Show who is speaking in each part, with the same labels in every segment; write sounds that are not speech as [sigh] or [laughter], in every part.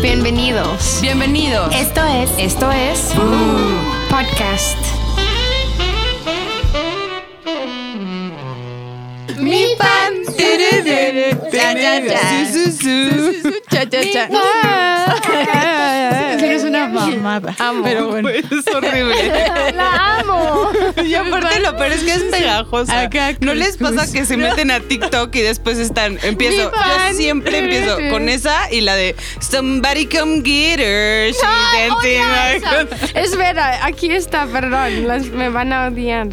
Speaker 1: Bienvenidos.
Speaker 2: Bienvenidos.
Speaker 1: Esto es, esto es podcast.
Speaker 2: Mi pan. Cha, cha, cha.
Speaker 3: Su, su, su.
Speaker 2: Cha, cha, cha.
Speaker 3: Eres una mamada. Pero bueno.
Speaker 2: Es horrible.
Speaker 1: La amo.
Speaker 2: [laughs] Y aparte lo peor es que es pegajosa.
Speaker 3: Acá,
Speaker 2: ¿No les
Speaker 3: cruz,
Speaker 2: pasa
Speaker 3: cruz.
Speaker 2: que se meten a TikTok y después están, empiezo,
Speaker 1: Mi pan.
Speaker 2: yo siempre empiezo con esa y la de Somebody come get her, she
Speaker 1: Ay,
Speaker 2: dancing
Speaker 1: odio
Speaker 2: like-" [laughs]
Speaker 1: esa. Espera, aquí está, perdón. las- me van a odiar.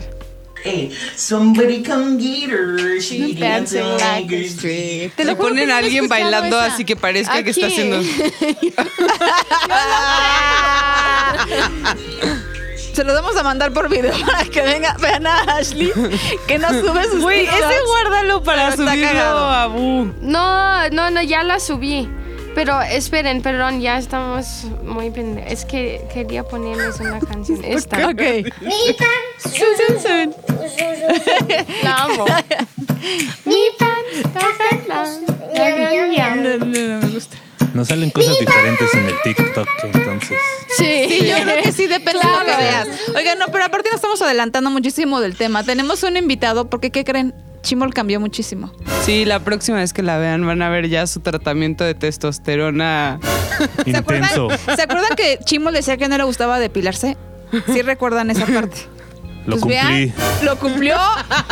Speaker 4: Hey, somebody come get her. She
Speaker 1: Dancing
Speaker 4: dancing like
Speaker 1: like a
Speaker 4: a street.
Speaker 2: Te
Speaker 1: lo juro
Speaker 2: ponen
Speaker 1: que no
Speaker 2: a
Speaker 1: he
Speaker 2: alguien
Speaker 1: escuchado
Speaker 2: bailando
Speaker 1: esa.
Speaker 2: así que parezca que está
Speaker 1: Aquí.
Speaker 2: haciendo.
Speaker 1: [laughs]
Speaker 3: Se los vamos a mandar por video [laughs] para que venga, vean a Ashley que no sube sus
Speaker 2: Güey, ese
Speaker 3: TikToks.
Speaker 2: guárdalo para
Speaker 3: Pero está
Speaker 2: subirlo
Speaker 3: cagado.
Speaker 2: a Bu.
Speaker 1: No, no, no, ya la subí. Pero esperen, perdón, ya estamos muy pendientes. Es que quería ponerles [laughs] una canción. Esta.
Speaker 3: Ok.
Speaker 5: Mi pan, su, su, su, su,
Speaker 1: La amo.
Speaker 5: Mi pan, café,
Speaker 3: No, no, no me gusta.
Speaker 6: Nos salen cosas diferentes en el TikTok, entonces.
Speaker 1: Sí.
Speaker 3: Yo creo que sí, depende de lo que
Speaker 1: Claro.
Speaker 3: veas. Oigan, no, pero aparte nos estamos adelantando muchísimo del tema. Tenemos un invitado porque, ¿qué creen? Chimol cambió muchísimo.
Speaker 2: Sí, la próxima vez que la vean van a ver ya su tratamiento de testosterona.
Speaker 6: Intenso.
Speaker 3: ¿Se acuerdan que Chimol decía que no le gustaba depilarse? Sí recuerdan esa parte.
Speaker 6: Lo
Speaker 3: Pues vean, Oh.
Speaker 6: cumplí.
Speaker 3: lo cumplió,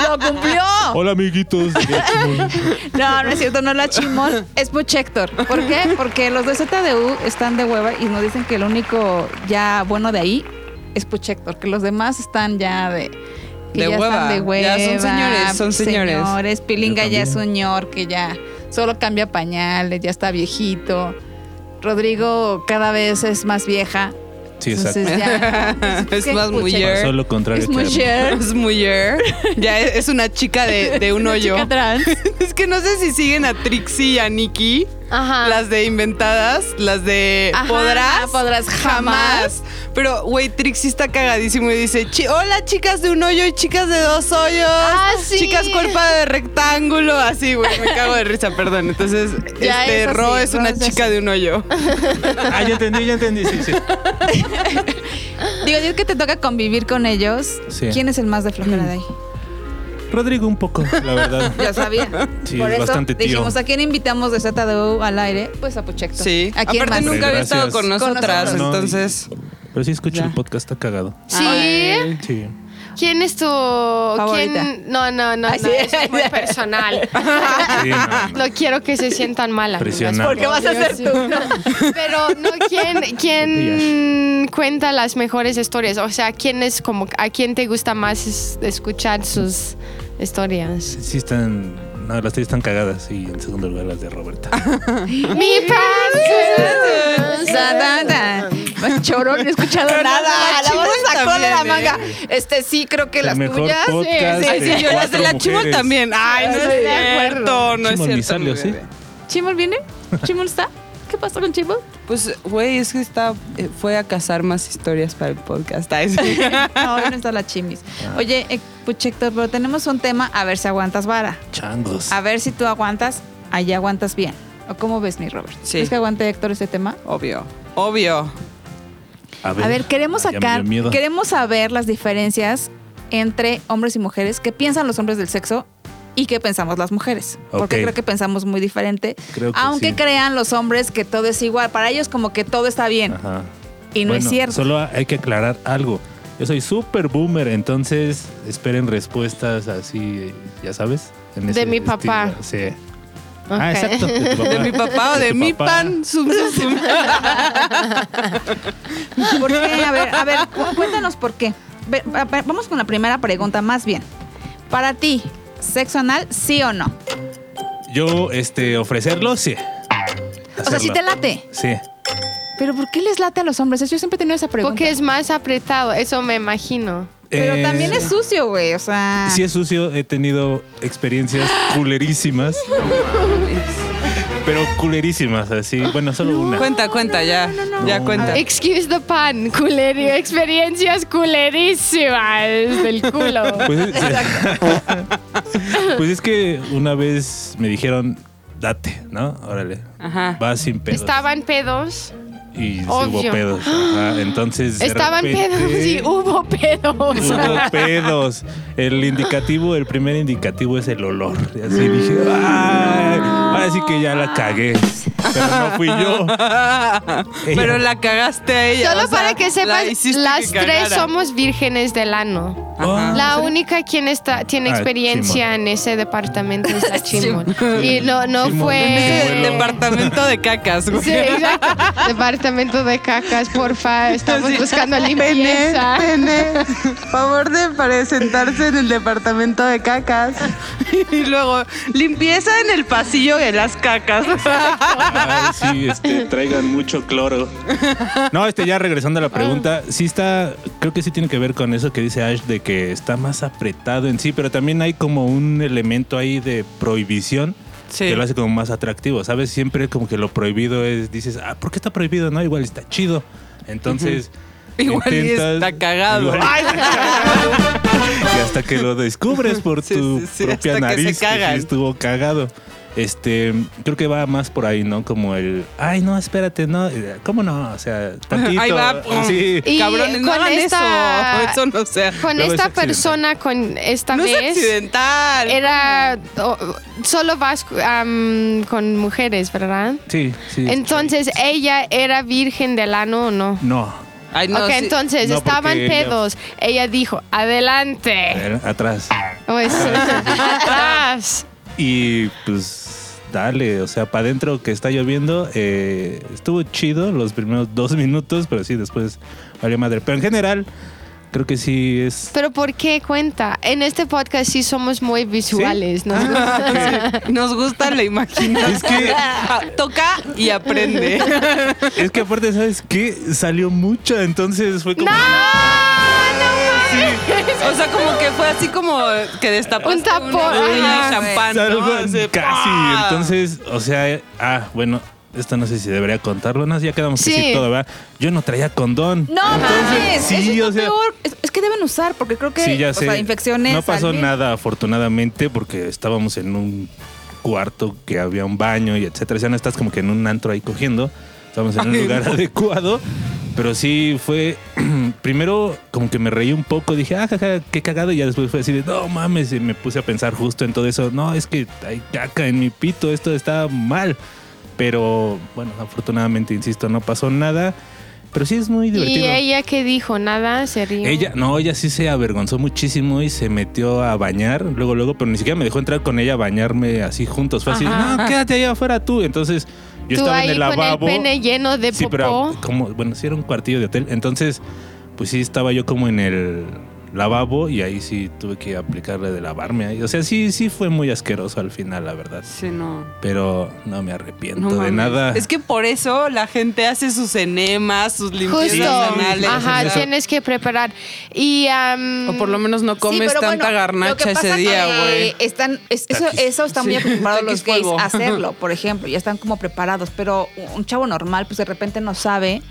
Speaker 3: lo cumplió.
Speaker 6: Hola, amiguitos. diría Chimol.
Speaker 3: No, no es cierto, no es la
Speaker 2: [laughs]
Speaker 3: chimol, es Puchector. ¿Por qué? Porque los de ZDU están de hueva y nos dicen que el único ya bueno de ahí es Puchector, que los demás están ya de. que
Speaker 2: De
Speaker 3: ya
Speaker 2: hueva,
Speaker 3: están de
Speaker 2: ya son
Speaker 3: hueva, Pues,
Speaker 2: señores, son señores.
Speaker 3: Pilinga
Speaker 6: Yo
Speaker 3: ya
Speaker 6: también.
Speaker 3: es un ñor que ya solo cambia pañales, ya está viejito. Rodrigo cada vez es más vieja.
Speaker 6: Sí, exacto.
Speaker 3: Entonces ya.
Speaker 2: [laughs] Es
Speaker 3: ¿qué?
Speaker 2: más
Speaker 3: Puchector.
Speaker 2: mujer.
Speaker 6: Pasó lo contrario.
Speaker 3: Es
Speaker 6: que a mí.
Speaker 3: mujer.
Speaker 2: [laughs] Es mujer. Ya es es una chica de, de un hoyo.
Speaker 3: Chica
Speaker 2: [laughs]
Speaker 3: trans.
Speaker 2: Es que no sé si siguen a Trixie y a Nikki.
Speaker 1: Ajá.
Speaker 2: Las de inventadas, las de
Speaker 3: Ajá,
Speaker 2: podrás.
Speaker 3: Ah, podrás jamás.
Speaker 2: Pero, güey, Trixie está cagadísimo y dice: "Chi- Hola, chicas de un hoyo y chicas de dos hoyos.
Speaker 1: Ah, sí.
Speaker 2: Chicas cuerpa de rectángulo. Así, güey, me cago de risa, perdón. Entonces,
Speaker 3: Ya,
Speaker 2: este
Speaker 3: eso sí,
Speaker 2: Ro es
Speaker 3: Ro
Speaker 2: una
Speaker 3: es
Speaker 2: chica de un hoyo.
Speaker 6: Ah, ya entendí, ya entendí. Sí, sí.
Speaker 3: Digo, Dios que te toca convivir con ellos.
Speaker 6: Sí.
Speaker 3: ¿Quién es el más de
Speaker 2: Mm.
Speaker 3: flojera de ahí?
Speaker 6: Rodrigo, un poco, la verdad.
Speaker 3: [laughs] Ya sabía.
Speaker 6: Sí, es bastante tío.
Speaker 3: dijimos, ¿a quién invitamos de ZDU al aire? Pues a Puchector.
Speaker 2: Sí.
Speaker 3: ¿A quién
Speaker 2: Aparte,
Speaker 3: más?
Speaker 2: nunca había estado con
Speaker 6: Gracias.
Speaker 2: nosotras,
Speaker 3: Con
Speaker 6: No,
Speaker 2: entonces.
Speaker 6: y- pero sí escucho
Speaker 2: Ya.
Speaker 6: el podcast, está cagado.
Speaker 1: Sí.
Speaker 2: Ay.
Speaker 3: [laughs]
Speaker 6: Sí.
Speaker 1: ¿Quién es tu
Speaker 3: Favorita.
Speaker 1: ¿Quién? No, no, no,
Speaker 3: Ay,
Speaker 1: no,
Speaker 3: sí.
Speaker 1: eso es [laughs] muy personal.
Speaker 6: Sí, no, no.
Speaker 1: No quiero que se sientan malas.
Speaker 6: Presionado.
Speaker 1: Porque vas a ser tú. Pero no
Speaker 6: [laughs]
Speaker 1: quién quién cuenta las mejores historias, o sea, quién es como a quién te gusta más es- escuchar sus historias.
Speaker 6: Sí, están. No, las tres están cagadas. Y en segundo lugar, las
Speaker 3: [laughs]
Speaker 6: de Roberta.
Speaker 1: Mi pan.
Speaker 3: Da, da, da. Chorón, no he escuchado nada. La voz sacó de la
Speaker 2: también,
Speaker 3: manga. Este sí, creo que
Speaker 6: El
Speaker 3: las
Speaker 6: mejor
Speaker 3: tuyas. sí,
Speaker 6: podcast
Speaker 3: sí,
Speaker 2: Ay, sí,
Speaker 6: de
Speaker 2: yo las de
Speaker 6: cuatro
Speaker 2: la Chimol
Speaker 6: mujeres.
Speaker 2: también. Ay, no
Speaker 1: Estoy
Speaker 2: es
Speaker 1: de acuerdo.
Speaker 2: cierto, no es
Speaker 6: Chimol ni
Speaker 2: cierto.
Speaker 6: salió,
Speaker 2: mi
Speaker 6: ¿sí?
Speaker 2: bebé.
Speaker 3: ¿Chimol viene? ¿Chimol está? ¿Qué pasó con Chimol?
Speaker 2: Pues, güey, es que está, eh, fue a cazar más historias para el podcast.
Speaker 1: [laughs]
Speaker 2: Ay, sí.
Speaker 3: No, hoy no está la chimis.
Speaker 6: Ah.
Speaker 3: Oye, eh, Puchector, pero tenemos un tema. A ver si aguantas vara.
Speaker 6: Changos.
Speaker 3: A ver si tú aguantas. Allá aguantas bien. ¿O cómo ves, mi Robert?
Speaker 2: Sí.
Speaker 3: ¿Es que aguante Héctor este tema?
Speaker 2: Obvio, obvio.
Speaker 3: A ver, queremos
Speaker 6: Ay, Ah, ya me
Speaker 3: sacar,
Speaker 6: dio miedo.
Speaker 3: queremos saber las diferencias entre hombres y mujeres, qué piensan los hombres del sexo y qué pensamos las mujeres. Porque
Speaker 6: Ok.
Speaker 3: creo que pensamos muy diferente.
Speaker 6: Creo que
Speaker 3: aunque
Speaker 6: sí.
Speaker 3: crean los hombres que todo es igual, para ellos como que todo está bien.
Speaker 6: Ajá.
Speaker 3: Y no es
Speaker 6: Bueno,
Speaker 3: cierto.
Speaker 6: Solo hay que aclarar algo. Yo soy super boomer, entonces esperen respuestas así, ya sabes. en
Speaker 1: De
Speaker 6: ese
Speaker 1: mi papá.
Speaker 6: estilo. Sí. Ah, exacto. De, tu papá.
Speaker 2: De mi papá o de,
Speaker 6: tu
Speaker 2: mi
Speaker 6: papá.
Speaker 2: pan. Zum,
Speaker 1: [laughs]
Speaker 2: zum, zum.
Speaker 3: ¿Por qué? A ver, a ver, cu- cuéntanos por qué. Ve- va- va- Vamos con la primera pregunta, más bien. Para ti, ¿sexo anal sí o no?
Speaker 6: Yo, este, ofrecerlo, sí.
Speaker 3: O sea, si
Speaker 6: Hacerlo.
Speaker 3: te late.
Speaker 6: Sí.
Speaker 3: Pero ¿por qué les late a los hombres? Yo siempre he tenido esa pregunta.
Speaker 1: Porque es más apretado, eso me imagino.
Speaker 3: Pero
Speaker 6: Eh,
Speaker 3: también es sucio, güey. O sea.
Speaker 6: Sí es sucio, he tenido experiencias culerísimas. pero culerísimas, así. Bueno, solo una.
Speaker 2: Cuenta, cuenta, ya. Ya
Speaker 6: No.
Speaker 2: cuenta.
Speaker 1: Excuse the pan, culerio, experiencias culerísimas del culo.
Speaker 6: [laughs] Pues, es- pues es que una vez me dijeron, date, ¿no? Órale.
Speaker 2: Ajá.
Speaker 6: Va sin pedos.
Speaker 1: Estaban pedos.
Speaker 6: Y sí hubo
Speaker 1: Obvio.
Speaker 6: pedos. Ajá, Entonces. de
Speaker 1: Estaban
Speaker 6: repente-
Speaker 1: pedos y hubo pedos.
Speaker 6: [laughs] Hubo pedos. El indicativo, el primer indicativo es el olor. Y así dije, "Ay, ahora sí que ya la cagué. Pero no fui yo.
Speaker 2: [laughs] Pero la cagaste a ella.
Speaker 1: Solo
Speaker 2: o sea,
Speaker 1: para que
Speaker 2: la
Speaker 1: sepas,
Speaker 2: hiciste
Speaker 1: las
Speaker 2: que
Speaker 1: tres
Speaker 2: cagara.
Speaker 1: somos vírgenes del ano.
Speaker 6: Ah,
Speaker 1: La única quien está, tiene
Speaker 6: Ah,
Speaker 1: experiencia en ese departamento es
Speaker 2: [laughs]
Speaker 1: la Chimon. Y no, no
Speaker 6: Chimon.
Speaker 2: Ese
Speaker 6: Bueno.
Speaker 1: fue...
Speaker 2: departamento de cacas, güey.
Speaker 1: Sí, exacto. Departamento de cacas, porfa. Estamos
Speaker 2: Sí. [laughs]
Speaker 1: buscando
Speaker 2: [laughs] Pene,
Speaker 1: limpieza. [laughs]
Speaker 2: pene, favor de presentarse en el departamento de cacas. [laughs] Y luego, limpieza en el pasillo de las cacas.
Speaker 6: Ay, sí, este, traigan mucho cloro. No, este, ya regresando a la pregunta, sí está, creo que sí tiene que ver con eso que dice Ash de que está más apretado en sí, pero también hay como un elemento ahí de prohibición.
Speaker 2: Sí.
Speaker 6: Que lo hace como más atractivo, ¿sabes? Siempre como que lo prohibido es, dices, ah, ¿por qué está prohibido? No, igual está chido. Entonces...
Speaker 2: [laughs] Igual y está cagado.
Speaker 6: igual-
Speaker 2: Ay,
Speaker 6: y hasta que lo descubres por
Speaker 2: Sí,
Speaker 6: tu
Speaker 2: sí, sí,
Speaker 6: propia
Speaker 2: hasta que se
Speaker 6: nariz que sí
Speaker 2: cagan.
Speaker 6: estuvo cagado. Este, creo que va más por ahí, ¿no? Como el, ay, no, espérate, no, eh, ¿cómo no?
Speaker 2: [laughs]
Speaker 6: O sea,
Speaker 2: [laughs]
Speaker 6: tantito. ah,
Speaker 2: Ahí va, pum.
Speaker 6: Sí.
Speaker 1: Y
Speaker 2: Cabrones, no
Speaker 1: con
Speaker 2: hagan
Speaker 1: esta-
Speaker 2: [laughs] eso. Eso no sea.
Speaker 1: Con
Speaker 6: Luego es
Speaker 1: esta
Speaker 6: accidental.
Speaker 1: persona, con esta
Speaker 2: No es
Speaker 1: vez,
Speaker 2: accidental.
Speaker 1: era o- solo vas am, con mujeres, ¿verdad?
Speaker 6: Sí, sí.
Speaker 1: Entonces, ¿ella era virgen del ano o no?
Speaker 6: No,
Speaker 2: Ay, no,
Speaker 1: ok,
Speaker 2: sí.
Speaker 1: entonces
Speaker 6: No,
Speaker 1: estaban
Speaker 6: porque ella-
Speaker 1: pedos. Ella dijo, adelante.
Speaker 6: era atrás.
Speaker 1: Pues,
Speaker 2: [laughs]
Speaker 1: [laughs] atrás.
Speaker 6: Y pues, dale, o sea, para adentro que está lloviendo, eh, estuvo chido los primeros dos [laughs] minutos, pero sí, después valió madre. Pero en general, creo que sí es...
Speaker 1: Pero ¿por qué cuenta? En este podcast sí somos muy visuales, [laughs] ¿no?
Speaker 2: Nos gusta la imaginación.
Speaker 6: Es que
Speaker 2: Ah, Toca y aprende. [laughs]
Speaker 6: Es que aparte, ¿sabes qué? Salió mucha, entonces fue como...
Speaker 1: [laughs]
Speaker 2: O sea, como que fue así como que destapaste
Speaker 1: Un tapón,
Speaker 2: una botella de
Speaker 1: ajá.
Speaker 2: champán,
Speaker 6: Salgo
Speaker 2: ¿no? Así,
Speaker 6: casi.
Speaker 2: ¡pah!
Speaker 6: Entonces, o sea, ah, bueno, esto no sé si debería contarlo. No, ya quedamos que
Speaker 1: Sí.
Speaker 6: sí, todo, ¿verdad? Yo no traía condón.
Speaker 3: No mames,
Speaker 6: sí,
Speaker 3: eso es lo
Speaker 6: o sea-
Speaker 3: peor. Es, es que deben usar, porque creo que
Speaker 6: sí, ya
Speaker 3: o
Speaker 6: sé.
Speaker 3: sea, infecciones.
Speaker 6: no pasó
Speaker 3: salvia-
Speaker 6: nada, afortunadamente, porque estábamos en un cuarto que había un baño y etcétera. O sea, no estás como que en un antro ahí cogiendo. Estábamos en un
Speaker 2: Ay,
Speaker 6: lugar
Speaker 2: no.
Speaker 6: adecuado. Pero sí fue. [clears throat] primero, como que me reí un poco. Dije, ah, jaja, qué cagado. Y ya después fue así de, no mames. Y me puse a pensar justo en todo eso. No, es que hay caca en mi pito. Esto está mal. Pero bueno, afortunadamente, insisto, no pasó nada. Pero sí es muy divertido.
Speaker 1: Y ella que dijo, nada, se rió.
Speaker 6: Ella, no, ella sí se avergonzó muchísimo y se metió a bañar, luego, luego, pero ni siquiera me dejó entrar con ella a bañarme así juntos. Fue así, no, quédate allá afuera tú. Entonces, yo
Speaker 1: Tú
Speaker 6: estaba
Speaker 1: ahí
Speaker 6: en el
Speaker 1: con el
Speaker 6: lavabo.
Speaker 1: pene lleno de
Speaker 6: sí,
Speaker 1: popó.
Speaker 6: pero como, bueno, sí era un cuartillo de hotel. Entonces, pues sí estaba yo como en el lavabo y ahí sí tuve que aplicarle de lavarme ahí. O sea, sí, sí fue muy asqueroso al final, la verdad.
Speaker 2: Sí, no.
Speaker 6: Pero no me arrepiento
Speaker 2: No
Speaker 6: de
Speaker 2: mames.
Speaker 6: nada. [laughs]
Speaker 2: Es que por eso la gente hace sus enemas, sus limpiezas
Speaker 1: Justo.
Speaker 2: anales.
Speaker 1: Ajá,
Speaker 2: o sea,
Speaker 1: tienes que preparar. Y. am,
Speaker 2: O por lo menos no
Speaker 3: Sí,
Speaker 2: comes
Speaker 3: pero
Speaker 2: tanta
Speaker 3: bueno, lo que
Speaker 2: garnacha
Speaker 3: pasa
Speaker 2: ese día,
Speaker 3: que
Speaker 2: güey.
Speaker 3: Están, es- eso,
Speaker 6: Taquis.
Speaker 3: eso están muy
Speaker 2: Sí.
Speaker 3: acostumbrados
Speaker 2: Taquis
Speaker 3: los gays [laughs]
Speaker 2: fuego.
Speaker 3: a hacerlo, por ejemplo. Ya están como preparados, pero un chavo normal, pues de repente no sabe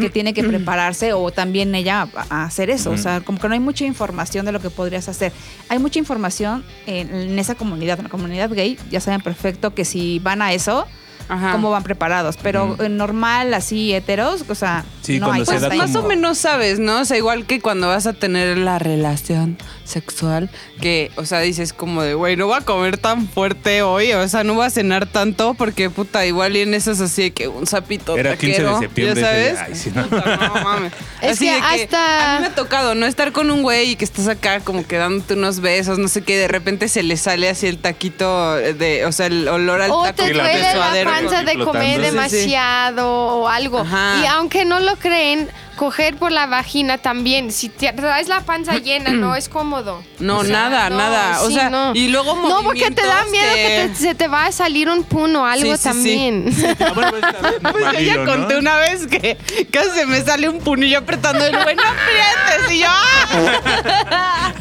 Speaker 3: que tiene que prepararse o también ella a a hacer eso. O sea, como que no hay mucha información de lo que podrías hacer. Hay mucha información en, en esa comunidad, en la comunidad gay, ya saben perfecto que si van a eso,
Speaker 2: Ajá.
Speaker 3: cómo van preparados. Pero eh, normal, así, heteros, o sea,
Speaker 6: Sí,
Speaker 3: no
Speaker 6: cuando
Speaker 3: hay
Speaker 6: se
Speaker 2: Pues
Speaker 6: da
Speaker 3: tanta
Speaker 2: más o
Speaker 6: como-
Speaker 2: menos sabes, ¿no? O sea, igual que cuando vas a tener la relación sexual, que, o sea, dices como de, güey, no voy a comer tan fuerte hoy, o sea, no voy a cenar tanto, porque puta, igual y en esas así de que un sapito
Speaker 6: Era 15 de
Speaker 2: taquero,
Speaker 6: septiembre.
Speaker 2: ¿ya
Speaker 6: ese-
Speaker 2: sabes?
Speaker 6: ay, sí,
Speaker 2: [laughs]
Speaker 6: no.
Speaker 2: Puta, no mames.
Speaker 1: Es
Speaker 2: Así
Speaker 1: que
Speaker 2: de
Speaker 1: hasta-
Speaker 2: A mí me ha tocado, ¿no? Estar con un güey y que estás acá como que dándote unos besos, no sé qué, y de repente se le sale así el taquito de, o sea, el olor al
Speaker 1: o
Speaker 2: taco
Speaker 1: te
Speaker 6: que la
Speaker 1: duele
Speaker 6: ves
Speaker 1: la
Speaker 6: suadero,
Speaker 1: panza
Speaker 6: ¿no?
Speaker 1: de
Speaker 6: Flotando.
Speaker 1: comer
Speaker 6: Sí, sí.
Speaker 1: demasiado o algo.
Speaker 2: Ajá.
Speaker 1: Y aunque no lo creen, coger por la vagina también. Si te traes la
Speaker 6: [clears throat]
Speaker 1: panza llena, no es cómodo.
Speaker 2: No,
Speaker 1: O sea,
Speaker 2: nada,
Speaker 1: no,
Speaker 2: nada. o
Speaker 1: sí,
Speaker 2: sea,
Speaker 1: no.
Speaker 2: y luego
Speaker 1: No, porque te da
Speaker 2: movimientos
Speaker 1: miedo que, te- se te va a salir un puno o algo
Speaker 2: Sí, sí, sí.
Speaker 1: también.
Speaker 6: Ah, bueno, pues, está bien,
Speaker 2: Pues yo ya
Speaker 6: válido, ¿no?
Speaker 2: conté una vez que casi se me sale un punillo apretando el güey, no aprietes. Y yo, ¡ah!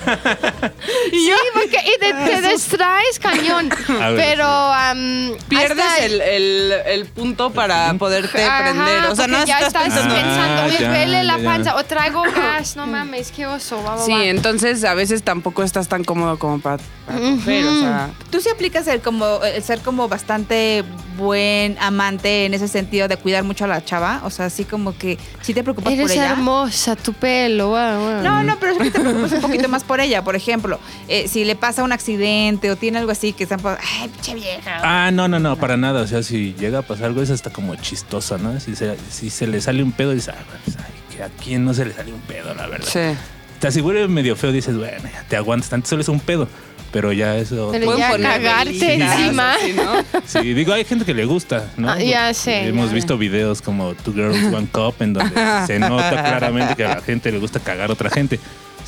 Speaker 2: Y yo
Speaker 1: porque y te, te distraes cañón.
Speaker 6: A ver,
Speaker 1: pero am,
Speaker 2: pierdes
Speaker 1: hasta-
Speaker 2: el, el- el punto para poderte
Speaker 1: Ajá,
Speaker 2: prender. O sea,
Speaker 1: porque
Speaker 2: no
Speaker 1: ya estás
Speaker 6: pensando.
Speaker 1: pensando
Speaker 6: Ah,
Speaker 1: mil
Speaker 6: ya,
Speaker 1: duele la
Speaker 6: ya.
Speaker 1: panza o traigo gas, no mames, qué oso. va, va,
Speaker 2: Sí,
Speaker 1: va.
Speaker 2: entonces a veces tampoco estás tan cómodo como para, para coger, o sea.
Speaker 3: Tú sí aplicas el como el ser como bastante buen amante en ese sentido de cuidar mucho a la chava, o sea, así como que sí te preocupas
Speaker 1: Eres
Speaker 3: por ella.
Speaker 1: hermosa, tu pelo. guau, guau.
Speaker 3: No, no, pero es que te preocupas un poquito más por ella, por ejemplo, eh, si le pasa un accidente o tiene algo así que están pa- ay, pinche vieja.
Speaker 6: Ah, no, no, no, para nada. O sea, si llega a pasar algo, es hasta como chistoso, ¿no? Si se, si se le sale un pedo, dices, ah, pues, ay, que a quién no se le sale un pedo, la verdad.
Speaker 2: Sí.
Speaker 6: Te aseguro medio feo, dices, bueno, ya te aguantas, tanto solo es un pedo. Pero ya eso.
Speaker 1: Pero Pueden ya poner cagarte velitas, encima. así,
Speaker 6: Sí, digo, hay gente que le gusta, ¿no?
Speaker 1: Ah, ya sé,
Speaker 6: Hemos
Speaker 1: ya.
Speaker 6: visto videos como Two Girls, One Cup, en donde
Speaker 1: [laughs]
Speaker 6: se nota claramente que a la gente le gusta cagar a otra gente.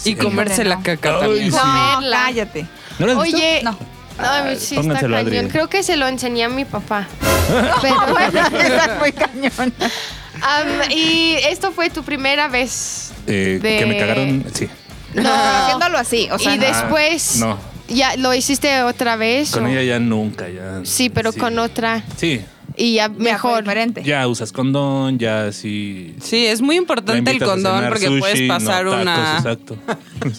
Speaker 2: Y
Speaker 6: Sí,
Speaker 2: comerse la caca
Speaker 6: Ay,
Speaker 2: también.
Speaker 6: sí.
Speaker 3: No,
Speaker 1: Verla. [laughs]
Speaker 3: cállate.
Speaker 6: ¿No lo has visto?
Speaker 1: Oye,
Speaker 3: No.
Speaker 1: No,
Speaker 6: Ay,
Speaker 1: sí está
Speaker 6: pónganselo a
Speaker 1: cañón.
Speaker 6: Adri.
Speaker 1: Creo que se lo enseñé a mi papá. Pero bueno.
Speaker 3: Esa fue cañón.
Speaker 1: am, y esto fue tu primera vez.
Speaker 6: Eh,
Speaker 1: de-
Speaker 6: Que me cagaron, sí.
Speaker 3: [laughs]
Speaker 1: No.
Speaker 3: Haciéndolo así, o sea,
Speaker 1: y
Speaker 3: no.
Speaker 1: después.
Speaker 6: no.
Speaker 1: ¿Ya lo hiciste otra vez?
Speaker 6: Con
Speaker 1: o-
Speaker 6: ella ya nunca, ya.
Speaker 1: Sí, pero con otra.
Speaker 6: Sí,
Speaker 1: Y ya
Speaker 3: Ya fue
Speaker 1: mejor.
Speaker 3: pues,
Speaker 2: Este.
Speaker 3: diferente.
Speaker 6: ya usas condón, ya sí.
Speaker 2: Sí, es muy
Speaker 6: La
Speaker 2: importante el
Speaker 6: invitas a
Speaker 2: condón
Speaker 6: cenar
Speaker 2: porque
Speaker 6: sushi,
Speaker 2: puedes
Speaker 6: no
Speaker 2: pasar
Speaker 6: tacos,
Speaker 2: una [laughs]
Speaker 6: Exacto.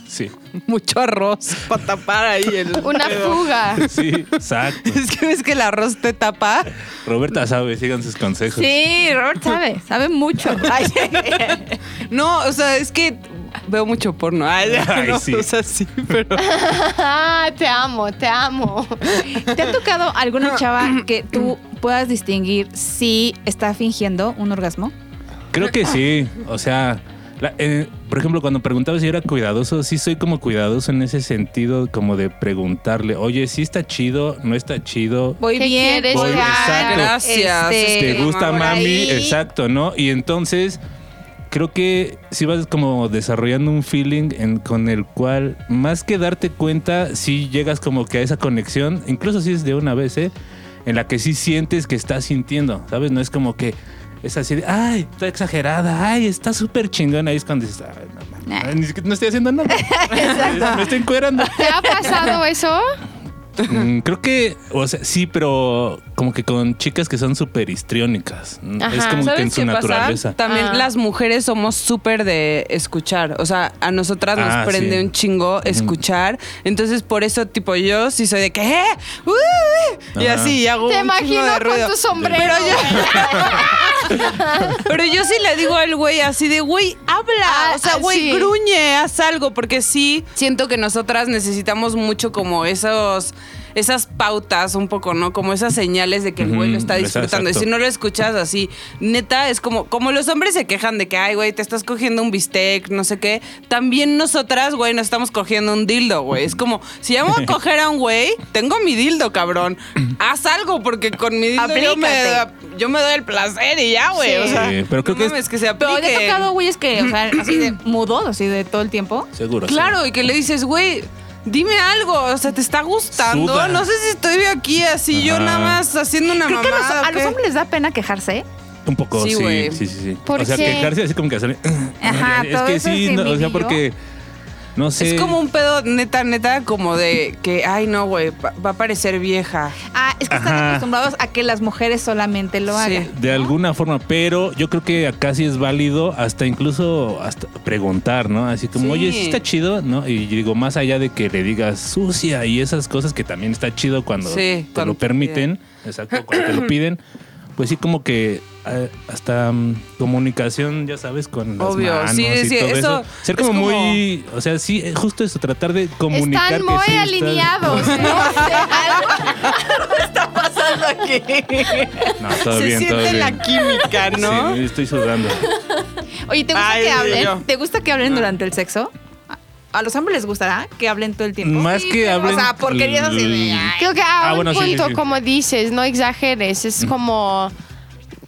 Speaker 6: Sí.
Speaker 2: mucho arroz para tapar ahí el
Speaker 1: Una
Speaker 6: [laughs]
Speaker 1: fuga.
Speaker 6: Sí, exacto.
Speaker 2: [laughs] Es que ves que el arroz te tapa.
Speaker 6: Roberta sabe, sigan sus consejos.
Speaker 3: Sí, Robert sabe,
Speaker 1: [laughs]
Speaker 3: sabe mucho. Ay,
Speaker 2: No, o sea, es que veo mucho porno. Ay,
Speaker 6: Ay,
Speaker 2: no,
Speaker 6: sí.
Speaker 2: O sea, sí, pero
Speaker 1: Ah, te amo, te amo.
Speaker 3: ¿Te ha tocado alguna chava que tú puedas distinguir si está fingiendo un orgasmo?
Speaker 6: Creo que sí. O sea, la- eh, por ejemplo, cuando preguntaba si era cuidadoso, sí soy como cuidadoso en ese sentido, como de preguntarle, oye, ¿sí está chido? ¿No está chido?
Speaker 3: Voy
Speaker 1: ¿Qué
Speaker 3: bien, pues,
Speaker 1: quieres
Speaker 3: voy
Speaker 6: que
Speaker 3: mal,
Speaker 6: haga?
Speaker 2: Gracias,
Speaker 6: ¿Te
Speaker 2: Eh,
Speaker 6: gusta,
Speaker 2: por
Speaker 6: mami?
Speaker 3: ahí.
Speaker 6: Exacto, ¿no? Y entonces creo que si vas como desarrollando un feeling en- con el cual, más que darte cuenta, si llegas como que a esa conexión, incluso si es de una vez, ¿eh? En la que sí sientes que estás sintiendo, ¿sabes? No es como que es así de, ay, está exagerada, ay, está súper chingona. Ahí es cuando dices, "Ay, no, mames,
Speaker 3: Nah.
Speaker 6: ni siquiera- no estoy haciendo nada.
Speaker 3: [laughs]
Speaker 6: Me estoy encuerando.
Speaker 1: ¿Te ha pasado eso?
Speaker 6: Mm, creo que, o sea, sí, pero como que con chicas que son súper histriónicas. Mm, Es
Speaker 1: Ajá.
Speaker 6: como que en su
Speaker 2: pasa?
Speaker 6: naturaleza.
Speaker 2: También
Speaker 1: Ah.
Speaker 2: las mujeres somos súper de escuchar. O sea, a nosotras nos
Speaker 6: Ah,
Speaker 2: prende
Speaker 6: sí.
Speaker 2: un chingo escuchar. Entonces, por eso, tipo, yo sí soy de que. "Eh, uh, uh", y
Speaker 6: Ajá.
Speaker 2: así y hago.
Speaker 1: Te
Speaker 2: un chingo
Speaker 1: imagino
Speaker 2: de ruido.
Speaker 1: con tu sombrero. [laughs]
Speaker 2: Pero yo sí le digo al güey así de, güey, habla.
Speaker 1: Ah,
Speaker 2: o sea,
Speaker 1: ah,
Speaker 2: güey,
Speaker 1: sí.
Speaker 2: gruñe, haz algo. Porque sí siento que nosotras necesitamos mucho como esos... Esas pautas un poco, ¿no? Como esas señales de que el güey lo está
Speaker 6: Ujú,
Speaker 2: disfrutando. Y
Speaker 6: exacto.
Speaker 2: si no lo escuchas así, neta, es como, como los hombres se quejan de que, ay, güey, te estás cogiendo un bistec, no sé qué. También nosotras, güey, nos estamos cogiendo un dildo, güey. Es como, si ya me voy a coger a un güey, tengo mi dildo, cabrón. Haz algo, porque con mi dildo yo me,
Speaker 3: Aplícate.
Speaker 2: yo me doy el placer y ya, güey.
Speaker 3: Sí.
Speaker 2: O sea,
Speaker 6: Sí, pero creo
Speaker 2: no
Speaker 6: que es-
Speaker 2: mames, que se
Speaker 3: Pero te ha
Speaker 2: apliquen.
Speaker 3: tocado güeyes que, o sea, así de mudo, así de todo el tiempo.
Speaker 6: Seguro. sí.
Speaker 2: Claro, y que le dices, güey, dime algo, o sea, te está gustando.
Speaker 6: Suda.
Speaker 2: No sé si estoy aquí así, yo
Speaker 6: Ajá.
Speaker 2: nada más haciendo una
Speaker 3: Creo que a los,
Speaker 2: mamada.
Speaker 3: a
Speaker 2: ¿o
Speaker 3: los
Speaker 2: qué?
Speaker 3: hombres les da pena quejarse.
Speaker 6: Un poco,
Speaker 2: Sí,
Speaker 6: sí.
Speaker 2: güey.
Speaker 6: Sí, sí, sí.
Speaker 1: ¿Por
Speaker 6: o sea,
Speaker 1: qué?
Speaker 6: quejarse así como que [clears throat] hacer-
Speaker 3: Ajá,
Speaker 6: es
Speaker 3: todo
Speaker 6: que
Speaker 3: eso es
Speaker 6: sí, no, o sea,
Speaker 3: inhibido.
Speaker 6: porque. No sé.
Speaker 2: Es como un pedo neta, neta, como de que, ay, no, güey, pa- va a parecer vieja.
Speaker 3: Ah, es que están
Speaker 6: Ajá.
Speaker 3: acostumbrados a que las mujeres solamente lo
Speaker 2: Sí.
Speaker 3: hagan.
Speaker 6: De alguna forma, pero yo creo que acá sí es válido hasta incluso hasta preguntar, ¿no? Así como,
Speaker 2: Sí.
Speaker 6: oye, sí está chido, ¿no? Y digo, más allá de que le digas sucia y esas cosas que también está chido cuando
Speaker 2: Sí,
Speaker 6: te
Speaker 2: cuando
Speaker 6: lo
Speaker 2: te
Speaker 6: permiten, exacto, cuando te lo piden, pues sí como que eh, hasta mm, comunicación, ya sabes, con las
Speaker 2: Obvio,
Speaker 6: manos
Speaker 2: sí,
Speaker 6: y
Speaker 2: sí,
Speaker 6: todo
Speaker 2: eso
Speaker 6: eso. Ser como,
Speaker 2: es como-
Speaker 6: muy, o sea, sí, eh, justo eso, tratar de comunicar
Speaker 1: Están
Speaker 6: que
Speaker 1: muy
Speaker 6: sí estás-
Speaker 1: alineados.
Speaker 6: [laughs]
Speaker 1: ¿no?
Speaker 3: [laughs]
Speaker 6: No, Ah, todo
Speaker 2: Se
Speaker 6: bien, todo
Speaker 2: siente
Speaker 6: bien.
Speaker 2: la química, ¿no?
Speaker 6: Sí, estoy sudando.
Speaker 3: Oye, ¿te gusta
Speaker 2: Ay,
Speaker 3: que hablen?
Speaker 2: yo.
Speaker 3: ¿Te gusta que hablen durante el sexo? A- A los hombres les gustará que hablen todo el tiempo.
Speaker 6: Más
Speaker 3: Sí,
Speaker 6: que
Speaker 3: pero,
Speaker 6: hablen.
Speaker 3: O sea, porquerías así de. ay.
Speaker 1: Creo que a
Speaker 6: Ah,
Speaker 1: un
Speaker 6: bueno, sí, sí,
Speaker 1: punto,
Speaker 6: sí.
Speaker 1: como dices, no exageres, es como...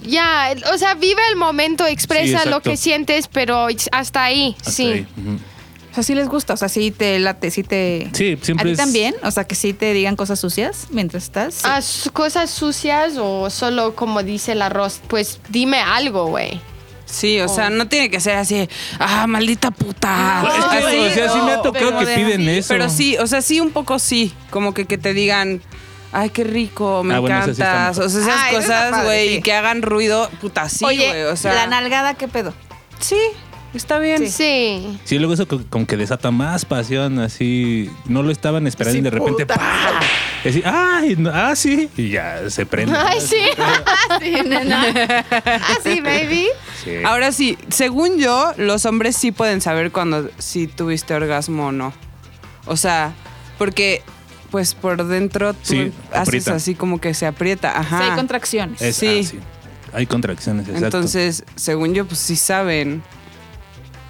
Speaker 1: Ya, el- o sea, vive el momento, expresa lo
Speaker 6: exacto.
Speaker 1: que sientes, pero ex- hasta ahí,
Speaker 6: Hasta
Speaker 1: sí.
Speaker 6: ahí, ujú.
Speaker 3: O sea, sí les gusta, o sea, sí te late, sí te.
Speaker 6: Sí, siempre
Speaker 3: ¿A ti
Speaker 6: es-
Speaker 3: también? O sea, que sí te digan cosas sucias mientras estás.
Speaker 1: Ah, s- cosas sucias o solo como dice el arroz, pues dime algo, güey.
Speaker 2: Sí, o sea, no tiene que ser así, ah, maldita puta.
Speaker 6: Pues, es que, o sea, sí me ha tocado
Speaker 2: Ah, pero
Speaker 6: que
Speaker 2: de-
Speaker 6: piden eso.
Speaker 2: Pero sí, o sea, sí, un poco sí. Como que, que te digan, ay, qué rico, me
Speaker 6: Ah, bueno, eso sí está
Speaker 2: encantas.
Speaker 6: mejor.
Speaker 2: o sea, esas
Speaker 3: Ah, eso está
Speaker 2: cosas,
Speaker 3: padre,
Speaker 2: güey,
Speaker 3: sí.
Speaker 2: y que hagan ruido, puta, sí,
Speaker 3: Oye,
Speaker 2: güey. O sea,
Speaker 3: la nalgada, ¿qué pedo?
Speaker 2: Sí, está bien.
Speaker 1: Sí. [laughs]
Speaker 6: Sí, luego eso co- como que desata más pasión, así. No lo estaban esperando y de repente. ¡pah! Y así, ¡ay! no- ¡Ah, sí! Y ya se prende.
Speaker 1: Ay, sí. [laughs]
Speaker 3: Sí, [laughs] nena.
Speaker 1: Ah, sí, baby.
Speaker 6: Sí.
Speaker 2: Ahora sí, según yo, los hombres sí pueden saber cuando si tuviste orgasmo o no. O sea, porque pues por dentro tú
Speaker 6: Sí,
Speaker 2: haces
Speaker 6: aprieta.
Speaker 2: así como que se aprieta.
Speaker 3: Sí, hay
Speaker 2: Ajá.
Speaker 3: contracciones.
Speaker 6: Es- ah,
Speaker 2: sí.
Speaker 6: Hay contracciones, exacto.
Speaker 2: Entonces, según yo, pues sí saben.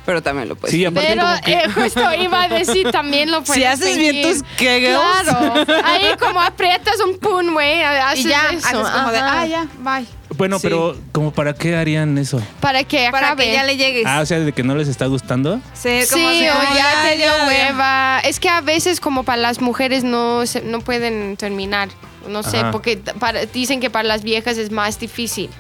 Speaker 2: Pero también lo puedes.
Speaker 6: Sí, aparte
Speaker 1: Pero
Speaker 6: como que-
Speaker 1: eh, justo iba a decir también lo puedes
Speaker 2: si haces bien
Speaker 1: fingir.
Speaker 2: tus kegels.
Speaker 1: Claro. Ahí como aprietas un pun, güey. haces
Speaker 3: Y ya
Speaker 1: eso.
Speaker 3: haces como de,
Speaker 1: Ajá.
Speaker 3: ah, ya, bye.
Speaker 6: Bueno,
Speaker 2: sí.
Speaker 6: pero ¿como para qué harían eso?
Speaker 1: Para que
Speaker 3: Para
Speaker 1: acabe.
Speaker 3: que ya le llegues.
Speaker 6: Ah, o sea, de que no les está gustando.
Speaker 2: Eh,
Speaker 3: Ser
Speaker 1: Sí,
Speaker 3: como así,
Speaker 1: o
Speaker 3: como,
Speaker 1: ya te dio
Speaker 2: ya, ya.
Speaker 1: hueva. Es que a veces como para las mujeres no se- no pueden terminar, no sé,
Speaker 6: Ajá.
Speaker 1: porque t- para- dicen que para las viejas es más difícil.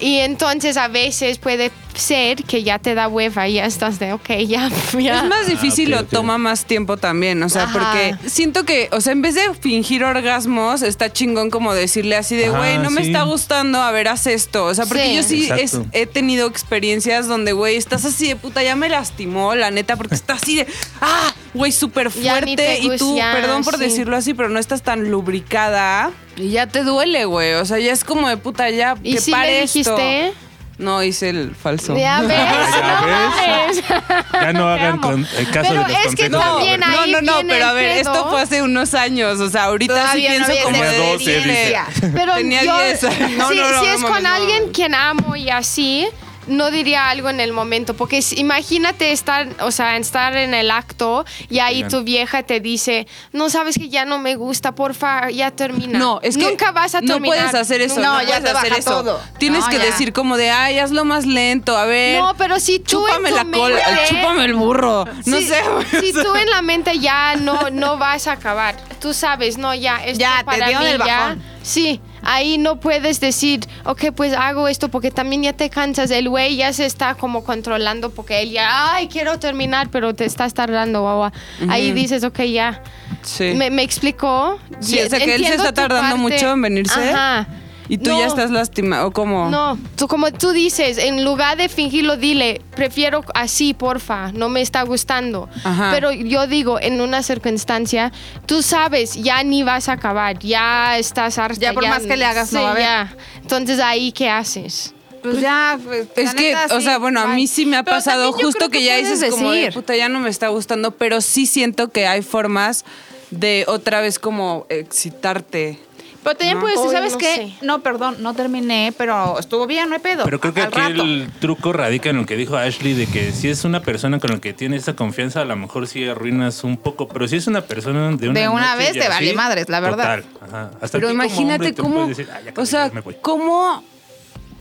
Speaker 1: Y entonces a veces puede ser que ya te da hueva y ya estás de, ok, ya, [laughs] ya.
Speaker 2: Es más difícil
Speaker 6: Ah, ok,
Speaker 2: o
Speaker 6: ok.
Speaker 2: toma más tiempo también, o sea,
Speaker 1: Ajá.
Speaker 2: porque siento que, o sea, en vez de fingir orgasmos, está chingón como decirle así de,
Speaker 6: Ajá,
Speaker 2: güey, no me
Speaker 6: sí.
Speaker 2: está gustando, a ver, haz esto. O sea, porque
Speaker 1: Sí.
Speaker 2: yo sí es-
Speaker 6: Exacto.
Speaker 2: he tenido experiencias donde, güey, estás así de puta, ya me lastimó, la neta, porque está así de, ah, güey, súper
Speaker 1: Ya ni
Speaker 2: fuerte.
Speaker 1: te
Speaker 2: Y tú,
Speaker 1: gus- ya,
Speaker 2: perdón por
Speaker 1: sí.
Speaker 2: decirlo así, pero no estás tan lubricada. Y ya te duele, güey. O sea, ya es como de puta, ya
Speaker 1: ¿Y
Speaker 2: que
Speaker 1: si
Speaker 2: pare
Speaker 1: le
Speaker 2: esto.
Speaker 1: dijiste?
Speaker 2: No, hice el falso.
Speaker 6: [laughs]
Speaker 1: Ya ves,
Speaker 6: Ya
Speaker 1: no
Speaker 6: ves.
Speaker 1: mames.
Speaker 6: Ya no hagan
Speaker 1: amo.
Speaker 6: con, el caso
Speaker 1: Pero
Speaker 6: de los
Speaker 1: es que
Speaker 6: consejos. de
Speaker 1: No, también
Speaker 6: Roberto.
Speaker 1: hay-
Speaker 2: no, no, no,
Speaker 1: viene
Speaker 2: pero a
Speaker 1: el
Speaker 2: ver,
Speaker 1: pedo.
Speaker 2: esto fue hace unos años, o sea, ahorita
Speaker 3: Todavía
Speaker 2: sí
Speaker 3: no
Speaker 2: pienso
Speaker 3: había
Speaker 2: como
Speaker 6: esa
Speaker 2: de
Speaker 6: experiencia.
Speaker 1: Pero
Speaker 2: Tenía
Speaker 1: yo,
Speaker 2: 10. No,
Speaker 1: si,
Speaker 2: no, no,
Speaker 1: si es
Speaker 2: no,
Speaker 1: con
Speaker 2: no.
Speaker 1: alguien quien amo y así, no diría algo en el momento, porque si- imagínate estar, o sea, estar en el acto y ahí
Speaker 6: Oigan.
Speaker 1: tu vieja te dice, no sabes que ya no me gusta, porfa, ya termina.
Speaker 2: No, es que
Speaker 1: nunca vas a terminar.
Speaker 2: No puedes hacer eso.
Speaker 1: Nunca.
Speaker 3: No,
Speaker 2: No,
Speaker 3: ya
Speaker 2: puedes
Speaker 3: te
Speaker 2: hacer
Speaker 3: baja
Speaker 2: eso.
Speaker 3: todo.
Speaker 2: Tienes
Speaker 3: No,
Speaker 2: que
Speaker 3: ya.
Speaker 2: decir como de, ay, hazlo más lento, a ver.
Speaker 1: No, pero si tú en
Speaker 2: chúpame
Speaker 1: tu
Speaker 2: la cola,
Speaker 1: mente-
Speaker 2: chúpame el burro. No
Speaker 1: si,
Speaker 2: sé. [laughs] güey,
Speaker 1: Si
Speaker 2: o sea.
Speaker 1: tú en la mente ya no, no vas a acabar, tú sabes, no, ya, esto
Speaker 3: Ya,
Speaker 1: ya,
Speaker 3: te
Speaker 1: para
Speaker 3: dio
Speaker 1: mí,
Speaker 3: el
Speaker 1: ya.
Speaker 3: bajón.
Speaker 1: Sí, ahí no puedes decir, ok, pues hago esto porque también ya te cansas. El güey ya se está como controlando porque él ya, ay, quiero terminar, pero te estás tardando, guau. Ahí dices, ok, ya.
Speaker 2: Sí.
Speaker 1: ¿Me, me explicó?
Speaker 2: Sí, o sea, que él se
Speaker 1: Entiendo
Speaker 2: está
Speaker 1: tu
Speaker 2: tardando mucho en venirse.
Speaker 1: Ajá.
Speaker 2: Y tú ya
Speaker 1: No.
Speaker 2: estás lastimado, como.
Speaker 1: No, tú, como tú dices, en lugar de fingirlo, dile, prefiero así, porfa, no me está gustando.
Speaker 2: Ajá.
Speaker 1: Pero yo digo, en una circunstancia, tú sabes, ya ni vas a acabar, ya estás harta.
Speaker 3: Ya por más que le hagas, no va a haber.
Speaker 1: ya. Entonces ahí, ¿qué haces?
Speaker 3: Pues ya, pues,
Speaker 2: Es
Speaker 3: la
Speaker 2: que,
Speaker 3: neta,
Speaker 2: o
Speaker 3: sí,
Speaker 2: sea, bueno, a
Speaker 3: bye.
Speaker 2: mí sí me ha
Speaker 3: Pero
Speaker 2: pasado
Speaker 3: también yo
Speaker 2: justo
Speaker 3: creo
Speaker 2: que, ya
Speaker 3: puedes
Speaker 2: dices como de,
Speaker 3: decir.
Speaker 2: puta, ya no me está gustando, pero sí siento que hay formas de otra vez como excitarte.
Speaker 3: Pero también
Speaker 2: No.
Speaker 3: puedes decir,
Speaker 1: Ay,
Speaker 3: ¿sabes
Speaker 1: no
Speaker 3: qué?
Speaker 1: sé.
Speaker 3: No, perdón, no terminé, pero estuvo bien, no hay pedo.
Speaker 6: Pero creo que
Speaker 3: Al
Speaker 6: aquí
Speaker 3: rato.
Speaker 6: el truco radica en lo que dijo Ashley, de que si es una persona con la que tienes esa confianza, a lo mejor sí arruinas un poco, pero si es una persona de una
Speaker 3: De una
Speaker 6: noche
Speaker 3: vez
Speaker 6: y
Speaker 3: te
Speaker 6: así,
Speaker 3: vale madres, la verdad.
Speaker 6: Total, ajá. Hasta
Speaker 2: Pero
Speaker 6: aquí como
Speaker 2: imagínate
Speaker 6: hombre tú
Speaker 2: cómo,
Speaker 6: puedes decir, "Ah, ya
Speaker 2: o
Speaker 6: acabé,
Speaker 2: sea,
Speaker 6: ya me voy".
Speaker 2: cómo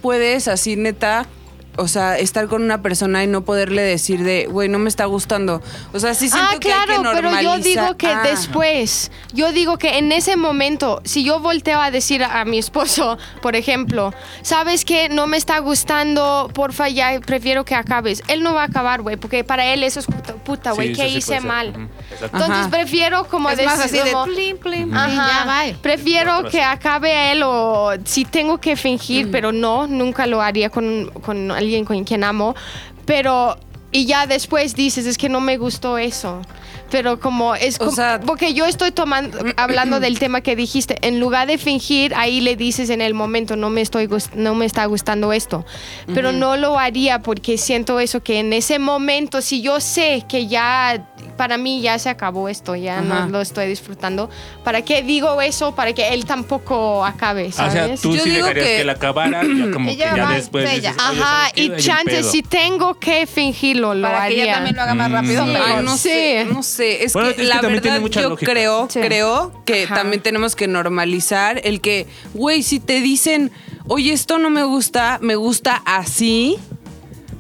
Speaker 2: puedes así neta, o sea, estar con una persona y no poderle decir de, güey, no me está gustando. O sea, sí siento
Speaker 1: Ah, claro,
Speaker 2: que hay que
Speaker 1: pero yo
Speaker 2: normalizar-
Speaker 1: digo que
Speaker 2: Ah.
Speaker 1: después, yo digo que en ese momento, si yo volteo a decir a, a mi esposo, por ejemplo, sabes que no me está gustando, porfa, ya prefiero que acabes. Él no va a acabar, güey, porque para él eso es puta- puta,
Speaker 6: Sí,
Speaker 1: güey,
Speaker 6: eso
Speaker 1: ¿qué
Speaker 6: sí puede
Speaker 1: hice
Speaker 6: ser.
Speaker 1: mal?
Speaker 6: Ujú, exacto.
Speaker 1: Entonces
Speaker 2: Ajá.
Speaker 1: prefiero como
Speaker 3: Es más
Speaker 1: decir,
Speaker 3: así de
Speaker 1: como-
Speaker 3: plin, plin, plin,
Speaker 1: Ajá.
Speaker 3: ya, bye.
Speaker 1: Prefiero
Speaker 6: Otro
Speaker 1: que
Speaker 6: así. Mm.
Speaker 1: acabe él o si tengo que fingir, pero no, nunca lo haría con, con alguien con quien amo. Pero, y ya después dices, es que no me gustó eso. Pero como es
Speaker 2: O
Speaker 1: como-
Speaker 2: sea-
Speaker 1: porque yo estoy tomando, hablando
Speaker 3: [clears throat]
Speaker 1: del tema que dijiste, en lugar de fingir, ahí le dices en el momento, no me, estoy gust- no me está gustando esto. Pero no lo haría porque siento eso, que en ese momento, si yo sé que ya, para mí ya se acabó esto, ya
Speaker 2: Ajá.
Speaker 1: no lo estoy disfrutando, ¿para qué digo eso? Para que él tampoco acabe,
Speaker 6: Ah,
Speaker 1: ¿sabes?
Speaker 6: O sea, tú
Speaker 2: Yo
Speaker 6: sí
Speaker 2: digo
Speaker 6: dejarías
Speaker 2: que-
Speaker 6: que, la acabara, ya como
Speaker 3: Y
Speaker 6: que
Speaker 3: ya
Speaker 6: ya,
Speaker 3: va,
Speaker 6: después.
Speaker 3: sí,
Speaker 6: dices,
Speaker 3: ya.
Speaker 6: "Oye, ¿sabes
Speaker 1: Ajá,
Speaker 6: qué? Hay
Speaker 1: y
Speaker 6: un
Speaker 1: chance,
Speaker 6: pedo".
Speaker 1: si tengo que fingirlo, lo
Speaker 3: Para que
Speaker 1: haría.
Speaker 3: ella también lo haga más
Speaker 6: Mm.
Speaker 3: rápido.
Speaker 1: Sí.
Speaker 3: mejor.
Speaker 2: Ay, no sé,
Speaker 1: Sí.
Speaker 2: no sé. Es
Speaker 6: Bueno,
Speaker 2: que
Speaker 6: es que
Speaker 2: la
Speaker 6: también
Speaker 2: verdad
Speaker 6: tiene mucha
Speaker 2: yo
Speaker 6: lógica.
Speaker 2: creo,
Speaker 1: Sí.
Speaker 2: creo que
Speaker 1: Ajá.
Speaker 2: también tenemos que normalizar el que, güey, si te dicen, oye, esto no me gusta, me gusta así.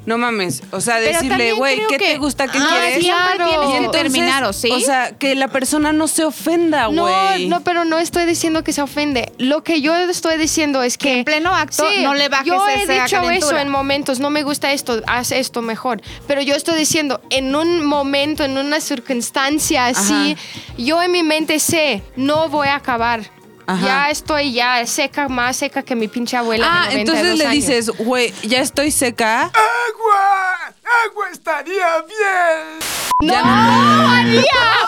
Speaker 2: No mames, o sea,
Speaker 3: Pero
Speaker 2: decirle,
Speaker 3: también
Speaker 2: güey,
Speaker 3: creo
Speaker 2: ¿qué
Speaker 3: que-
Speaker 2: te gusta? ¿Qué
Speaker 1: Ah,
Speaker 2: quieres?
Speaker 1: siempre tienes
Speaker 2: Y
Speaker 1: que
Speaker 3: terminar, ¿o sí?
Speaker 2: O sea, que la persona no se ofenda,
Speaker 1: No,
Speaker 2: Ah, güey.
Speaker 1: no, pero no estoy diciendo que se ofende. Lo que yo estoy diciendo es que...
Speaker 3: en pleno acto no le bajes
Speaker 1: Yo he
Speaker 3: esa
Speaker 1: dicho eso
Speaker 3: calentura.
Speaker 1: en momentos, no me gusta esto, haz esto mejor. Pero yo estoy diciendo, en un momento, en una circunstancia así, yo en mi mente sé, no voy a acabar.
Speaker 2: Ajá.
Speaker 1: Ya estoy ya seca, más seca que mi pinche abuela. de
Speaker 2: Ah,
Speaker 1: 92
Speaker 2: entonces le
Speaker 1: años.
Speaker 2: dices, güey, ya estoy seca.
Speaker 7: ¡Agua! ¡Agua estaría bien!
Speaker 1: ¡No, María!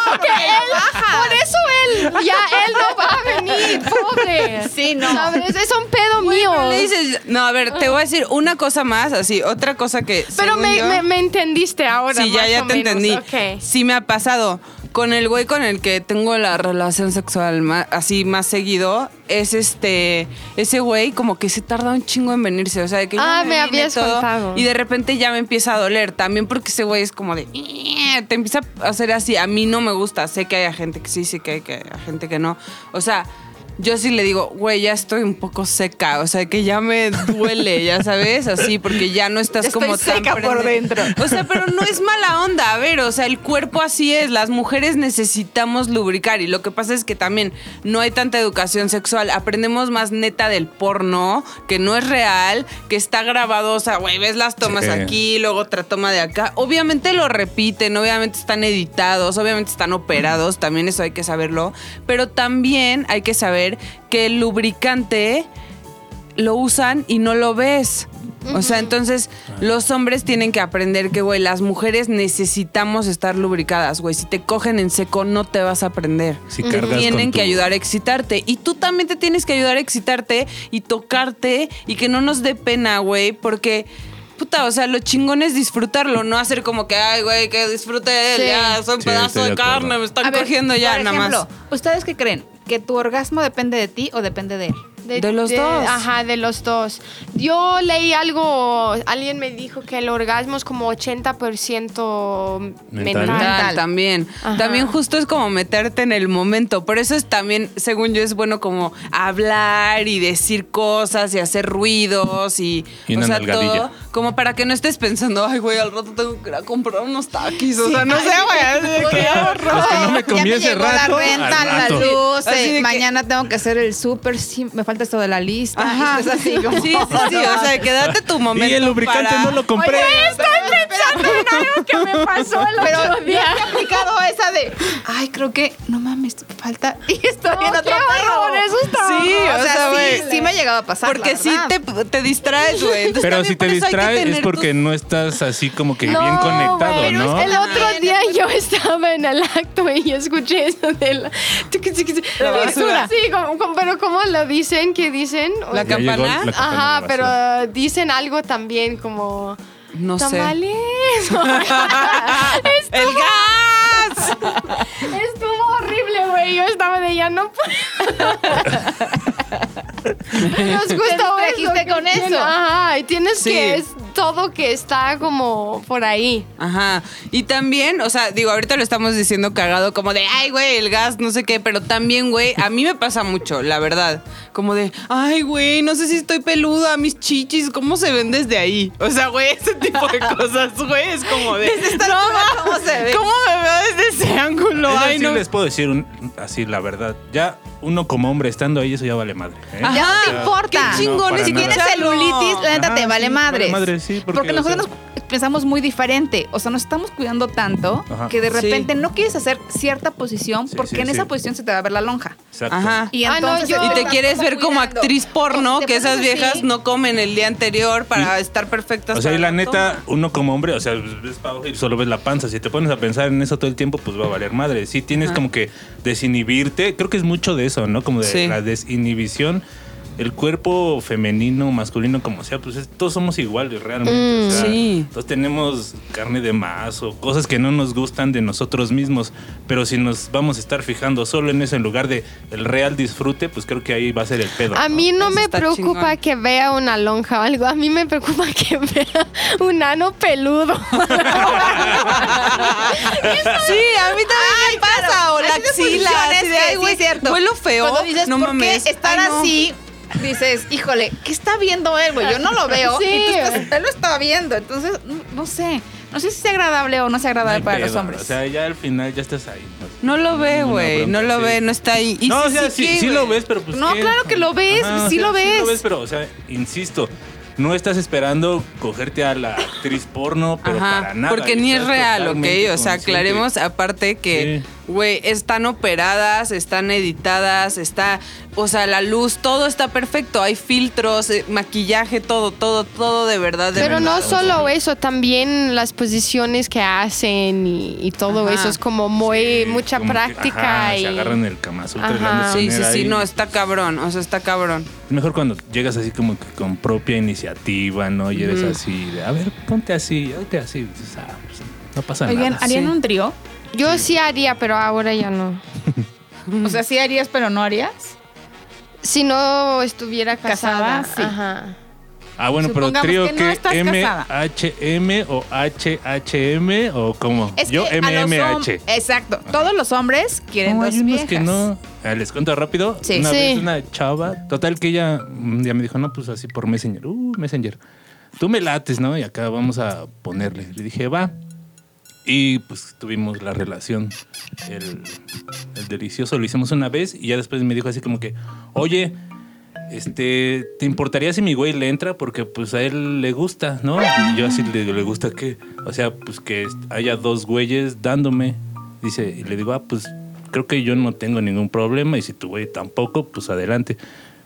Speaker 1: Porque él, por eso él, ya él no va a venir, pobre.
Speaker 3: [laughs] Sí, no.
Speaker 1: ¿Sabes? Es un pedo mío.
Speaker 2: Le dices, no, a ver, te voy a decir una cosa más, así, otra cosa que.
Speaker 1: Pero
Speaker 2: según
Speaker 1: me,
Speaker 2: yo-
Speaker 1: me- me entendiste ahora.
Speaker 2: Sí, ya,
Speaker 1: más
Speaker 2: ya
Speaker 1: o
Speaker 2: te
Speaker 1: menos.
Speaker 2: entendí.
Speaker 1: Ok.
Speaker 2: Sí me ha pasado. Con el güey con el que tengo la relación sexual ma- así más seguido, es este, ese güey como que se tarda un chingo en venirse. O sea, de que ya
Speaker 1: Ah, me
Speaker 2: vine
Speaker 1: habías contado.
Speaker 2: Y de repente ya me empieza a doler. También porque ese güey es como de, "Eh", te empieza a hacer así. A mí no me gusta. Sé que hay gente que sí, sé que hay, que hay gente que no. O sea... Yo sí le digo, güey, ya estoy un poco seca, o sea, que ya me duele, ya sabes, así, porque ya no estás
Speaker 3: Estoy
Speaker 2: como tan
Speaker 3: seca por
Speaker 2: prende-
Speaker 3: dentro.
Speaker 2: o sea, pero no es mala onda. A ver, o sea, el cuerpo así es. Las mujeres necesitamos lubricar. Y lo que pasa es que también no hay tanta educación sexual. Aprendemos más neta del porno, que no es real, que está grabado. O sea, güey, ves las tomas
Speaker 6: Sí.
Speaker 2: aquí, luego otra toma de acá. Obviamente lo repiten, obviamente están editados, obviamente están operados. También eso hay que saberlo. Pero también hay que saber que el lubricante lo usan y no lo ves. O sea, entonces los hombres tienen que aprender que, güey, las mujeres necesitamos estar lubricadas, güey. Si te cogen en seco, no te vas a prender.
Speaker 6: Si
Speaker 2: Te
Speaker 6: cargas
Speaker 2: tienen
Speaker 6: con
Speaker 2: que
Speaker 6: tu-
Speaker 2: ayudar a excitarte. Y tú también te tienes que ayudar a excitarte y tocarte y que no nos dé pena, güey, porque... Puta, o sea, lo chingón es disfrutarlo, no hacer como que, ay, güey, que disfrute él,
Speaker 1: Sí.
Speaker 2: ya, soy un
Speaker 6: Sí,
Speaker 2: pedazo
Speaker 6: estoy
Speaker 2: de,
Speaker 6: de acuerdo.
Speaker 2: carne, me están
Speaker 3: A ver,
Speaker 2: cogiendo ya,
Speaker 3: por
Speaker 2: nada
Speaker 3: ejemplo,
Speaker 2: más.
Speaker 3: ¿Ustedes qué creen? ¿Que tu orgasmo depende de ti o depende de él?
Speaker 2: De los dos.
Speaker 1: Ajá, de los dos. Yo leí algo, alguien me dijo que el orgasmo es como 80% mental.
Speaker 6: Mental.
Speaker 2: mental también.
Speaker 1: Ajá.
Speaker 2: También justo es como meterte en el momento. Por eso es también, según yo, es bueno como hablar y decir cosas y hacer ruidos y,
Speaker 6: Y una nalgadilla.
Speaker 2: Como para que no estés pensando, ay, güey, al rato tengo que ir a comprar unos taquis. O sea, no sé, güey. así de que,
Speaker 6: Es Pues que no me
Speaker 3: ya
Speaker 6: comí
Speaker 3: me
Speaker 6: ese
Speaker 3: llegó
Speaker 6: rato.
Speaker 3: la renta,
Speaker 6: al
Speaker 3: la
Speaker 6: rato.
Speaker 3: luz,
Speaker 2: Así
Speaker 3: eh,
Speaker 2: de que-
Speaker 3: mañana tengo que hacer el súper, sí, me falta esto de la lista.
Speaker 2: Ajá.
Speaker 3: Es así como...
Speaker 2: Sí, sí, sí. O sea, quédate tu momento.
Speaker 6: Y el lubricante
Speaker 2: para-
Speaker 6: no lo compré.
Speaker 3: que me pasó el Pero yo he aplicado esa de, ay, creo que, no mames, falta. [laughs] Y estoy en otro perro. Eso
Speaker 2: Sí, o
Speaker 3: o sea,
Speaker 2: sea, güey.
Speaker 3: sí, sí me ha llegado a pasar.
Speaker 2: Porque
Speaker 3: la
Speaker 2: sí
Speaker 3: verdad.
Speaker 2: te, te distraes, güey. Entonces
Speaker 6: Pero
Speaker 2: también
Speaker 6: si te
Speaker 2: por eso hay que
Speaker 6: distrae es
Speaker 2: tener tus-
Speaker 6: porque no estás así como que
Speaker 1: No,
Speaker 6: bien conectado,
Speaker 1: güey,
Speaker 6: ¿no?
Speaker 1: El
Speaker 2: Ah,
Speaker 1: otro día yo estaba en el acto y yo escuché eso de la,
Speaker 2: La basura.
Speaker 1: Sí, como- como- pero ¿cómo lo dicen? ¿Qué dicen? O-
Speaker 2: La
Speaker 6: Ya llegó
Speaker 2: campana.
Speaker 6: la campana
Speaker 1: Ajá,
Speaker 6: de
Speaker 1: pero
Speaker 6: basura.
Speaker 1: eh, dicen algo también como...
Speaker 2: No sé.
Speaker 1: Tamales.
Speaker 2: [laughs]
Speaker 1: [laughs]
Speaker 2: ¡El gas!
Speaker 1: Estuvo horrible, güey. Yo estaba de ya no puedo. Nos gustó
Speaker 3: Te distrajiste
Speaker 1: eso,
Speaker 3: con
Speaker 1: Cristina.
Speaker 3: eso. [laughs]
Speaker 1: Ajá, y tienes
Speaker 2: Sí.
Speaker 1: que es todo que está como por ahí.
Speaker 2: Ajá. Y también, o sea, digo, ahorita lo estamos diciendo cagado, como de, ay, güey, el gas, no sé qué, pero también, güey, a mí me pasa mucho, la verdad. Como de, ay, güey, no sé si estoy peluda, mis chichis, ¿cómo se ven desde ahí? O sea, güey, ese tipo
Speaker 6: [laughs]
Speaker 2: de cosas, güey, es como de. "No, ma,
Speaker 3: ¿cómo se ve?"
Speaker 2: ¿Cómo me veo desde ese ángulo?
Speaker 6: Eso
Speaker 2: ay,
Speaker 6: sí
Speaker 2: no.
Speaker 6: les puedo decir un- así la verdad. Ya uno como hombre estando ahí, eso ya vale madre. ¿eh?
Speaker 3: Ya no
Speaker 2: Ajá.
Speaker 3: te importa.
Speaker 6: Qué chingón
Speaker 3: No,
Speaker 6: es
Speaker 3: si tienes
Speaker 2: escucharlo.
Speaker 3: celulitis, la neta
Speaker 6: Ajá,
Speaker 3: te vale
Speaker 6: sí,
Speaker 3: madres.
Speaker 6: vale madres, sí, porque,
Speaker 3: porque
Speaker 6: o
Speaker 3: nosotros
Speaker 6: sea-
Speaker 3: nos pensamos muy diferente. O sea, nos estamos cuidando tanto
Speaker 6: Ajá.
Speaker 3: que de
Speaker 2: Sí.
Speaker 3: repente no quieres hacer cierta posición
Speaker 6: Sí,
Speaker 3: porque
Speaker 6: sí,
Speaker 3: en
Speaker 6: sí.
Speaker 3: esa posición se te va a ver la lonja.
Speaker 6: Exacto.
Speaker 2: Ajá.
Speaker 3: Y,
Speaker 1: Ah, no,
Speaker 3: entonces
Speaker 1: yo-
Speaker 2: Y te
Speaker 1: Estás
Speaker 2: quieres ver como
Speaker 3: cuidando.
Speaker 2: actriz
Speaker 3: O
Speaker 2: porno,
Speaker 3: si te
Speaker 2: que esas
Speaker 3: pones así,
Speaker 2: viejas no comen el día anterior para
Speaker 6: Y-
Speaker 2: estar perfectas.
Speaker 6: O sea, y
Speaker 2: para
Speaker 6: la [laughs] neta, uno como hombre, o sea, ves para abajo y solo ves la panza. Si te pones a pensar en eso todo el tiempo, pues va a valer madre. Si tienes como que desinhibirte, creo que es mucho de eso, ¿no? Como de
Speaker 2: Sí.
Speaker 6: la desinhibición. El cuerpo femenino, masculino, como sea, pues es- todos somos iguales realmente.
Speaker 1: Mm.
Speaker 6: o sea,
Speaker 2: Sí.
Speaker 6: Todos tenemos carne de más o cosas que no nos gustan de nosotros mismos. Pero si nos vamos a estar fijando solo en eso en lugar de el real disfrute, pues creo que ahí va a ser el pedo.
Speaker 1: A mí no
Speaker 2: Eso
Speaker 1: me
Speaker 2: está
Speaker 1: preocupa
Speaker 2: chingón.
Speaker 1: que vea una lonja o algo. A mí me preocupa [laughs] que vea un ano
Speaker 2: [laughs]
Speaker 1: peludo.
Speaker 2: Sí, a mí también me pasa. O la
Speaker 3: Hay
Speaker 2: axila.
Speaker 3: posiciones
Speaker 2: así de,
Speaker 3: que
Speaker 2: "Ay,
Speaker 3: sí
Speaker 2: güey,
Speaker 3: es cierto.
Speaker 2: Huelo feo.
Speaker 3: Cuando dices,
Speaker 2: no
Speaker 3: ¿por
Speaker 2: mames.
Speaker 3: qué estar
Speaker 2: Ay, no.
Speaker 3: así? Dices, híjole, ¿qué está viendo él, güey? Yo no lo veo.
Speaker 1: Sí.
Speaker 3: Y tú estás- él lo está viendo. Entonces, no, no sé. No sé si es agradable o no es
Speaker 6: No hay
Speaker 3: agradable para los
Speaker 6: pedo,
Speaker 3: hombres.
Speaker 6: O sea, ya al final ya estás ahí.
Speaker 2: No
Speaker 6: ¿no?
Speaker 2: lo ve, güey.
Speaker 6: bronca,
Speaker 2: No lo
Speaker 6: sí.
Speaker 2: ve, no está ahí. Y
Speaker 6: no, o sea, sí,
Speaker 2: ¿qué,
Speaker 6: sí
Speaker 2: güey?
Speaker 6: lo ves, pero pues.
Speaker 3: No, claro que lo ves,
Speaker 2: pues,
Speaker 6: o
Speaker 3: sí
Speaker 6: sea,
Speaker 3: lo
Speaker 6: Sí lo
Speaker 3: ves.
Speaker 6: ves, pero, o sea, insisto, no estás esperando cogerte a la actriz porno, pero
Speaker 2: Ajá,
Speaker 6: para nada.
Speaker 2: porque ni es
Speaker 6: estás
Speaker 2: real, ¿ok?
Speaker 6: totalmente
Speaker 2: O sea,
Speaker 6: consciente.
Speaker 2: aclaremos aparte que
Speaker 6: Sí.
Speaker 2: Güey, están operadas, están editadas, está, o sea, la luz, todo está perfecto. Hay filtros, eh, maquillaje, todo, todo, todo de verdad. de
Speaker 1: Pero no
Speaker 2: verdad.
Speaker 1: solo eso, también las posiciones que hacen y, y todo
Speaker 2: Ajá.
Speaker 1: eso es como muy mucha
Speaker 6: Como que,
Speaker 1: práctica
Speaker 6: ajá,
Speaker 1: y
Speaker 6: Se agarran el Kama Sutra y
Speaker 1: Ajá.
Speaker 6: lo han de
Speaker 2: Sí, sí,
Speaker 6: poner
Speaker 2: sí,
Speaker 6: ahí.
Speaker 2: no, está cabrón, o sea, está cabrón.
Speaker 6: Mejor cuando llegas así como que con propia iniciativa, ¿no? Y eres
Speaker 2: Ujú.
Speaker 6: así de, a ver, ponte así, ponte así. Dices, ah, pues, no pasa
Speaker 3: Oigan,
Speaker 6: nada.
Speaker 3: ¿harían
Speaker 2: sí.
Speaker 3: un trío?
Speaker 1: yo sí haría, pero ahora ya no.
Speaker 3: O sea, sí harías, pero no harías.
Speaker 1: Si no estuviera
Speaker 3: Casada,
Speaker 1: casada,
Speaker 3: sí.
Speaker 1: Ajá.
Speaker 6: Ah, bueno, pero
Speaker 3: supongamos
Speaker 6: trío
Speaker 3: que
Speaker 6: que,
Speaker 3: no estás casada.
Speaker 6: MHM o HHM o cómo? Yo
Speaker 3: que a los hom-
Speaker 6: MMH.
Speaker 3: Exacto. Todos los hombres quieren
Speaker 6: No,
Speaker 3: dos
Speaker 6: hay unos
Speaker 3: viejas.
Speaker 6: que no. Ah, Les cuento rápido.
Speaker 3: Sí.
Speaker 6: Una
Speaker 1: Sí.
Speaker 6: vez una chava, total que ella un día me dijo, no, pues así por Messenger. Uh, Messenger. Tú me lates, ¿no? Y acá vamos a ponerle. Le dije, va. Y pues tuvimos la relación. El, el delicioso lo hicimos una vez y ya después me dijo así como que, oye, este, ¿te importaría si mi güey le entra? Porque pues a él le gusta, ¿no? Y yo así le digo, ¿le gusta que O sea, pues que haya dos güeyes dándome. Dice, y le digo, ah, pues creo que yo no tengo ningún problema y si tu güey tampoco, pues adelante.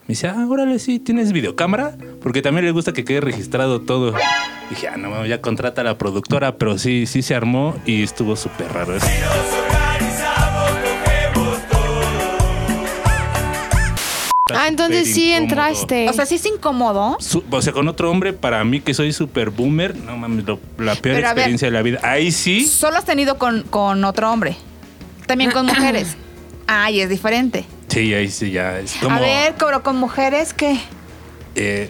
Speaker 6: Me dice, ah, órale, sí, ¿tienes videocámara? Porque también le gusta que quede registrado todo. Dije, ah, no, mames, ya contrata a la productora, pero sí, sí se armó y estuvo súper raro eso.
Speaker 1: Ah, entonces sí
Speaker 6: Súper incómodo.
Speaker 1: entraste.
Speaker 3: O sea, sí es incómodo.
Speaker 6: Su- o sea, con otro hombre, para mí que soy super boomer, no mames, lo- la peor
Speaker 3: Pero a ver.
Speaker 6: experiencia de la vida. Ahí sí.
Speaker 3: Solo has tenido con, con otro hombre. También con [clears throat] mujeres. Ay, es diferente.
Speaker 6: Sí, ahí sí, ya. Es como.
Speaker 3: A ver, pero con mujeres, ¿qué?
Speaker 6: eh, eh,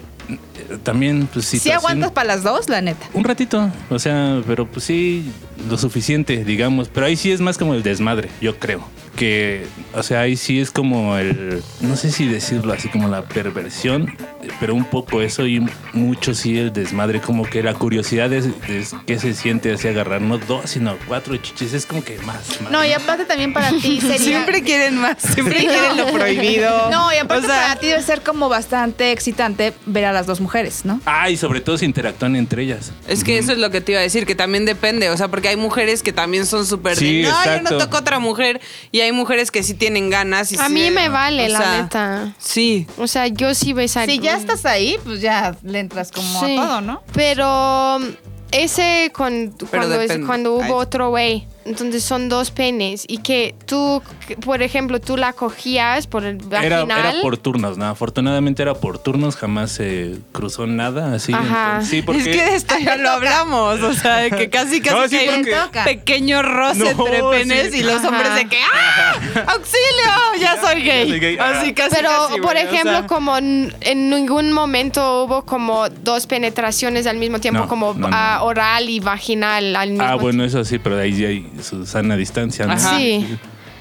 Speaker 6: también, pues sí.
Speaker 3: Si aguantas para las dos, la neta.
Speaker 6: Un ratito, o sea, pero pues sí, lo suficiente, digamos. Pero ahí sí es más como el desmadre, yo creo. Que, o sea, ahí sí es como el, no sé si decirlo así como la perversión, eh, pero un poco eso y mucho sí el desmadre, como que la curiosidad de, de qué se siente así agarrar, no dos, sino cuatro chichis, es como que más. más
Speaker 3: No, y
Speaker 6: más.
Speaker 3: aparte también para [laughs] ti sería...
Speaker 2: Siempre quieren más, siempre quieren lo
Speaker 1: [laughs]
Speaker 2: prohibido.
Speaker 3: No, y aparte
Speaker 2: O sea,
Speaker 3: para ti debe ser como bastante excitante ver a las dos mujeres, ¿no?
Speaker 6: Ah, y sobre todo se interactúan entre ellas.
Speaker 2: Es que eso es lo que te iba a decir, que también depende, o sea, porque hay mujeres que también son súper de,
Speaker 6: Sí,
Speaker 2: no, yo
Speaker 6: exacto.
Speaker 2: no toco a otra mujer, y hay mujeres que sí tienen ganas. Y
Speaker 1: a
Speaker 2: sí
Speaker 1: mí
Speaker 2: de-
Speaker 1: me vale,
Speaker 2: o
Speaker 1: la
Speaker 2: sea,
Speaker 1: neta.
Speaker 2: Sí.
Speaker 1: O sea, yo sí besaría.
Speaker 3: Si ya estás ahí, pues ya le entras como
Speaker 1: Sí.
Speaker 3: a todo, ¿no?
Speaker 1: Pero um, ese con- cuando, es-
Speaker 2: depende.
Speaker 1: cuando hubo
Speaker 2: Ay.
Speaker 1: otro güey. Entonces son dos penes. Y que tú, que, por ejemplo, tú la cogías por el
Speaker 6: Era,
Speaker 1: vaginal.
Speaker 6: era por turnos, ¿no? Afortunadamente era por turnos, jamás se cruzó nada, así.
Speaker 1: Ajá.
Speaker 6: entonces- sí, porque...
Speaker 2: Es que de esto ya lo hablamos, o sea, de que casi casi
Speaker 6: No, sí,
Speaker 2: que hay
Speaker 3: porque-
Speaker 2: un pequeño roce
Speaker 6: No,
Speaker 2: entre penes
Speaker 6: sí.
Speaker 2: y los
Speaker 1: Ajá.
Speaker 2: hombres de que ¡ah! ¡Auxilio! Ya soy
Speaker 6: ya soy
Speaker 2: gay.
Speaker 6: gay,
Speaker 2: Así
Speaker 6: ajá.
Speaker 2: casi
Speaker 1: Pero,
Speaker 2: casi,
Speaker 1: por
Speaker 2: güey, o
Speaker 1: ejemplo,
Speaker 2: sea.
Speaker 1: como n- en ningún momento hubo como dos penetraciones al mismo tiempo,
Speaker 6: No,
Speaker 1: como
Speaker 6: no, no.
Speaker 1: ah, oral y vaginal al mismo
Speaker 6: Ah, bueno,
Speaker 1: tiempo.
Speaker 6: eso sí, pero ahí ya hay su sana distancia, ¿no?
Speaker 2: Ajá.
Speaker 6: [laughs]
Speaker 1: Sí.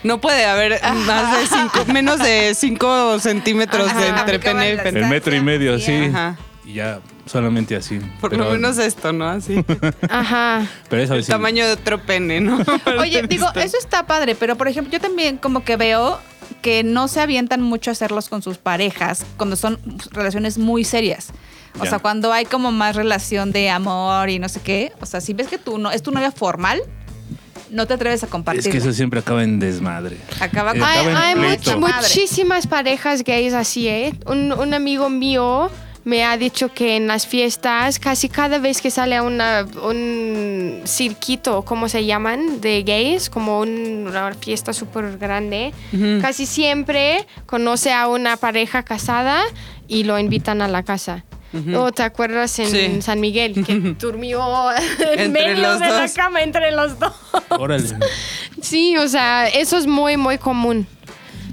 Speaker 2: No puede haber
Speaker 1: Ah.
Speaker 2: más de cinco, menos de 5 centímetros
Speaker 3: Ajá.
Speaker 2: de entre pene y pene.
Speaker 6: El metro y medio, sí.
Speaker 2: Ajá.
Speaker 6: Y ya solamente así.
Speaker 2: Por
Speaker 6: pero,
Speaker 2: lo menos esto, ¿no? Así.
Speaker 6: [laughs]
Speaker 1: Ajá.
Speaker 6: Pero esa vez sí.
Speaker 2: Tamaño de otro pene, ¿no?
Speaker 3: Oye, digo, eso está padre, pero por ejemplo, yo también como que veo que no se avientan mucho a hacerlos con sus parejas cuando son relaciones muy serias. O
Speaker 6: Ya.
Speaker 3: sea, cuando hay como más relación de amor y no sé qué. O sea, si ves que tú no, es tu novia formal, no te atreves a
Speaker 6: Es
Speaker 3: compartir.
Speaker 6: que eso siempre acaba en desmadre.
Speaker 3: Acaba
Speaker 6: Eh,
Speaker 3: con-
Speaker 6: acaba
Speaker 1: Hay,
Speaker 6: en
Speaker 1: hay
Speaker 6: pleito.
Speaker 1: much-
Speaker 3: Madre.
Speaker 1: muchísimas parejas gays así, ¿eh? Un, un amigo mío me ha dicho que en las fiestas, casi cada vez que sale a una, un circuito, ¿cómo se llaman? De gays, como un- una fiesta súper grande, casi siempre conoce a una pareja casada y lo invitan a la casa. ¿O te acuerdas en
Speaker 2: Sí.
Speaker 1: San Miguel que
Speaker 2: [laughs]
Speaker 1: durmió
Speaker 2: Entre
Speaker 1: en medio
Speaker 2: los
Speaker 1: de la
Speaker 2: dos.
Speaker 1: cama entre los dos?
Speaker 6: Órale.
Speaker 1: Sí, o sea, eso es muy, muy común.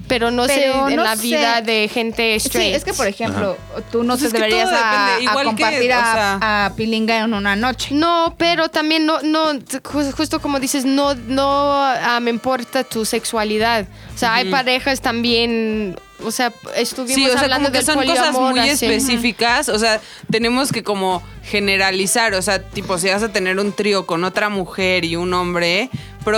Speaker 1: Pero no
Speaker 3: Pero
Speaker 1: sé en
Speaker 3: no
Speaker 1: la
Speaker 3: sé.
Speaker 1: vida de gente
Speaker 3: Sí,
Speaker 1: straight.
Speaker 3: es que por ejemplo, tú no
Speaker 2: Pues
Speaker 3: te
Speaker 2: es que
Speaker 3: deberías
Speaker 2: todo
Speaker 3: a-
Speaker 2: depende,
Speaker 3: a,
Speaker 2: igual que,
Speaker 3: compartir
Speaker 2: o
Speaker 3: a-
Speaker 2: sea-
Speaker 3: a pilinga en una noche.
Speaker 1: No, pero también no, no, ju- justo como dices, no, no ah, me importa tu sexualidad. O sea, hay parejas también, o sea, estuvimos
Speaker 2: Sí, o sea,
Speaker 1: hablando
Speaker 2: como que
Speaker 1: del
Speaker 2: son cosas
Speaker 1: poliamor
Speaker 2: muy
Speaker 1: hace-
Speaker 2: específicas. O sea, tenemos que como generalizar. O sea, tipo, si vas a tener un trío con otra mujer y un hombre,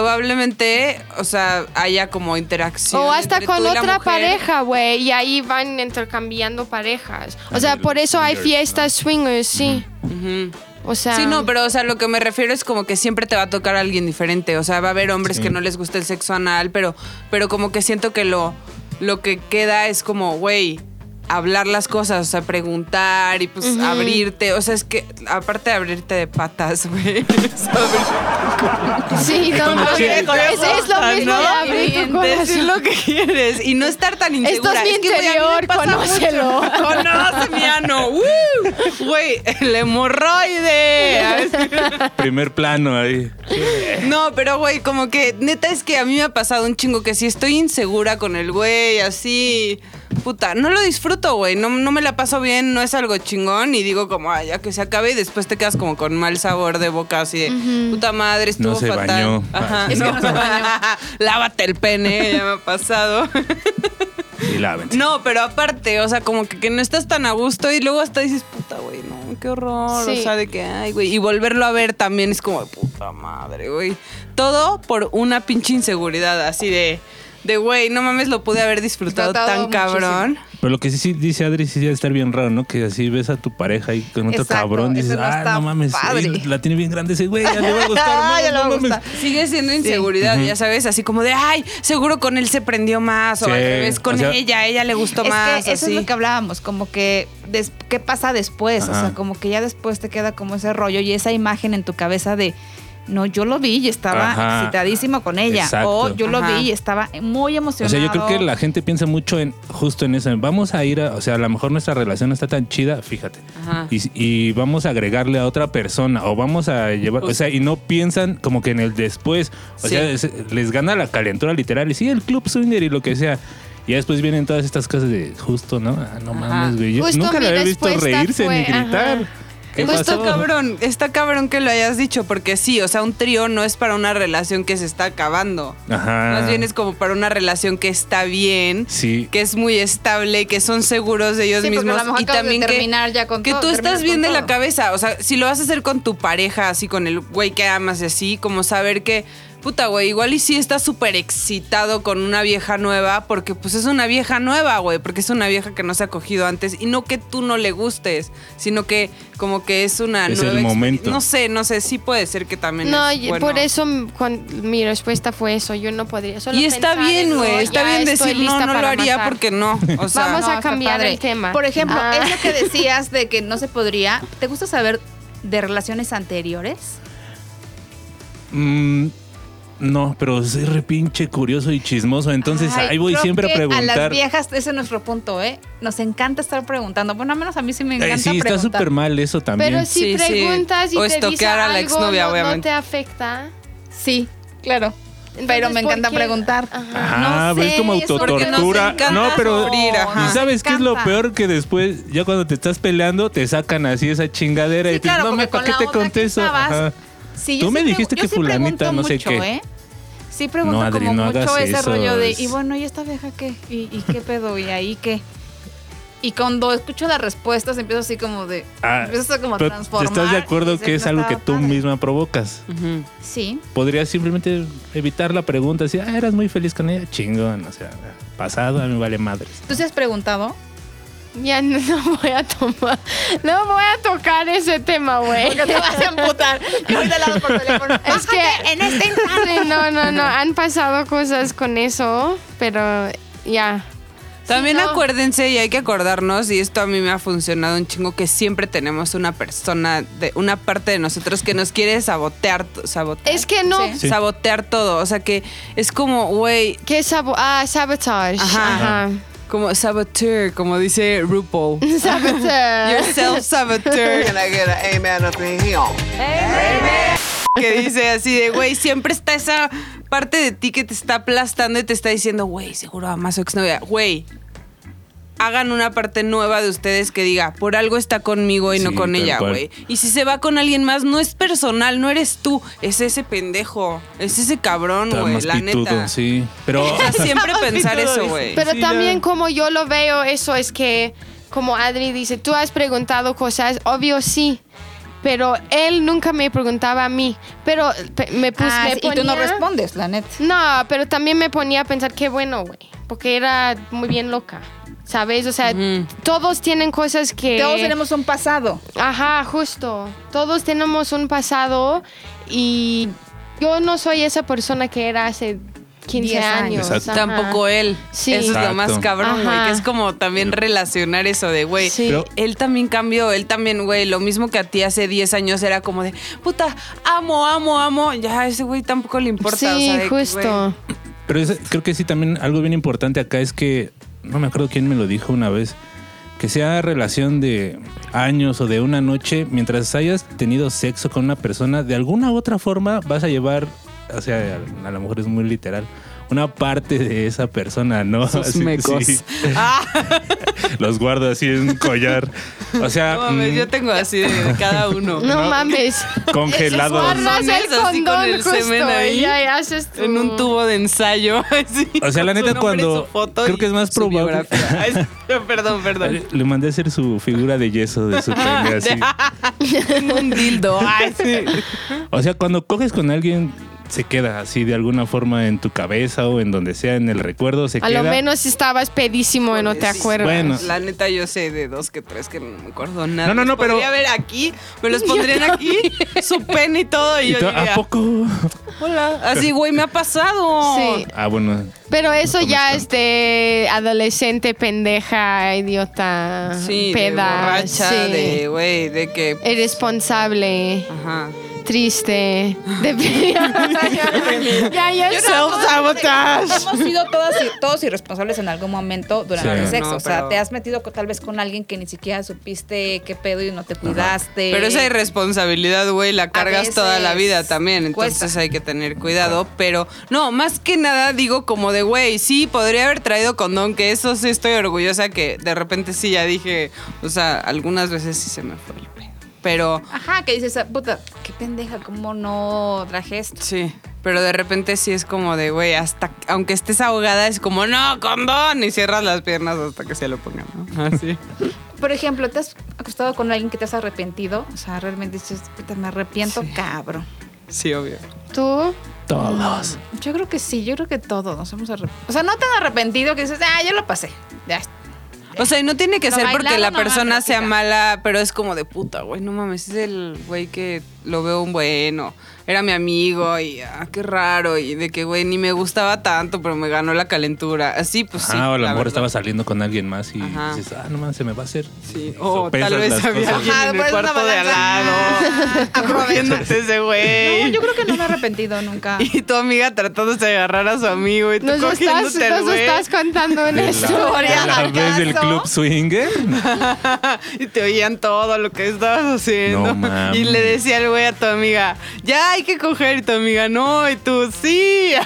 Speaker 2: probablemente, o sea, haya como interacción.
Speaker 1: O hasta
Speaker 2: entre
Speaker 1: con
Speaker 2: tú y la
Speaker 1: otra
Speaker 2: mujer.
Speaker 1: pareja, güey. Y ahí van intercambiando parejas. O sea,
Speaker 6: Ándale,
Speaker 1: por
Speaker 6: los
Speaker 1: eso hay
Speaker 6: swingers, ¿no?
Speaker 1: fiestas swingers, sí.
Speaker 2: Ujú.
Speaker 1: O sea,
Speaker 2: Sí, no, pero o sea, lo que me refiero es como que siempre te va a tocar alguien diferente. O sea, va a haber hombres
Speaker 6: Sí.
Speaker 2: que no les gusta el sexo anal, pero, pero como que siento que lo, lo que queda es como, güey, hablar las cosas, o sea, preguntar y pues abrirte. O sea, es que aparte de abrirte de patas, güey. [laughs] es abrir-
Speaker 1: sí, no, no,
Speaker 6: Sí,
Speaker 1: Ah, es,
Speaker 6: con
Speaker 1: es lo
Speaker 2: Ah,
Speaker 1: mismo
Speaker 2: ¿no?
Speaker 1: de abrir
Speaker 2: Y
Speaker 1: tu corazón.
Speaker 2: decir lo que quieres y no estar tan
Speaker 1: Esto
Speaker 2: insegura.
Speaker 1: es mi
Speaker 2: que, güey, a
Speaker 3: [laughs]
Speaker 2: mí me
Speaker 1: interior,
Speaker 2: pasa mucho.
Speaker 1: conócelo.
Speaker 2: Conoce mi ano. ¡uh! Güey, el hemorroide.
Speaker 6: Primer plano ahí.
Speaker 2: [laughs] No, pero güey, como que neta es que a mí me ha pasado un chingo que si estoy insegura con el güey, así, puta, no lo disfruto, güey, no, no me la paso bien, no es algo chingón y digo como, ay, ya que se acabe y después te quedas como con mal sabor de boca, así de, puta madre, estuvo
Speaker 6: No se
Speaker 2: fatal.
Speaker 6: bañó.
Speaker 2: Ajá,
Speaker 6: Es que
Speaker 3: no se bañó.
Speaker 2: [laughs] Lávate el pene, ya me ha pasado.
Speaker 6: Y lávense.
Speaker 2: No, pero aparte, o sea, como que, que no estás tan a gusto y luego hasta dices, puta, güey, no, qué horror.
Speaker 1: Sí.
Speaker 2: O sea, de que, ay, güey. Y volverlo a ver también es como, puta madre, güey. Todo por una pinche inseguridad, así de, de güey, no mames, lo pude haber disfrutado
Speaker 3: Disfrutado
Speaker 2: tan cabrón.
Speaker 6: Pero lo que sí, sí dice Adri, sí debe estar bien raro, ¿no? Que así ves a tu pareja ahí con otro
Speaker 3: Exacto,
Speaker 6: cabrón y
Speaker 3: eso
Speaker 6: dices,
Speaker 3: no
Speaker 6: ah,
Speaker 3: está
Speaker 6: no mames,
Speaker 3: padre".
Speaker 6: ey, la tiene bien grande ese güey, ya le
Speaker 2: [laughs]
Speaker 6: va a gustar. más,
Speaker 2: Ah, ya le va
Speaker 6: no
Speaker 2: a
Speaker 6: mames".
Speaker 2: gustar. Sigue siendo inseguridad, ya sabes, así como de, ay, seguro con él se prendió más, o
Speaker 6: Sí,
Speaker 2: al revés, con
Speaker 6: o sea-
Speaker 2: ella, ella le gustó
Speaker 3: Es
Speaker 2: más.
Speaker 3: que eso
Speaker 2: así.
Speaker 3: es lo que hablábamos, como que des- qué pasa después, o
Speaker 6: Ajá.
Speaker 3: sea, como que ya después te queda como ese rollo y esa imagen en tu cabeza de no, yo lo vi y estaba
Speaker 6: Ajá.
Speaker 3: excitadísima con ella
Speaker 6: Exacto.
Speaker 3: o yo lo
Speaker 2: Ajá.
Speaker 3: vi y estaba muy
Speaker 6: O
Speaker 3: emocionado.
Speaker 6: sea, yo creo que la gente piensa mucho en justo en eso. en vamos a ir a, o sea, a lo mejor nuestra relación no está tan chida, fíjate.
Speaker 2: Ajá.
Speaker 6: Y, y vamos a agregarle a otra persona o vamos a llevar, o sea, y no piensan como que en el después. O
Speaker 2: Pues Sí.
Speaker 6: sea, es- les gana la calentura literal. Y sí, el club swinger y lo que sea. Y ya después vienen todas estas cosas de justo, ¿no? Ah, no mames, güey. Yo
Speaker 1: Justo
Speaker 6: nunca
Speaker 1: mi
Speaker 6: la había visto
Speaker 1: respuesta
Speaker 6: reírse ni
Speaker 1: fue,
Speaker 6: gritar.
Speaker 1: ajá.
Speaker 6: ¿Qué
Speaker 2: Pues Está
Speaker 6: pasó?
Speaker 2: cabrón, está cabrón que lo hayas dicho, porque sí, o sea, un trío no es para una relación que se está acabando.
Speaker 6: Ajá.
Speaker 2: Más bien es como para una relación que está bien,
Speaker 6: Ah. Sí.
Speaker 2: que es muy estable, que son seguros de ellos
Speaker 3: Sí, porque a lo
Speaker 2: mismos
Speaker 3: mejor
Speaker 2: y
Speaker 3: acabas de
Speaker 2: también que,
Speaker 3: terminar ya con
Speaker 2: que
Speaker 3: todo,
Speaker 2: tú
Speaker 3: terminas
Speaker 2: estás bien
Speaker 3: con
Speaker 2: de la
Speaker 3: todo.
Speaker 2: cabeza. O sea, si lo vas a hacer con tu pareja, así con el güey que amas y así, como saber que, puta, güey, igual y sí estás súper excitado con una vieja nueva, porque pues es una vieja nueva, güey, porque es una vieja que no se ha cogido antes y no que tú no le gustes, sino que como que es una
Speaker 6: Es
Speaker 2: nueva
Speaker 6: el
Speaker 2: experiencia.
Speaker 6: momento.
Speaker 2: No sé, no sé, sí puede ser que también.
Speaker 1: No,
Speaker 2: es
Speaker 1: y-
Speaker 2: bueno.
Speaker 1: por eso m- cuan- mi respuesta fue eso. Yo no podría. solo
Speaker 2: Y está
Speaker 1: pensar en,
Speaker 2: bien,
Speaker 1: "No,
Speaker 2: güey, está
Speaker 1: ya
Speaker 2: bien
Speaker 1: estoy
Speaker 2: decir, no,
Speaker 1: lista
Speaker 2: no lo
Speaker 1: para
Speaker 2: haría
Speaker 1: matar".
Speaker 2: porque no. O
Speaker 1: [laughs]
Speaker 2: sea,
Speaker 1: Vamos a
Speaker 3: está
Speaker 1: cambiar el
Speaker 3: padre.
Speaker 1: tema.
Speaker 3: Por ejemplo,
Speaker 1: Ah.
Speaker 3: es lo que decías de que no se podría. ¿Te gusta saber de relaciones anteriores?
Speaker 6: Mm, no, pero soy re pinche curioso y chismoso. Entonces
Speaker 3: Ay,
Speaker 6: ahí voy
Speaker 3: creo
Speaker 6: siempre a
Speaker 3: que A las
Speaker 6: preguntar.
Speaker 3: viejas, ese es nuestro punto, ¿eh? Nos encanta estar preguntando. Bueno, al menos a mí sí me
Speaker 6: Ay,
Speaker 3: encanta
Speaker 6: Eh, sí,
Speaker 3: preguntar.
Speaker 6: está súper mal eso también.
Speaker 1: Pero si
Speaker 2: Sí, sí.
Speaker 1: preguntas y
Speaker 2: O
Speaker 1: te dice
Speaker 2: estoquear a la
Speaker 1: algo,
Speaker 2: exnovia,
Speaker 1: no- no,
Speaker 2: obviamente.
Speaker 1: te afecta.
Speaker 3: Sí, claro.
Speaker 1: Entonces,
Speaker 3: Pero me
Speaker 1: ¿por
Speaker 3: encanta
Speaker 1: qué?
Speaker 3: preguntar.
Speaker 1: Ajá.
Speaker 6: Ajá,
Speaker 3: No
Speaker 6: pero Ah, es
Speaker 3: sé,
Speaker 6: como
Speaker 3: es porque nos
Speaker 6: autotortura.
Speaker 2: encanta
Speaker 6: No, pero.
Speaker 2: sufrir, ajá.
Speaker 6: ¿Y sabes qué es lo
Speaker 3: Encanta.
Speaker 6: peor? Que después, ya cuando te estás peleando, te sacan así esa chingadera
Speaker 3: Sí,
Speaker 6: y te dicen,
Speaker 3: claro,
Speaker 6: no, me,
Speaker 3: porque con
Speaker 6: ¿para qué
Speaker 3: la
Speaker 6: te
Speaker 3: otra que pues,
Speaker 6: contesto?
Speaker 3: estabas,
Speaker 6: Ajá.
Speaker 3: Sí,
Speaker 6: Tú
Speaker 3: yo
Speaker 6: me
Speaker 3: sí pregu-
Speaker 6: dijiste
Speaker 3: yo
Speaker 6: que
Speaker 3: sí
Speaker 6: fulanita
Speaker 3: pregunto
Speaker 6: no sé
Speaker 3: mucho,
Speaker 6: qué.
Speaker 3: ¿eh? Sí pregunto
Speaker 6: No, Adri,
Speaker 3: como
Speaker 6: no hagas
Speaker 3: mucho ese
Speaker 6: eso.
Speaker 3: rollo de, y bueno, ¿y esta vieja qué? ¿Y, y qué pedo? ¿Y ahí qué? Y cuando escucho las respuestas empiezo así como de...
Speaker 6: Ah,
Speaker 3: empiezo como a
Speaker 6: pero ¿Te
Speaker 3: transformar.
Speaker 6: estás de
Speaker 3: y
Speaker 6: acuerdo
Speaker 3: dices,
Speaker 6: que es
Speaker 3: "No
Speaker 6: algo que
Speaker 3: estaba
Speaker 6: tú
Speaker 3: padre".
Speaker 6: misma provocas?
Speaker 2: ujú.
Speaker 3: Sí.
Speaker 6: Podrías simplemente evitar la pregunta. Así, ah, eras muy feliz con ella. Chingón, o sea, pasado, a mí me vale madres.
Speaker 3: ¿Tú te has preguntado?
Speaker 1: Ya no, [laughs] no voy a tomar. No voy a tocar ese tema, güey. [laughs]
Speaker 3: te vas a emputar. Y ahorita la por teléfono.
Speaker 1: Es que en este instante. No, no,
Speaker 2: [laughs]
Speaker 1: no. Han pasado cosas con eso, pero ya.
Speaker 2: También
Speaker 1: Sí, no.
Speaker 2: acuérdense y hay que acordarnos, y esto a mí me ha funcionado un chingo, que siempre tenemos una persona, de una parte de nosotros que nos quiere sabotear, sabotear,
Speaker 1: Es que no.
Speaker 3: Sí.
Speaker 6: Sí.
Speaker 2: sabotear todo. O sea que es como, güey,
Speaker 1: Que sabo ah, sabotage.
Speaker 2: Ajá.
Speaker 1: Ajá.
Speaker 2: como saboteur, como dice RuPaul.
Speaker 1: [laughs] Sabotage.
Speaker 2: You're
Speaker 6: [laughs]
Speaker 2: self-saboteur.
Speaker 7: Can I get an amen up in here?
Speaker 2: que dice así de, güey, siempre está esa parte de ti que te está aplastando y te está diciendo, güey, seguro ama a su exnovia. Güey, hagan una parte nueva de ustedes que diga, por algo está conmigo y no
Speaker 6: Sí,
Speaker 2: con
Speaker 6: tal
Speaker 2: ella,
Speaker 6: cual.
Speaker 2: güey. Y si se va con alguien más, no es personal, no eres tú, es ese pendejo, es ese cabrón,
Speaker 6: Está
Speaker 2: güey,
Speaker 6: más
Speaker 2: la
Speaker 6: pitudo,
Speaker 2: neta.
Speaker 6: sí. Pero.
Speaker 3: [laughs]
Speaker 2: O sea, siempre pensar
Speaker 6: pitudo,
Speaker 2: eso,
Speaker 6: dice.
Speaker 2: güey.
Speaker 1: Pero
Speaker 6: Sí,
Speaker 1: también
Speaker 6: la-
Speaker 1: como yo lo veo, eso es que, como Adri dice, tú has preguntado cosas, obvio sí, pero él nunca me preguntaba a mí, pero pe- me, pus-
Speaker 3: Ah,
Speaker 1: me
Speaker 3: sí, y tú no
Speaker 1: ponía-
Speaker 3: respondes, la neta.
Speaker 1: No, pero también me ponía a pensar qué bueno, güey, porque era muy bien loca. ¿Sabes? O sea,
Speaker 2: Ujú.
Speaker 1: todos tienen cosas que...
Speaker 3: Todos tenemos un pasado.
Speaker 1: Ajá, justo. Todos tenemos un pasado y yo no soy esa persona que era hace 15
Speaker 3: Diez
Speaker 1: años.
Speaker 3: años.
Speaker 1: ajá.
Speaker 6: Exacto.
Speaker 2: Tampoco él.
Speaker 1: Sí.
Speaker 2: Eso es lo
Speaker 6: Exacto.
Speaker 2: más cabrón, güey.
Speaker 1: Ajá.
Speaker 2: Que es como también relacionar eso de, güey,
Speaker 1: Sí.
Speaker 6: Pero-
Speaker 2: él también cambió, él también, güey. Lo mismo que a ti hace 10 años era como de, puta, amo, amo, amo. Ya a ese güey tampoco le importa.
Speaker 1: Sí,
Speaker 2: o sea, de que,
Speaker 1: justo.
Speaker 2: güey,
Speaker 6: Pero es- creo que sí, también algo bien importante acá es que, no me acuerdo quién me lo dijo una vez, que sea relación de años o de una noche, mientras hayas tenido sexo con una persona, de alguna u otra forma vas a llevar, o sea, a, a lo mejor es muy literal, una parte de esa persona, ¿no?
Speaker 2: Sus
Speaker 6: Así-
Speaker 2: mecos.
Speaker 6: sí,
Speaker 2: Ah,
Speaker 6: [laughs] los guardo así en un collar. O sea,
Speaker 2: no mames,
Speaker 6: mm,
Speaker 2: yo tengo así de, de cada uno.
Speaker 1: No, mames.
Speaker 6: congelados.
Speaker 1: Guardas el
Speaker 2: Sones así con
Speaker 1: condón
Speaker 2: el semen
Speaker 1: justo
Speaker 2: ahí,
Speaker 1: y ya haces tu-
Speaker 2: En un tubo de ensayo. [laughs] así,
Speaker 6: O sea, la
Speaker 2: con su nombre,
Speaker 6: neta, cuando-
Speaker 2: su foto
Speaker 6: creo que
Speaker 2: y
Speaker 6: es más
Speaker 2: su
Speaker 6: probable-
Speaker 2: biografía. Ay, [laughs] perdón,
Speaker 6: [laughs]
Speaker 2: perdón.
Speaker 6: mm, Le mandé a hacer su figura de
Speaker 2: [laughs]
Speaker 6: yeso de su pene así.
Speaker 2: Tengo un dildo. Ay, sí.
Speaker 6: O sea, cuando coges con alguien, se queda así de alguna forma en tu cabeza o en donde sea, en el recuerdo, se
Speaker 1: A
Speaker 6: queda.
Speaker 1: lo menos estabas pedísimo y no te
Speaker 2: Pues, Sí.
Speaker 1: acuerdas.
Speaker 6: Bueno.
Speaker 2: La neta, yo sé de dos que tres que no me acuerdo nada.
Speaker 6: No, no, no,
Speaker 2: Los
Speaker 6: pero-
Speaker 2: Podría ver aquí, me
Speaker 1: [laughs]
Speaker 2: los pondrían aquí, su pene y todo, y,
Speaker 6: Y
Speaker 2: yo
Speaker 6: tú,
Speaker 2: diría,
Speaker 6: ¿A poco? [laughs]
Speaker 2: hola. Así, güey, me ha pasado.
Speaker 1: Sí.
Speaker 6: Ah, bueno.
Speaker 1: Pero eso
Speaker 6: No
Speaker 1: ya
Speaker 6: tomes
Speaker 1: es de adolescente, pendeja, idiota,
Speaker 2: Sí, de
Speaker 1: peda,
Speaker 2: borracha,
Speaker 1: sí. Eh,
Speaker 2: de, güey, de que...
Speaker 1: irresponsable,
Speaker 2: Ajá.
Speaker 1: triste, de
Speaker 2: [laughs]
Speaker 1: ya, ya,
Speaker 2: Yo
Speaker 1: ya.
Speaker 2: Self-sabotage.
Speaker 3: Hemos sido todas y- todos irresponsables en algún momento durante
Speaker 6: Sí.
Speaker 3: el sexo.
Speaker 2: No,
Speaker 3: o sea,
Speaker 2: pero-
Speaker 3: te has metido co- tal vez con alguien que ni siquiera supiste qué pedo y no te cuidaste.
Speaker 2: Pero esa irresponsabilidad, güey, la cargas
Speaker 3: veces
Speaker 2: toda la vida también. Entonces
Speaker 3: cuesta.
Speaker 2: hay que tener cuidado. Pero no, más que nada digo como de, güey, sí, podría haber traído condón, que eso sí estoy orgullosa que de repente sí ya dije, o sea, algunas veces sí se me fue el pedo. Pero
Speaker 3: Ajá, que dices, "Ah, puta, qué pendeja, cómo no traje esto.
Speaker 2: sí, pero de repente sí es como de, güey, hasta aunque estés ahogada es como, no, condón, y cierras las piernas hasta que se lo pongan, ¿no? Así.
Speaker 3: Por ejemplo, ¿te has acostado con alguien que te has arrepentido? O sea, realmente dices, puta, me arrepiento,
Speaker 2: Sí.
Speaker 3: cabrón.
Speaker 2: [laughs] Sí, obvio.
Speaker 1: ¿Tú?
Speaker 6: Todos.
Speaker 3: Yo creo que sí, yo creo que todos nos hemos arrepentido. O sea, no tan arrepentido que dices, ah, yo lo pasé. Ya.
Speaker 2: O sea, y no tiene que
Speaker 3: Lo
Speaker 2: ser porque
Speaker 3: bailado
Speaker 2: la
Speaker 3: nomás
Speaker 2: persona
Speaker 3: lo
Speaker 2: sea
Speaker 3: quita.
Speaker 2: mala, pero es como de puta, güey, no mames, es el güey que lo veo un bueno, era mi amigo y ah, qué raro, y de que, güey, ni me gustaba tanto, pero me ganó la calentura. Así, pues sí.
Speaker 6: ah, o a lo
Speaker 2: la
Speaker 6: mejor
Speaker 2: verdad.
Speaker 6: estaba saliendo con alguien más y
Speaker 2: Ajá.
Speaker 6: dices, ah, no mames, se me va a hacer.
Speaker 2: Sí, o
Speaker 6: Sopesas
Speaker 2: tal vez
Speaker 6: las
Speaker 2: había pues,
Speaker 6: cosas.
Speaker 2: alguien
Speaker 3: Ajá,
Speaker 2: en el
Speaker 3: pones una
Speaker 2: cuarto de al [laughs] lado,
Speaker 6: [laughs]
Speaker 2: cogiéndote ese
Speaker 3: No,
Speaker 2: güey.
Speaker 3: yo creo que no me he [laughs] arrepentido nunca.
Speaker 2: Y tu amiga tratándose de agarrar a su amigo y tú
Speaker 1: Nos estás,
Speaker 2: cogiéndote al
Speaker 1: nos
Speaker 2: güey.
Speaker 1: estás contando una
Speaker 6: De la-
Speaker 1: historia.
Speaker 6: de la vez del
Speaker 2: [laughs]
Speaker 6: club swinger. [laughs]
Speaker 2: Y te oían todo lo que estabas haciendo.
Speaker 6: No mames.
Speaker 2: y le decía al güey a tu amiga, ya hay que coger. Y tu amiga, no. Y tú, sí. [laughs]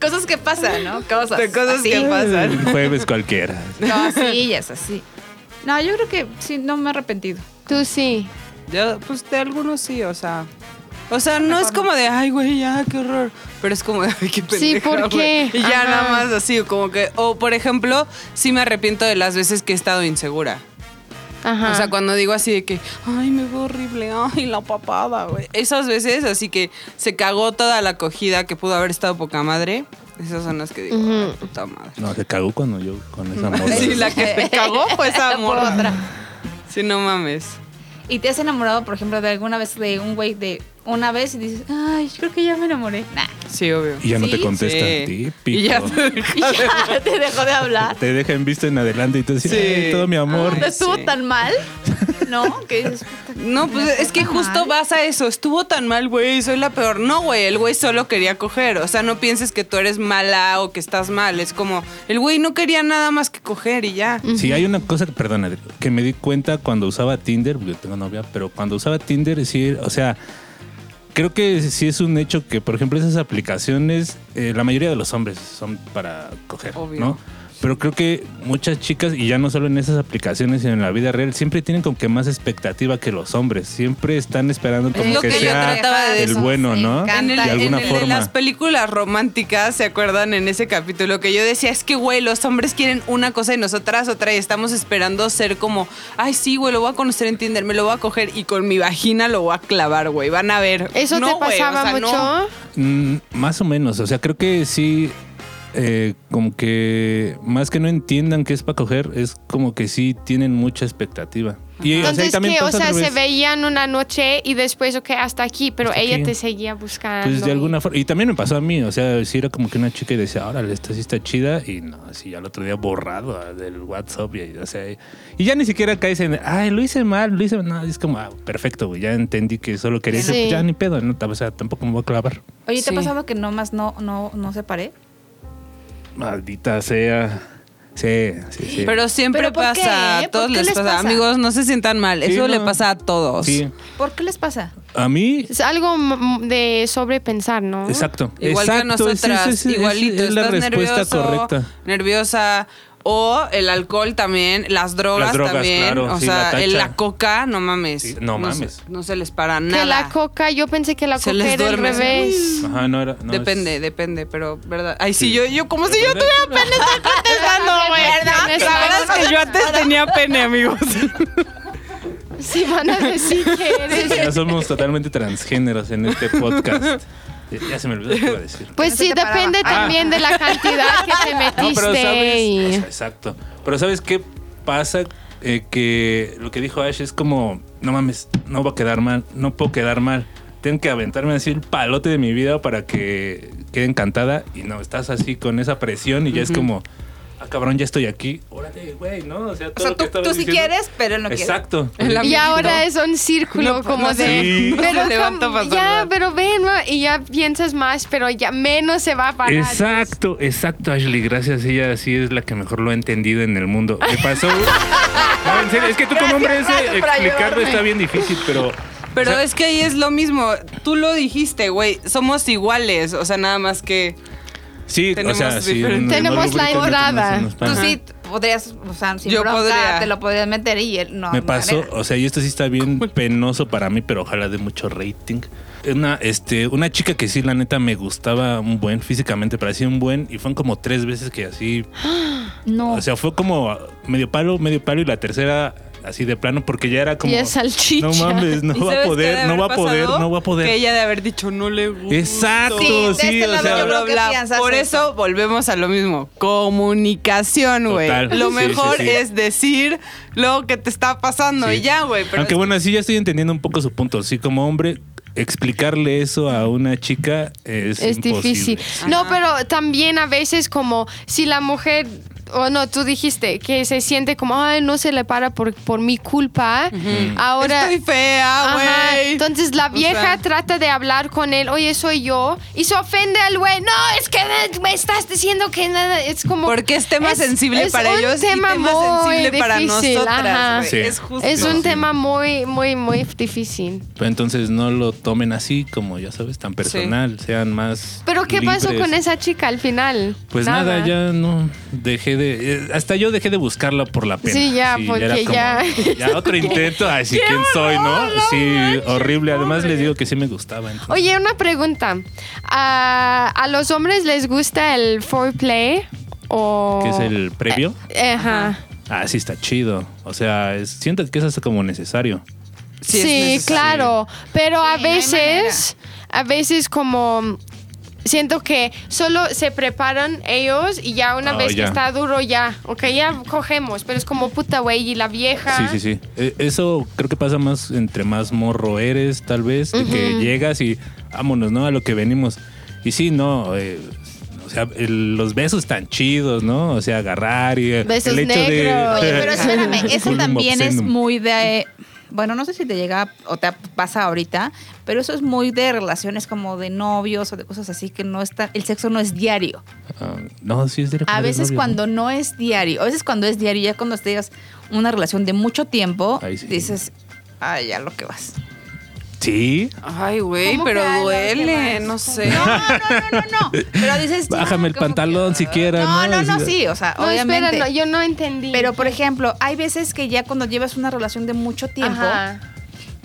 Speaker 3: Cosas que pasan, ¿no? Cosas.
Speaker 2: De cosas
Speaker 3: así.
Speaker 2: que pasan.
Speaker 6: El jueves cualquiera.
Speaker 3: No, sí, ya es así. No, yo creo que sí, no me he arrepentido.
Speaker 1: Tú sí.
Speaker 2: Yo, pues de algunos sí, o sea. O sea, no es como de, ay, güey, ya, qué horror. Pero es como de, ay, qué pendeja,
Speaker 1: ¿por qué?
Speaker 2: güey". Y ya
Speaker 1: Ajá.
Speaker 2: nada más así, como que. O, por ejemplo, sí me arrepiento de las veces que he estado insegura.
Speaker 1: Ajá.
Speaker 2: O sea, cuando digo así de que, ay, me veo horrible, ay, la papada, güey. Esas veces, así que se cagó toda la acogida que pudo haber estado poca madre. Esas son las que digo, "Ay, puta madre.
Speaker 6: No, se cagó cuando yo con esa morra.
Speaker 2: [laughs] Sí, la que se cagó fue esa morra. Sí, no mames.
Speaker 3: ¿Y te has enamorado, por ejemplo, de alguna vez de un güey de una vez y dices, ay, yo creo que ya me enamoré? Nah. [laughs]
Speaker 2: Sí, obvio.
Speaker 6: Y ya no
Speaker 3: Sí,
Speaker 6: te contesta.
Speaker 2: Sí.
Speaker 6: Típico.
Speaker 2: Y ya [laughs] te dejó de
Speaker 3: Ya te dejó de
Speaker 6: [laughs]
Speaker 3: hablar.
Speaker 6: Te deja en vista en adelante y tú dices,
Speaker 2: Sí.
Speaker 6: "Ay, todo mi amor.
Speaker 3: ¿No estuvo
Speaker 2: Sí.
Speaker 3: tan mal? ¿No? Que dices, puta,
Speaker 2: No, pues es que justo vas a eso. Estuvo tan mal, güey. Soy la peor. No, güey. El güey solo quería coger. O sea, no pienses que tú eres mala o que estás mal. Es como, el güey no quería nada más que coger y ya.
Speaker 6: Sí, hay una cosa, perdón, Adri, que me di cuenta cuando usaba Tinder, porque yo tengo novia, pero cuando usaba Tinder, sí, o sea, creo que sí es un hecho que, por ejemplo, esas aplicaciones, eh, la mayoría de los hombres son para coger,
Speaker 2: Obvio.
Speaker 6: ¿no? Pero creo que muchas chicas, y ya no solo en esas aplicaciones, sino en la vida real, siempre tienen como que más expectativa que los hombres. Siempre están esperando como
Speaker 2: lo
Speaker 6: que,
Speaker 2: que yo
Speaker 6: sea
Speaker 2: trataba de
Speaker 6: el
Speaker 2: eso.
Speaker 6: bueno,
Speaker 3: Sí,
Speaker 6: ¿no?
Speaker 3: encanta.
Speaker 2: En el,
Speaker 6: de alguna
Speaker 2: en el de
Speaker 6: forma.
Speaker 2: las películas románticas, ¿se acuerdan en ese capítulo que yo decía? Es que, güey, los hombres quieren una cosa y nosotras otra y estamos esperando ser como, ay, sí, güey, lo voy a conocer en Tinder, me lo voy a coger y con mi vagina lo voy a clavar, güey, van a ver.
Speaker 1: ¿Eso
Speaker 2: No,
Speaker 1: te
Speaker 2: güey, o
Speaker 1: pasaba
Speaker 2: sea, no.
Speaker 1: mucho?
Speaker 6: Mm, más o menos, o sea, creo que sí. eh, como que más que no entiendan qué es para coger, es como que sí tienen mucha expectativa. Y, o sea, y
Speaker 1: Entonces,
Speaker 6: también
Speaker 1: que, o
Speaker 6: pasa al
Speaker 1: sea, se
Speaker 6: revés.
Speaker 1: veían una noche y después, ok, hasta aquí, pero
Speaker 6: Hasta
Speaker 1: ella
Speaker 6: aquí.
Speaker 1: te seguía buscando.
Speaker 6: Pues de
Speaker 1: y-
Speaker 6: alguna forma. Y también me pasó a mí, o sea, si era como que una chica y decía, órale, esta sí está chida, y no, así ya el otro día borrado ah, del WhatsApp, y, o sea, y ya ni siquiera caes en, ay, lo hice mal, lo hice mal. No, es como, ah, perfecto, güey, ya entendí que solo quería
Speaker 1: Sí.
Speaker 6: decir, pues ya ni pedo, no, o sea, tampoco me voy a clavar.
Speaker 3: Oye, ¿te ha
Speaker 2: Sí.
Speaker 3: pasado que nomás no, no, no separé?
Speaker 6: Maldita sea. Sí, sí, sí.
Speaker 2: Pero siempre
Speaker 3: ¿Pero por
Speaker 2: pasa,
Speaker 3: qué?
Speaker 2: a todos
Speaker 3: ¿Por qué
Speaker 2: les
Speaker 3: les
Speaker 2: pasa.
Speaker 3: pasa?
Speaker 2: Amigos, no se sientan mal,
Speaker 6: Sí,
Speaker 2: eso le
Speaker 6: no.
Speaker 2: pasa a todos.
Speaker 6: Sí.
Speaker 3: ¿Por qué les pasa?
Speaker 6: A mí,
Speaker 1: Es algo mm, de sobrepensar, ¿no?
Speaker 6: exacto.
Speaker 2: Igual
Speaker 6: exacto,
Speaker 2: que nosotras,
Speaker 6: es- es- es-
Speaker 2: igualito.
Speaker 6: Es, la
Speaker 2: estás
Speaker 6: respuesta
Speaker 2: nervioso,
Speaker 6: correcta.
Speaker 2: Nerviosa. O el alcohol también, las drogas,
Speaker 6: Las drogas,
Speaker 2: también.
Speaker 6: claro,
Speaker 2: o
Speaker 6: sí,
Speaker 2: sea,
Speaker 6: la
Speaker 2: el-
Speaker 6: tacha.
Speaker 2: la, coca, no mames.
Speaker 6: Sí, no
Speaker 2: se-
Speaker 6: mames.
Speaker 2: no se les para
Speaker 1: Que
Speaker 2: nada.
Speaker 1: la coca, yo pensé que la
Speaker 2: Se
Speaker 1: coca
Speaker 2: les
Speaker 1: era al
Speaker 2: duerme.
Speaker 1: revés.
Speaker 6: Ajá, no era. no,
Speaker 2: depende, depende, pero verdad. Ay, sí,
Speaker 6: Sí.
Speaker 2: yo, yo como si yo
Speaker 6: Depende.
Speaker 2: tuviera pene, estoy contestando, [laughs] güey.
Speaker 1: ¿Verdad?
Speaker 2: La
Speaker 1: [laughs]
Speaker 2: verdad es que yo antes tenía pene, amigos.
Speaker 1: Si van a decir que
Speaker 6: es-
Speaker 1: eres.
Speaker 6: Ya somos totalmente transgéneros en este
Speaker 2: [laughs]
Speaker 6: podcast. Eh, Ya se me olvidó lo que iba a decir.
Speaker 1: Pues
Speaker 3: No
Speaker 1: sí,
Speaker 3: se te paraba.
Speaker 1: depende
Speaker 6: Ah.
Speaker 1: también de la cantidad que te
Speaker 6: [laughs] No,
Speaker 1: metiste.
Speaker 6: pero sabes.
Speaker 1: y-
Speaker 6: o sea, exacto. Pero ¿sabes qué pasa? Eh, que lo que dijo Ash es como: no mames, no va a quedar mal, no puedo quedar mal. Tengo que aventarme así el palote de mi vida para que quede encantada. Y no, estás así con esa presión y ya es como: ah, cabrón, ya estoy aquí. Órale, güey, ¿no? O sea,
Speaker 3: O
Speaker 6: todo
Speaker 3: sea,
Speaker 6: lo
Speaker 3: tú,
Speaker 6: que estabas
Speaker 3: tú sí
Speaker 6: diciendo-
Speaker 3: quieres, pero él no quiere.
Speaker 6: Exacto.
Speaker 2: El
Speaker 1: Y
Speaker 2: amiguito.
Speaker 1: ahora es un círculo
Speaker 2: No,
Speaker 1: como
Speaker 2: no
Speaker 1: de...
Speaker 2: se-
Speaker 6: Sí.
Speaker 2: no se
Speaker 1: [laughs] Pero
Speaker 2: levanta
Speaker 1: como-
Speaker 2: para
Speaker 1: ya,
Speaker 2: saludar.
Speaker 1: pero ven, ma, y ya piensas más, pero ya menos se va a parar.
Speaker 6: Exacto, exacto, Ashley. Gracias. Ella sí es la que mejor lo ha entendido en el mundo. Me
Speaker 3: [laughs]
Speaker 6: pasó. No, en serio, es que tú como hombre ese,
Speaker 3: gracias por
Speaker 6: explicarlo
Speaker 3: ayudarme.
Speaker 6: está bien difícil, pero.
Speaker 2: Pero
Speaker 6: o sea,
Speaker 2: es que ahí es lo mismo. Tú lo dijiste, güey. Somos iguales. O sea, nada más que.
Speaker 6: Sí, o
Speaker 2: tenemos
Speaker 6: sea, sí,
Speaker 2: diferentes-
Speaker 6: no,
Speaker 1: Tenemos
Speaker 6: no,
Speaker 1: la
Speaker 6: no, no, no, no,
Speaker 1: entrada.
Speaker 6: no, no, no,
Speaker 3: Tú
Speaker 6: no.
Speaker 3: sí podrías, o sea, sin
Speaker 2: Yo
Speaker 3: bronca,
Speaker 2: podría.
Speaker 3: te lo podrías meter y él no.
Speaker 6: Me
Speaker 3: no
Speaker 6: pasó,
Speaker 3: hará.
Speaker 6: o sea, y esto sí está bien penoso para mí, pero ojalá de mucho rating. Una, este, una chica que sí, la neta, me gustaba un buen físicamente, parecía un buen, y fueron como tres veces que así
Speaker 3: No.
Speaker 6: O sea, fue como medio palo, medio palo y la tercera así de plano porque ya era como
Speaker 1: Y es salchicha.
Speaker 6: No mames,
Speaker 2: [laughs]
Speaker 6: no
Speaker 2: ¿Y
Speaker 6: va
Speaker 2: sabes
Speaker 6: a
Speaker 2: qué ha
Speaker 6: poder,
Speaker 2: de
Speaker 6: no va a
Speaker 2: haber
Speaker 6: poder,
Speaker 2: pasado?
Speaker 6: no va a poder.
Speaker 2: Que ella de haber dicho no le gusta.
Speaker 6: Exacto,
Speaker 3: Sí,
Speaker 6: sí,
Speaker 3: de este
Speaker 6: o
Speaker 3: lado
Speaker 6: sea,
Speaker 3: yo creo- que piensas
Speaker 2: Por
Speaker 3: eso.
Speaker 2: eso volvemos a lo mismo. Comunicación, güey.
Speaker 6: Total.
Speaker 2: Lo
Speaker 6: Sí,
Speaker 2: mejor
Speaker 6: sí, sí.
Speaker 2: es decir lo que te está pasando
Speaker 6: sí.
Speaker 2: y ya, güey. Pero
Speaker 6: Aunque
Speaker 2: es-
Speaker 6: bueno, así ya estoy entendiendo un poco su punto, sí como hombre explicarle eso a una chica es,
Speaker 1: Es difícil. No, pero también a veces como si la mujer... O no, tú dijiste que se siente como, ay, no se le para por, por mi culpa. Ahora...
Speaker 2: estoy fea,
Speaker 1: Ajá.
Speaker 2: Ah, güey.
Speaker 1: Entonces la
Speaker 2: O
Speaker 1: vieja
Speaker 2: sea.
Speaker 1: trata de hablar con él, oye, soy yo, y se ofende al güey. No, es que me estás diciendo que nada, es como...
Speaker 2: Porque es tema sensible
Speaker 1: es
Speaker 2: para
Speaker 1: un
Speaker 2: ellos
Speaker 1: tema
Speaker 2: y tema
Speaker 1: muy
Speaker 2: sensible para
Speaker 1: difícil, ajá.
Speaker 2: nosotras, güey.
Speaker 6: Sí.
Speaker 2: Es justo.
Speaker 1: Es un
Speaker 6: Sí.
Speaker 1: tema muy, muy, muy difícil.
Speaker 6: Pero entonces no lo tomen así como ya sabes, tan personal, sean más
Speaker 1: Pero ¿qué pasó
Speaker 6: libres.
Speaker 1: con esa chica al final?
Speaker 6: Pues nada. ya no dejé de. eh, hasta yo dejé de buscarla por la pena.
Speaker 1: Sí, ya, porque
Speaker 6: era
Speaker 1: ya- [laughs]
Speaker 6: Ya otro intento. Ay, sí, ¿quién soy, no? Sí, horrible. Además, les digo que sí me gustaba. entonces.
Speaker 1: Oye, una pregunta. ¿A, a los hombres les gusta el foreplay o
Speaker 6: ¿Qué es el
Speaker 1: Oh.
Speaker 6: previo?
Speaker 1: Ajá.
Speaker 6: Ah, sí, está chido. O sea, es- siento que es hasta como necesario.
Speaker 1: Sí,
Speaker 2: es necesario.
Speaker 1: claro. Pero a
Speaker 3: Sí, no hay
Speaker 1: veces, a veces como siento que solo se preparan ellos y ya una
Speaker 6: Oh,
Speaker 1: vez
Speaker 6: ya.
Speaker 1: que está duro ya, ok, ya cogemos. Pero es como puta güey y la vieja.
Speaker 6: Sí, sí, sí. Eh, Eso creo que pasa más entre más morro eres, tal vez, de que llegas y vámonos, ¿no? A lo que venimos. Y sí, no. eh, o sea, el- los besos tan chidos, ¿no? O sea, agarrar y eh,
Speaker 1: Besos
Speaker 6: el hecho
Speaker 1: negros.
Speaker 6: de.
Speaker 3: Oye,
Speaker 6: [laughs]
Speaker 3: pero espérame, eso
Speaker 6: Culum
Speaker 3: también es
Speaker 6: obscenum.
Speaker 3: muy de. Bueno, no sé si te llega o te pasa ahorita, pero eso es muy de relaciones como de novios o de cosas así que no está. El sexo no es diario.
Speaker 6: Ah, no, sí es de
Speaker 3: A
Speaker 6: de
Speaker 3: veces
Speaker 6: novio,
Speaker 3: cuando no es diario, a veces cuando es diario, ya cuando estés una relación de mucho tiempo,
Speaker 6: Ay, sí.
Speaker 3: dices, ay, ya lo que vas.
Speaker 6: ¿no? Sí.
Speaker 2: Ay, güey,
Speaker 3: ¿Cómo
Speaker 2: pero
Speaker 3: que hay los
Speaker 2: duele,
Speaker 3: demás?
Speaker 2: no sé. [laughs]
Speaker 3: No, no, no, no, no. Pero dices. ya,
Speaker 6: Bájame el
Speaker 3: como
Speaker 6: pantalón
Speaker 3: que-
Speaker 6: siquiera,
Speaker 3: No,
Speaker 6: ¿no?
Speaker 3: no, no,
Speaker 6: Así de-
Speaker 3: sí. O sea,
Speaker 1: No,
Speaker 3: obviamente.
Speaker 1: espera, no, yo no entendí.
Speaker 3: Pero por ejemplo, hay veces que ya cuando llevas una relación de mucho tiempo,
Speaker 1: Ajá,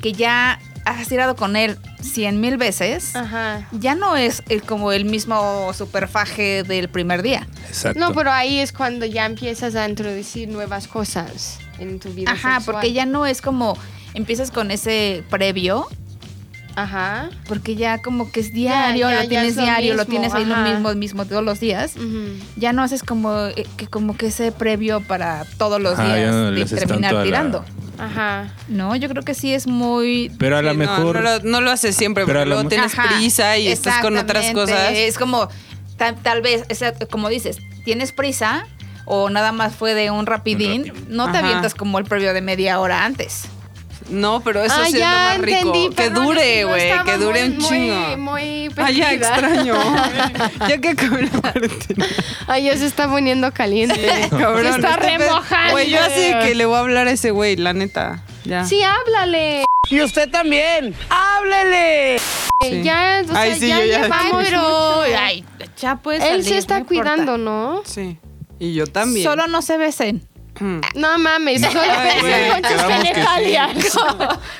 Speaker 3: que ya has tirado con él cien mil veces,
Speaker 1: ajá.
Speaker 3: ya no es el- como el mismo superfaje del primer día.
Speaker 6: Exacto.
Speaker 1: No, pero ahí es cuando ya empiezas a introducir nuevas cosas en tu vida.
Speaker 3: Ajá,
Speaker 1: sexual.
Speaker 3: porque ya no es como empiezas con ese previo
Speaker 1: Ajá.
Speaker 3: Porque ya como que es diario,
Speaker 1: ya,
Speaker 3: lo
Speaker 1: ya
Speaker 3: tienes
Speaker 1: es lo
Speaker 3: diario, lo
Speaker 1: mismo,
Speaker 3: tienes ahí
Speaker 1: ajá.
Speaker 3: lo mismo, mismo todos los días.
Speaker 1: Ujú.
Speaker 3: Ya no haces como eh, que como que ese previo para todos los
Speaker 6: Ah, ya
Speaker 3: días
Speaker 6: no le
Speaker 3: de
Speaker 6: haces
Speaker 3: terminar
Speaker 6: tanto a la-
Speaker 3: tirando.
Speaker 1: Ajá.
Speaker 3: No, yo creo que sí es muy
Speaker 6: Pero a lo
Speaker 2: Sí, no,
Speaker 6: mejor.
Speaker 2: No, lo, no lo haces siempre,
Speaker 6: Pero a
Speaker 2: porque
Speaker 6: lo
Speaker 2: luego
Speaker 6: mejor-
Speaker 2: tienes
Speaker 3: Ajá,
Speaker 2: prisa y estás con otras
Speaker 3: exactamente.
Speaker 2: cosas.
Speaker 3: Es como, ta- tal vez, esa- como dices, tienes prisa o nada más fue de un rapidín, no te
Speaker 2: Ajá.
Speaker 3: avientas como el previo de media hora antes.
Speaker 2: No, pero Pues eso
Speaker 1: Ah,
Speaker 2: sí es lo
Speaker 1: ya
Speaker 2: más rico.
Speaker 1: entendí,
Speaker 2: que
Speaker 1: perdón, es
Speaker 2: dure,
Speaker 1: yo
Speaker 2: güey,
Speaker 1: estaba
Speaker 2: que dure
Speaker 1: muy-
Speaker 2: un
Speaker 1: Muy,
Speaker 2: chingo.
Speaker 1: muy
Speaker 2: Ay, Ah, ya
Speaker 1: perdida.
Speaker 2: extraño.
Speaker 1: [laughs]
Speaker 2: ya que acabé la cuarentena.
Speaker 1: Ay, ya se está poniendo caliente.
Speaker 2: Cabrón,
Speaker 1: se está
Speaker 2: este pe-
Speaker 1: remojando.
Speaker 2: Güey, yo así de que le voy a hablar a ese güey, la neta. Ya.
Speaker 1: Sí, háblale. Eh,
Speaker 2: Y usted también. ¡Háblele! Sí.
Speaker 1: Ya, o
Speaker 2: Ay,
Speaker 1: sea,
Speaker 2: sí,
Speaker 1: ya
Speaker 2: yo [laughs] ya-
Speaker 1: llevamos
Speaker 2: Ay,
Speaker 1: mucho.
Speaker 3: ay, ya puedes
Speaker 1: Él
Speaker 3: salir,
Speaker 1: se está
Speaker 3: no importa.
Speaker 1: cuidando, ¿no?
Speaker 2: Sí. Y yo también.
Speaker 3: Solo no se besen.
Speaker 2: Mm.
Speaker 1: No mames, solo
Speaker 2: Ay,
Speaker 1: pensé
Speaker 2: güey,
Speaker 1: con sus
Speaker 6: quedamos que sí.
Speaker 1: genitalias.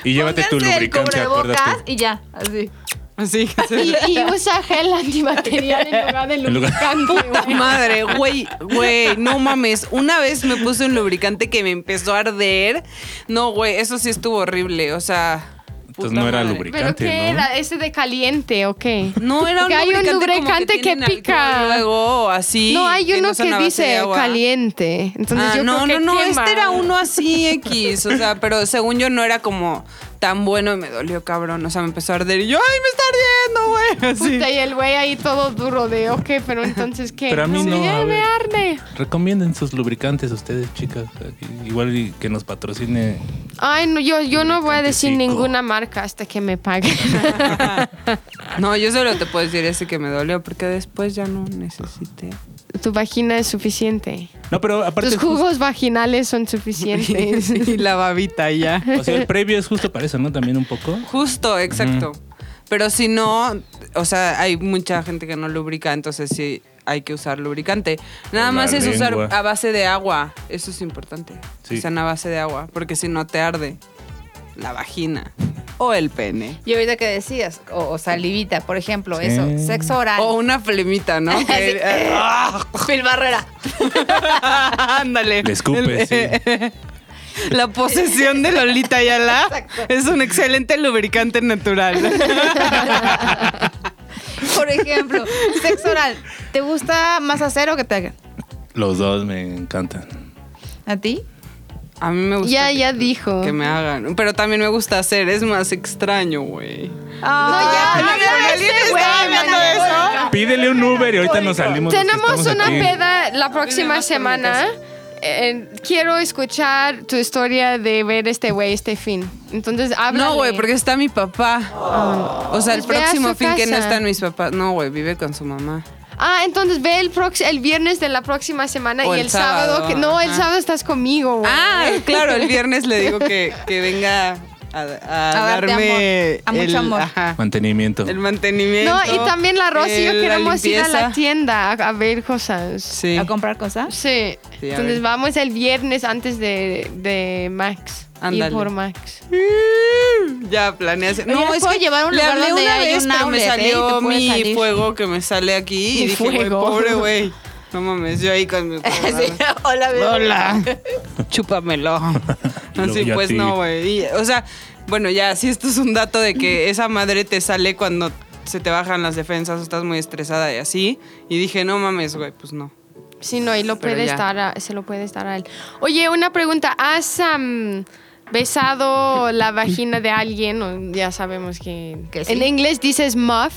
Speaker 6: Y llévate tu
Speaker 3: Pónganse el
Speaker 6: lubricante,
Speaker 3: cubrebocas
Speaker 6: acuérdate.
Speaker 3: Y ya, así.
Speaker 2: Así
Speaker 1: [laughs]
Speaker 2: que [laughs]
Speaker 1: Y, [laughs] y usa gel antibacterial en lugar de
Speaker 6: En lugar-
Speaker 2: [laughs]
Speaker 1: lubricante. [laughs] güey.
Speaker 2: Madre, güey, güey, no mames. Una vez me puse un lubricante que me empezó a arder. No, güey, eso sí estuvo horrible. O sea.
Speaker 6: Entonces
Speaker 2: puta
Speaker 6: no era
Speaker 2: madre.
Speaker 1: ¿Pero
Speaker 6: lubricante,
Speaker 1: qué
Speaker 6: ¿no?
Speaker 1: era? ¿Ese de caliente o qué?
Speaker 2: No, era un
Speaker 1: Porque hay un
Speaker 2: lubricante, como
Speaker 1: lubricante que
Speaker 2: tienen
Speaker 1: pica.
Speaker 2: alcohol Luego, o así.
Speaker 1: no, hay uno
Speaker 2: no son
Speaker 1: que
Speaker 2: a base de
Speaker 1: dice
Speaker 2: agua.
Speaker 1: caliente. Entonces
Speaker 2: Ah,
Speaker 1: yo
Speaker 2: no,
Speaker 1: creo que
Speaker 2: no, no,
Speaker 1: quema.
Speaker 2: este era uno así X, o sea, pero según yo no era como tan bueno y me dolió cabrón, o sea, me empezó a arder y yo, ay, me está ardiendo, güey, [laughs] así.
Speaker 1: Puta, y el güey ahí todo duro de, ok, pero entonces qué.
Speaker 6: Pero a mí no,
Speaker 1: ya
Speaker 6: a
Speaker 1: me
Speaker 6: ver.
Speaker 1: arde.
Speaker 6: Recomienden sus lubricantes ustedes, chicas. Igual y que nos patrocine.
Speaker 1: Ay, no, yo, yo no voy a decir
Speaker 6: Lubricantecico.
Speaker 1: ninguna marca hasta que me
Speaker 6: [laughs]
Speaker 1: paguen.
Speaker 2: No, yo solo te puedo decir ese que me dolió porque después ya no necesité.
Speaker 1: tu vagina es suficiente.
Speaker 6: No, pero aparte.
Speaker 1: Tus
Speaker 6: es justo-
Speaker 1: jugos vaginales son suficientes.
Speaker 2: y la babita y ya.
Speaker 6: o sea, el previo es justo para eso, ¿no? También un poco.
Speaker 2: Justo, exacto. Pero si no, o sea, hay mucha gente que no lubrica, entonces sí hay que usar lubricante. Nada
Speaker 6: La
Speaker 2: más es
Speaker 6: lengua.
Speaker 2: usar a base de agua. Eso es importante.
Speaker 6: Sí.
Speaker 2: Usan a base de agua, porque si no te arde la vagina o el pene.
Speaker 3: Y ahorita que decías, o, o salivita, por ejemplo,
Speaker 6: Sí.
Speaker 3: eso, sexo oral.
Speaker 2: O una flemita, ¿no? Que- ¡Ah! [laughs]
Speaker 3: Phil Barrera.
Speaker 2: Ándale.
Speaker 6: Le escupe,
Speaker 2: [laughs]
Speaker 6: [laughs]
Speaker 2: La posesión de Lolita Ayala es un excelente lubricante natural.
Speaker 3: Por ejemplo, sexo oral. ¿Te gusta más hacer o que te hagan?
Speaker 6: Los dos me encantan.
Speaker 3: ¿A ti?
Speaker 2: A mí [laughs] me gusta.
Speaker 1: ya,
Speaker 2: que-
Speaker 1: ya dijo.
Speaker 2: Que me hagan. Pero también me gusta hacer, es más extraño, güey.
Speaker 3: Ah,
Speaker 1: ya, ya,
Speaker 3: ya,
Speaker 1: este
Speaker 3: ya,
Speaker 1: güey,
Speaker 3: ya, ya,
Speaker 1: mano,
Speaker 3: ya, ya.
Speaker 6: Pídele un Uber y ahorita nos salimos. los que
Speaker 1: Tenemos
Speaker 6: estamos
Speaker 1: una
Speaker 6: aquí.
Speaker 1: peda la próxima
Speaker 2: más
Speaker 1: semana. Eh, quiero escuchar tu historia de ver este güey este fin. Entonces, habla.
Speaker 2: No, güey, porque está mi papá. O sea, el
Speaker 1: Pues ve a
Speaker 2: próximo
Speaker 1: su
Speaker 2: fin que no
Speaker 1: casa.
Speaker 2: están mis papás. No, güey, vive con su mamá.
Speaker 1: Ah, entonces ve el, prox- el viernes de la próxima semana
Speaker 2: O
Speaker 1: y
Speaker 2: el
Speaker 1: el, sábado.
Speaker 2: sábado,
Speaker 1: que- no, el
Speaker 2: ajá.
Speaker 1: sábado estás conmigo, güey.
Speaker 2: Ah, [laughs] claro, el viernes le digo que, que venga a, a
Speaker 3: A darte
Speaker 2: darme
Speaker 3: amor, a mucho
Speaker 2: el,
Speaker 3: amor.
Speaker 2: ajá,
Speaker 6: Mantenimiento.
Speaker 2: el mantenimiento.
Speaker 1: No, y también la Rosy y yo
Speaker 2: el-
Speaker 1: queremos ir a la
Speaker 2: Eh, limpieza.
Speaker 1: tienda a, a ver cosas.
Speaker 2: Sí,
Speaker 3: ¿A comprar cosas?
Speaker 1: Sí.
Speaker 2: Sí, a
Speaker 1: Entonces
Speaker 2: ver.
Speaker 1: vamos el viernes antes de, de Max.
Speaker 2: Ándale.
Speaker 1: Y por Max.
Speaker 2: Mm, ya planeas.
Speaker 3: Oye,
Speaker 2: No,
Speaker 3: ¿les
Speaker 2: es
Speaker 3: puedo
Speaker 2: que
Speaker 3: llevar a un
Speaker 2: le
Speaker 3: lugar
Speaker 2: hablé
Speaker 3: donde
Speaker 2: una
Speaker 3: hay
Speaker 2: vez,
Speaker 3: un
Speaker 2: pero me
Speaker 3: outlet, ¿eh? Y te
Speaker 2: salió
Speaker 3: puedes
Speaker 2: mi
Speaker 3: salir.
Speaker 2: fuego que me sale aquí y
Speaker 1: Mi
Speaker 2: dije, güey,
Speaker 1: fuego.
Speaker 2: pobre [laughs] güey. No mames, yo ahí con [laughs] mi
Speaker 3: Hola, bebé.
Speaker 2: [laughs] Hola. Chúpamelo.
Speaker 6: [laughs]
Speaker 2: Así
Speaker 6: vi a
Speaker 2: pues
Speaker 6: ti.
Speaker 2: no, güey. Y, O sea, bueno, ya, si esto es un dato de [laughs] que esa madre te sale cuando se te bajan las defensas o estás muy estresada y así. Y dije, no mames, güey, pues no.
Speaker 1: Sí, no, y lo
Speaker 2: Pero
Speaker 1: puede
Speaker 2: ya.
Speaker 1: estar a- se lo puede estar a él. Oye, una pregunta. ¿Has am, besado la vagina de alguien? O ya sabemos que...
Speaker 3: Que sí.
Speaker 1: En inglés dices muff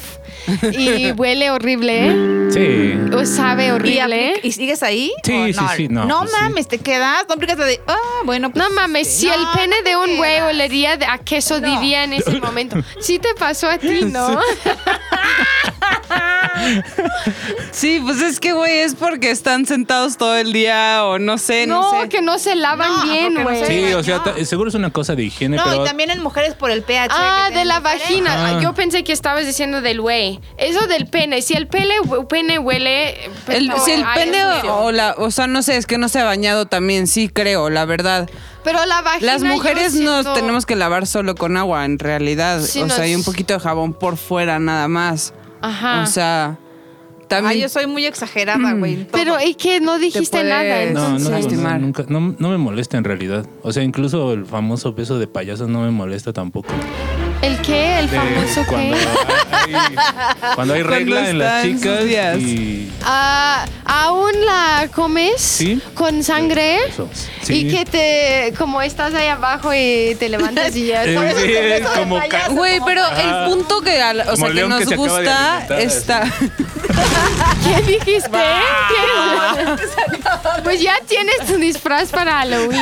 Speaker 2: [laughs]
Speaker 1: y huele horrible ¿eh?
Speaker 6: Sí.
Speaker 1: o Oh, sabe
Speaker 3: ¿Y,
Speaker 1: horrible.
Speaker 3: aplica- y sigues ahí?
Speaker 6: Sí,
Speaker 3: ¿O
Speaker 6: sí, sí, no, pues sí.
Speaker 3: mames, te quedas. No aplicas la de. Ah, bueno. pues,
Speaker 1: No mames,
Speaker 3: este,
Speaker 1: si el
Speaker 3: no,
Speaker 1: pene
Speaker 3: no
Speaker 1: de un
Speaker 3: te
Speaker 1: güey
Speaker 3: quedas.
Speaker 1: olería de- a queso diría en ese momento. Sí te pasó a ti, ¿no?
Speaker 2: Sí, pues es que, güey, es porque están sentados todo el día o no sé, no,
Speaker 1: [laughs] no,
Speaker 2: sé.
Speaker 1: que no se lavan
Speaker 3: No,
Speaker 1: bien,
Speaker 3: porque no
Speaker 1: güey.
Speaker 3: se
Speaker 6: Sí,
Speaker 3: Ay,
Speaker 6: o sea,
Speaker 3: no.
Speaker 6: ta- seguro es una cosa de higiene,
Speaker 3: No,
Speaker 6: pero.
Speaker 3: y también en mujeres por el pH.
Speaker 1: Ah,
Speaker 3: que Ah.
Speaker 1: de la
Speaker 3: tienen diferente.
Speaker 1: vagina.
Speaker 6: Ajá.
Speaker 1: Yo pensé que estabas diciendo del güey. Eso del pene. Si el pele- pene huele... pues,
Speaker 2: El-
Speaker 1: no,
Speaker 2: si el
Speaker 1: ay,
Speaker 2: pene
Speaker 1: es
Speaker 2: o,
Speaker 1: sucio.
Speaker 2: o la, o sea, no sé, es que no se ha bañado también, sí creo, la verdad.
Speaker 1: Pero la vagina...
Speaker 2: Las mujeres
Speaker 1: yo
Speaker 2: nos
Speaker 1: siento-
Speaker 2: tenemos que lavar solo con agua, en realidad.
Speaker 1: Sí,
Speaker 2: o
Speaker 1: no,
Speaker 2: sea, hay un
Speaker 1: es-
Speaker 2: poquito de jabón por fuera nada más.
Speaker 1: Ajá.
Speaker 2: O sea,
Speaker 3: Ay,
Speaker 2: también.
Speaker 3: yo soy muy exagerada, güey. en todo.
Speaker 1: Pero es que no dijiste
Speaker 2: puedes-
Speaker 1: nada.
Speaker 6: No, no,
Speaker 1: entonces.
Speaker 6: no,
Speaker 2: Lastimar.
Speaker 6: nunca, no, no me molesta en realidad. O sea, incluso el famoso beso de payaso no me molesta tampoco.
Speaker 1: ¿El qué? ¿El
Speaker 6: de
Speaker 1: famoso
Speaker 6: cuando
Speaker 1: qué?
Speaker 6: hay, cuando hay regla en las
Speaker 2: está en sus
Speaker 6: chicas
Speaker 2: días.
Speaker 6: y
Speaker 1: Ah, ¿Aún la comes
Speaker 6: Sí.
Speaker 1: con sangre?
Speaker 6: Eso, sí.
Speaker 1: Y que te, como estás ahí abajo y te levantas y
Speaker 2: [laughs]
Speaker 1: ya.
Speaker 6: Eh,
Speaker 1: ¿sabes?
Speaker 6: sí,
Speaker 1: Eso
Speaker 6: es
Speaker 1: de
Speaker 6: como ca-
Speaker 1: payaso,
Speaker 2: Güey,
Speaker 1: como-
Speaker 2: pero
Speaker 6: Ajá.
Speaker 2: el punto que, a la- o
Speaker 6: Como
Speaker 2: sea,
Speaker 6: el
Speaker 2: que
Speaker 6: león
Speaker 2: nos
Speaker 6: que se acaba de
Speaker 2: gusta
Speaker 6: alimentar,
Speaker 2: está.
Speaker 1: [laughs]
Speaker 2: [laughs]
Speaker 1: ¿Qué dijiste?
Speaker 2: [laughs]
Speaker 1: ¿Qué? Pues ya tienes tu disfraz para
Speaker 2: [laughs]
Speaker 1: Halloween.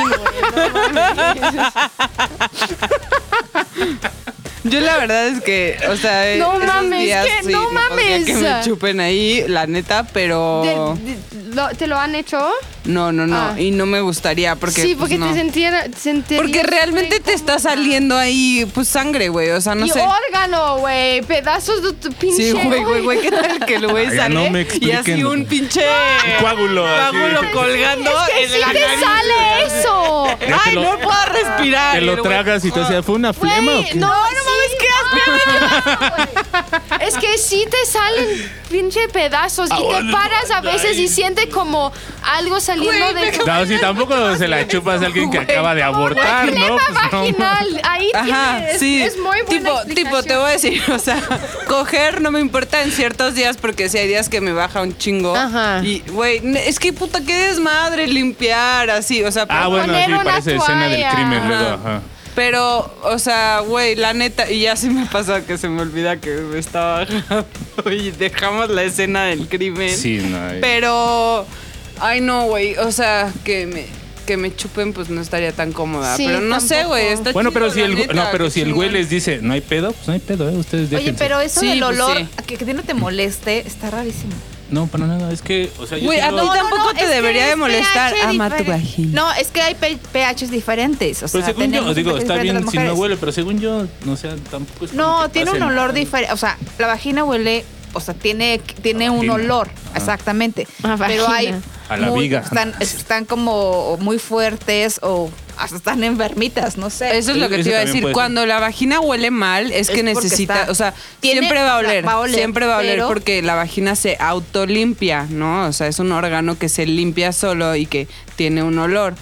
Speaker 2: Yo la verdad es que, o sea,
Speaker 1: No
Speaker 2: esos
Speaker 1: mames,
Speaker 2: días
Speaker 1: ¿qué?
Speaker 2: sí,
Speaker 1: No
Speaker 2: podría
Speaker 1: mames.
Speaker 2: que me chupen ahí, la neta, pero
Speaker 1: ¿Te, lo, te lo han hecho?
Speaker 2: no, no, no,
Speaker 1: Ah.
Speaker 2: y no me gustaría porque
Speaker 1: sí,
Speaker 2: pues,
Speaker 1: porque
Speaker 2: no.
Speaker 1: te sentiera- te sentirías
Speaker 2: porque realmente te está saliendo ahí pues sangre, güey, o sea, no
Speaker 1: y
Speaker 2: sé.
Speaker 1: órgano, güey. Pedazos de tu pinche.
Speaker 2: Sí, güey, güey, güey, ¿qué tal que el güey
Speaker 6: Ah, Ya
Speaker 2: sale
Speaker 6: no me
Speaker 2: y así
Speaker 6: expliquen.
Speaker 2: un
Speaker 1: [laughs]
Speaker 2: pinche
Speaker 6: coágulo, así.
Speaker 2: coágulo colgando
Speaker 1: Es que
Speaker 2: en
Speaker 1: sí
Speaker 2: la
Speaker 1: te
Speaker 2: nariz.
Speaker 1: sale eso.
Speaker 2: [laughs]
Speaker 6: Ya te
Speaker 2: Ay,
Speaker 6: lo-
Speaker 2: no puedo respirar.
Speaker 6: te
Speaker 2: Y
Speaker 6: lo
Speaker 2: el güey,
Speaker 6: tragas y te
Speaker 2: ah.
Speaker 6: decía, ¿fue una
Speaker 1: Güey,
Speaker 6: flema o qué?
Speaker 1: no, no mames, [laughs] Es que sí te salen pinche pedazos y te paras a veces y siente como algo saliendo de tu
Speaker 6: No, si tampoco se la chupas a alguien que acaba de abortar,
Speaker 1: Una flema
Speaker 6: ¿no? Pues no.
Speaker 1: vaginal. Ahí
Speaker 2: Ajá,
Speaker 1: tiene- es-
Speaker 2: sí.
Speaker 1: Es, muy buena
Speaker 2: tipo, tipo, te voy a decir, [laughs] o sea, coger no me importa en ciertos días porque si hay días que me baja un chingo.
Speaker 1: Ajá.
Speaker 2: Y, güey, ne- es que puta, qué desmadre limpiar, así, o sea.
Speaker 6: [laughs] Ah,
Speaker 2: pero-
Speaker 6: bueno,
Speaker 1: Poner
Speaker 6: sí,
Speaker 1: una
Speaker 6: parece escena del
Speaker 1: toalla.
Speaker 6: crimen
Speaker 2: Ajá.
Speaker 6: luego, ajá.
Speaker 2: Pero, o sea, güey, la neta, y ya sí me pasa que se me olvida que me está bajando y dejamos la escena del crimen.
Speaker 6: Sí, no. eh.
Speaker 2: Pero, ay no, güey, o sea, que me, que me chupen, pues no estaría tan cómoda.
Speaker 1: Sí,
Speaker 2: pero no sé,
Speaker 1: tampoco.
Speaker 2: güey, está
Speaker 6: Bueno, pero
Speaker 2: chido,
Speaker 6: si
Speaker 2: la
Speaker 6: el,
Speaker 2: neta,
Speaker 6: no, pero
Speaker 2: qué
Speaker 6: si el güey
Speaker 2: chingón.
Speaker 6: les dice, no hay pedo, pues no hay pedo, ¿eh? Ustedes
Speaker 3: Oye,
Speaker 6: déjense.
Speaker 3: pero eso
Speaker 2: Sí,
Speaker 3: del
Speaker 2: pues
Speaker 3: olor
Speaker 2: sí.
Speaker 3: a que, que no te moleste está rarísimo.
Speaker 6: No, para nada, es que, o sea, yo
Speaker 2: Güey, a ti
Speaker 6: siento-
Speaker 3: ah, no,
Speaker 2: tampoco
Speaker 3: no,
Speaker 2: te
Speaker 3: es que
Speaker 2: debería de
Speaker 3: es
Speaker 2: molestar.
Speaker 3: pH
Speaker 2: Ama tu
Speaker 3: diferente.
Speaker 2: vagina.
Speaker 3: No, es que hay P- pHs diferentes. O sea,
Speaker 6: Pero según yo,
Speaker 3: tenemos
Speaker 6: digo,
Speaker 3: un pH
Speaker 6: está
Speaker 3: diferente
Speaker 6: bien
Speaker 3: las
Speaker 6: si no
Speaker 3: mujeres.
Speaker 6: huele, pero según yo, no sé, tampoco es como
Speaker 3: No,
Speaker 6: que
Speaker 3: tiene un
Speaker 6: pase
Speaker 3: olor
Speaker 6: nada.
Speaker 3: diferente. O sea, la vagina huele, o sea, tiene, tiene un
Speaker 6: vagina.
Speaker 3: olor,
Speaker 6: Ajá.
Speaker 3: exactamente.
Speaker 1: A vagina.
Speaker 3: Pero hay.
Speaker 6: A la viga.
Speaker 3: Están, están como muy fuertes o hasta están enfermitas, no sé.
Speaker 2: Eso es lo que
Speaker 6: Eso
Speaker 2: te iba a
Speaker 6: también
Speaker 2: decir.
Speaker 6: puede ser.
Speaker 2: Cuando la vagina huele mal, es, que
Speaker 3: porque
Speaker 2: necesita,
Speaker 3: está-
Speaker 2: o sea,
Speaker 3: tiene-
Speaker 2: siempre va a oler,
Speaker 3: va a oler,
Speaker 2: siempre va a oler
Speaker 3: pero-
Speaker 2: porque la vagina se autolimpia, ¿no? O sea, es un órgano que se limpia solo y que tiene un olor.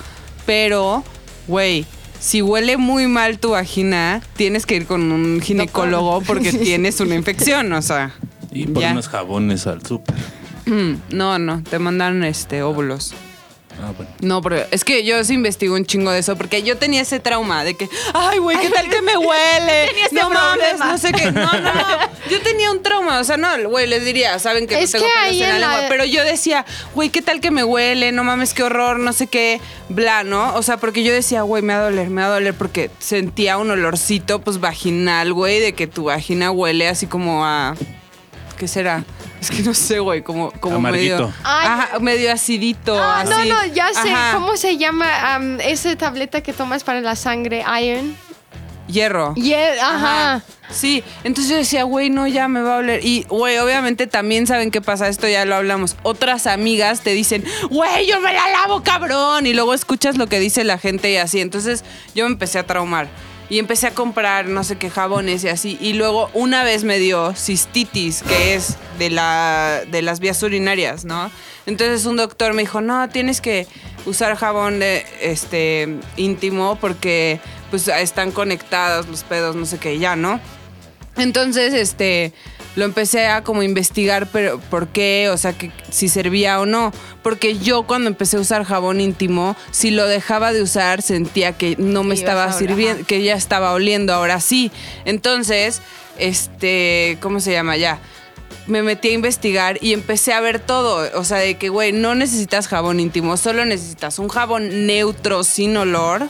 Speaker 2: Pero, güey, si huele muy mal tu vagina, tienes que ir con un ginecólogo
Speaker 3: [laughs]
Speaker 2: porque tienes una infección, o sea.
Speaker 6: Y por
Speaker 2: Ya.
Speaker 6: unos jabones al súper.
Speaker 3: Hmm.
Speaker 2: No, no, te mandan este óvulos.
Speaker 6: Ah, bueno.
Speaker 2: No, pero es que yo sí investigo un chingo de eso porque yo tenía ese trauma de que, ay, güey, ¿qué
Speaker 1: [laughs]
Speaker 2: tal que me huele?
Speaker 3: Tenía ese
Speaker 2: no mames,
Speaker 3: problema.
Speaker 2: no sé qué. No, no, no. Yo tenía un trauma, o sea, no, güey, les diría, saben que
Speaker 1: Es
Speaker 2: no tengo
Speaker 1: que
Speaker 2: pelos
Speaker 1: ahí
Speaker 2: en la
Speaker 1: en la-
Speaker 2: lengua, pero yo decía, güey, ¿qué tal que me huele? No mames, qué horror, no sé qué, bla, ¿no? O sea, porque yo decía, güey, me va a doler, me va a doler porque sentía un olorcito, pues, vaginal, güey, de que tu vagina huele así como a... ¿Qué será? Es que no sé, güey, como, como
Speaker 6: Amarguito.
Speaker 2: medio...
Speaker 1: Ay.
Speaker 2: Ajá, medio acidito,
Speaker 1: Ah, no,
Speaker 2: así.
Speaker 1: no, ya sé.
Speaker 2: Ajá.
Speaker 1: ¿Cómo se llama am, esa tableta que tomas para la sangre? Iron. e,
Speaker 2: Hierro.
Speaker 1: Yeah, ajá.
Speaker 2: Sí, entonces yo decía, güey, no, ya me va a oler. Y, güey, obviamente también saben qué pasa, esto ya lo hablamos. Otras amigas te dicen, güey, yo me la lavo, cabrón. Y luego escuchas lo que dice la gente y así. Entonces yo me empecé a traumar. Y empecé a comprar no sé qué jabones y así. Y luego una vez me dio cistitis, que es de, la, de las vías urinarias, ¿no? Entonces un doctor me dijo, no, tienes que usar jabón de, este, íntimo porque pues están conectados los pedos, no sé qué, ya, ¿no? Entonces, este, lo empecé a como investigar, pero por qué, o sea, que si servía o no. Porque yo cuando empecé a usar jabón íntimo, si lo dejaba de usar, sentía que no me
Speaker 3: Que ibas a
Speaker 2: estaba
Speaker 3: oler,
Speaker 2: sirviendo,
Speaker 3: ajá.
Speaker 2: que ya estaba oliendo, ahora sí. Entonces, este, ¿cómo se llama ya? me metí a investigar y empecé a ver todo. O sea, de que, güey, no necesitas jabón íntimo, solo necesitas un jabón neutro, sin olor.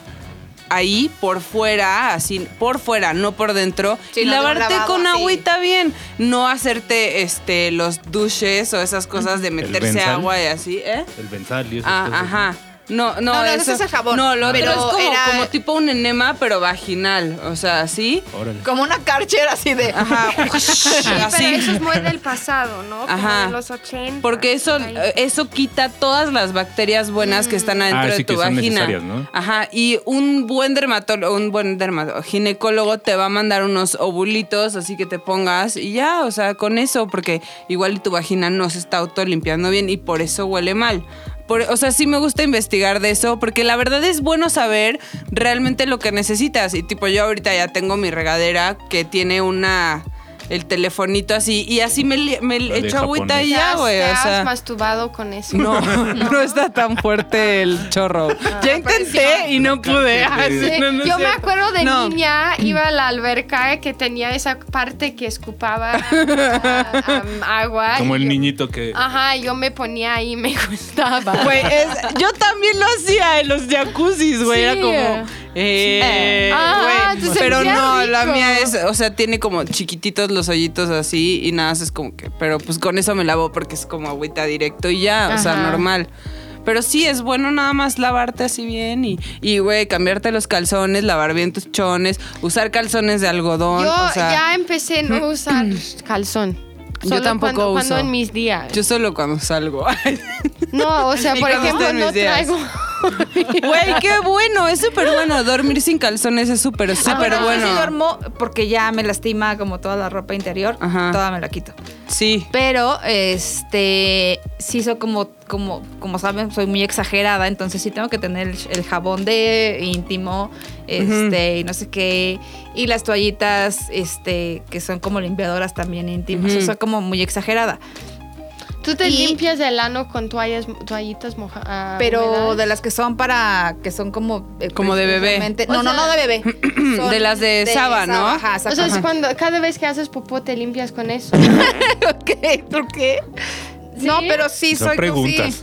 Speaker 2: Ahí, por fuera, así, por fuera, no por dentro.
Speaker 3: Sí,
Speaker 2: y
Speaker 3: no, de un
Speaker 2: lavarte
Speaker 3: lavado
Speaker 2: con
Speaker 3: así.
Speaker 2: agüita bien. No hacerte este, los duches o esas cosas de meterse
Speaker 6: Benzal.
Speaker 2: agua y así, ¿eh?
Speaker 6: El benzal y esas
Speaker 2: Ah,
Speaker 6: cosas.
Speaker 2: ajá. No, no,
Speaker 3: No, no,
Speaker 2: eso
Speaker 3: ese es el jabón,
Speaker 2: No, lo otro
Speaker 3: pero
Speaker 2: es como,
Speaker 3: era-
Speaker 2: como tipo un enema, pero vaginal. O sea, así.
Speaker 6: Órale.
Speaker 3: Como una carchera así de. "Ah,
Speaker 2: Ajá.
Speaker 3: [laughs]
Speaker 1: Pero
Speaker 2: así.
Speaker 1: eso es muy del pasado, ¿no? Como
Speaker 2: Ajá.
Speaker 1: de los 80.
Speaker 2: Porque eso,
Speaker 1: por ahí.
Speaker 2: eso quita todas las bacterias buenas que están adentro
Speaker 6: Ah, sí,
Speaker 2: de tu
Speaker 6: que son
Speaker 2: vagina.
Speaker 6: necesarias, ¿no?
Speaker 2: Ajá. Y un buen dermatólogo, un buen dermato- ginecólogo te va a mandar unos ovulitos, así que te pongas y ya, o sea, con eso, porque igual tu vagina no se está autolimpiando bien y por eso huele mal. Por- o sea, sí me gusta investigar de eso, porque la verdad es bueno saber realmente lo que necesitas. Y tipo, yo ahorita ya tengo mi regadera que tiene una... El telefonito así, y así me, li- me
Speaker 6: de
Speaker 2: echo agüita
Speaker 6: japonés.
Speaker 2: y ya, güey.
Speaker 1: ¿Te
Speaker 2: o
Speaker 1: has
Speaker 2: [laughs] sea.
Speaker 1: masturbado con eso?
Speaker 2: No, no está tan fuerte el chorro.
Speaker 1: Ah,
Speaker 2: ya intenté y no pude. [laughs] Ah, sí,
Speaker 1: Sí,
Speaker 2: no, no es
Speaker 1: Yo me
Speaker 2: cierto.
Speaker 1: acuerdo de
Speaker 2: No.
Speaker 1: niña, iba a la alberca eh, que tenía esa parte que escupaba ah, am,
Speaker 2: [laughs]
Speaker 1: agua. y
Speaker 6: Como el
Speaker 1: yo-
Speaker 6: niñito que.
Speaker 1: Ajá, yo me ponía ahí, me [laughs] gustaba.
Speaker 2: Güey, es- yo también lo hacía en los jacuzzis, güey.
Speaker 3: Sí.
Speaker 2: Era como. Eh,
Speaker 1: Ah,
Speaker 2: güey.
Speaker 1: te
Speaker 2: pero
Speaker 1: sentía
Speaker 2: no, la
Speaker 1: rico.
Speaker 2: mía es, o sea, tiene como chiquititos los hoyitos así y nada, más es como que, pero pues con eso me lavo porque es como agüita directo y ya, o sea,
Speaker 1: Ajá.
Speaker 2: normal. Pero sí, es bueno nada más lavarte así bien y, y, güey, cambiarte los calzones, lavar bien tus chones, usar calzones de algodón.
Speaker 1: Yo
Speaker 2: o sea,
Speaker 1: ya empecé a
Speaker 2: [laughs]
Speaker 1: no usar calzón.
Speaker 2: Yo
Speaker 1: Solo
Speaker 2: tampoco
Speaker 1: cuando, cuando
Speaker 2: uso.
Speaker 1: en mis días.
Speaker 2: Yo solo cuando salgo. [laughs]
Speaker 1: No, o sea,
Speaker 2: Y
Speaker 1: por
Speaker 2: cuando
Speaker 1: ejemplo,
Speaker 2: estoy en mis
Speaker 1: no
Speaker 2: días. [laughs]
Speaker 1: traigo.
Speaker 2: Güey, qué bueno, es súper bueno. Dormir sin calzones es súper, súper
Speaker 3: Ahora,
Speaker 2: bueno.
Speaker 3: Yo sí duermo porque ya me lastima como toda la ropa interior,
Speaker 2: Ajá.
Speaker 3: toda me la quito.
Speaker 2: Sí.
Speaker 3: Pero, este, sí soy como, como, como saben, soy muy exagerada, entonces sí tengo que tener el, el jabón de íntimo, este, y no sé qué, y las toallitas, este, que son como limpiadoras también íntimas,
Speaker 2: Ujú.
Speaker 3: o sea, soy como muy exagerada.
Speaker 1: Tú te
Speaker 3: Y-
Speaker 1: limpias el ano con toallas, toallitas ah, mojadas.
Speaker 3: Pero de las que son para, que son como... eh,
Speaker 2: Como de bebé.
Speaker 3: precisamente-
Speaker 1: O
Speaker 3: No, no,
Speaker 1: sea-
Speaker 3: no de
Speaker 2: [clears throat]
Speaker 3: bebé. Son
Speaker 2: De las de Saba, ¿no?
Speaker 3: Ajá,
Speaker 1: O sea, es
Speaker 3: exacto.
Speaker 1: cuando cada vez que haces popó te limpias con
Speaker 2: [laughs]
Speaker 1: eso.
Speaker 3: Ok, ¿Por qué?
Speaker 1: ¿Sí?
Speaker 3: No, pero sí
Speaker 6: Son
Speaker 3: soy
Speaker 6: preguntas.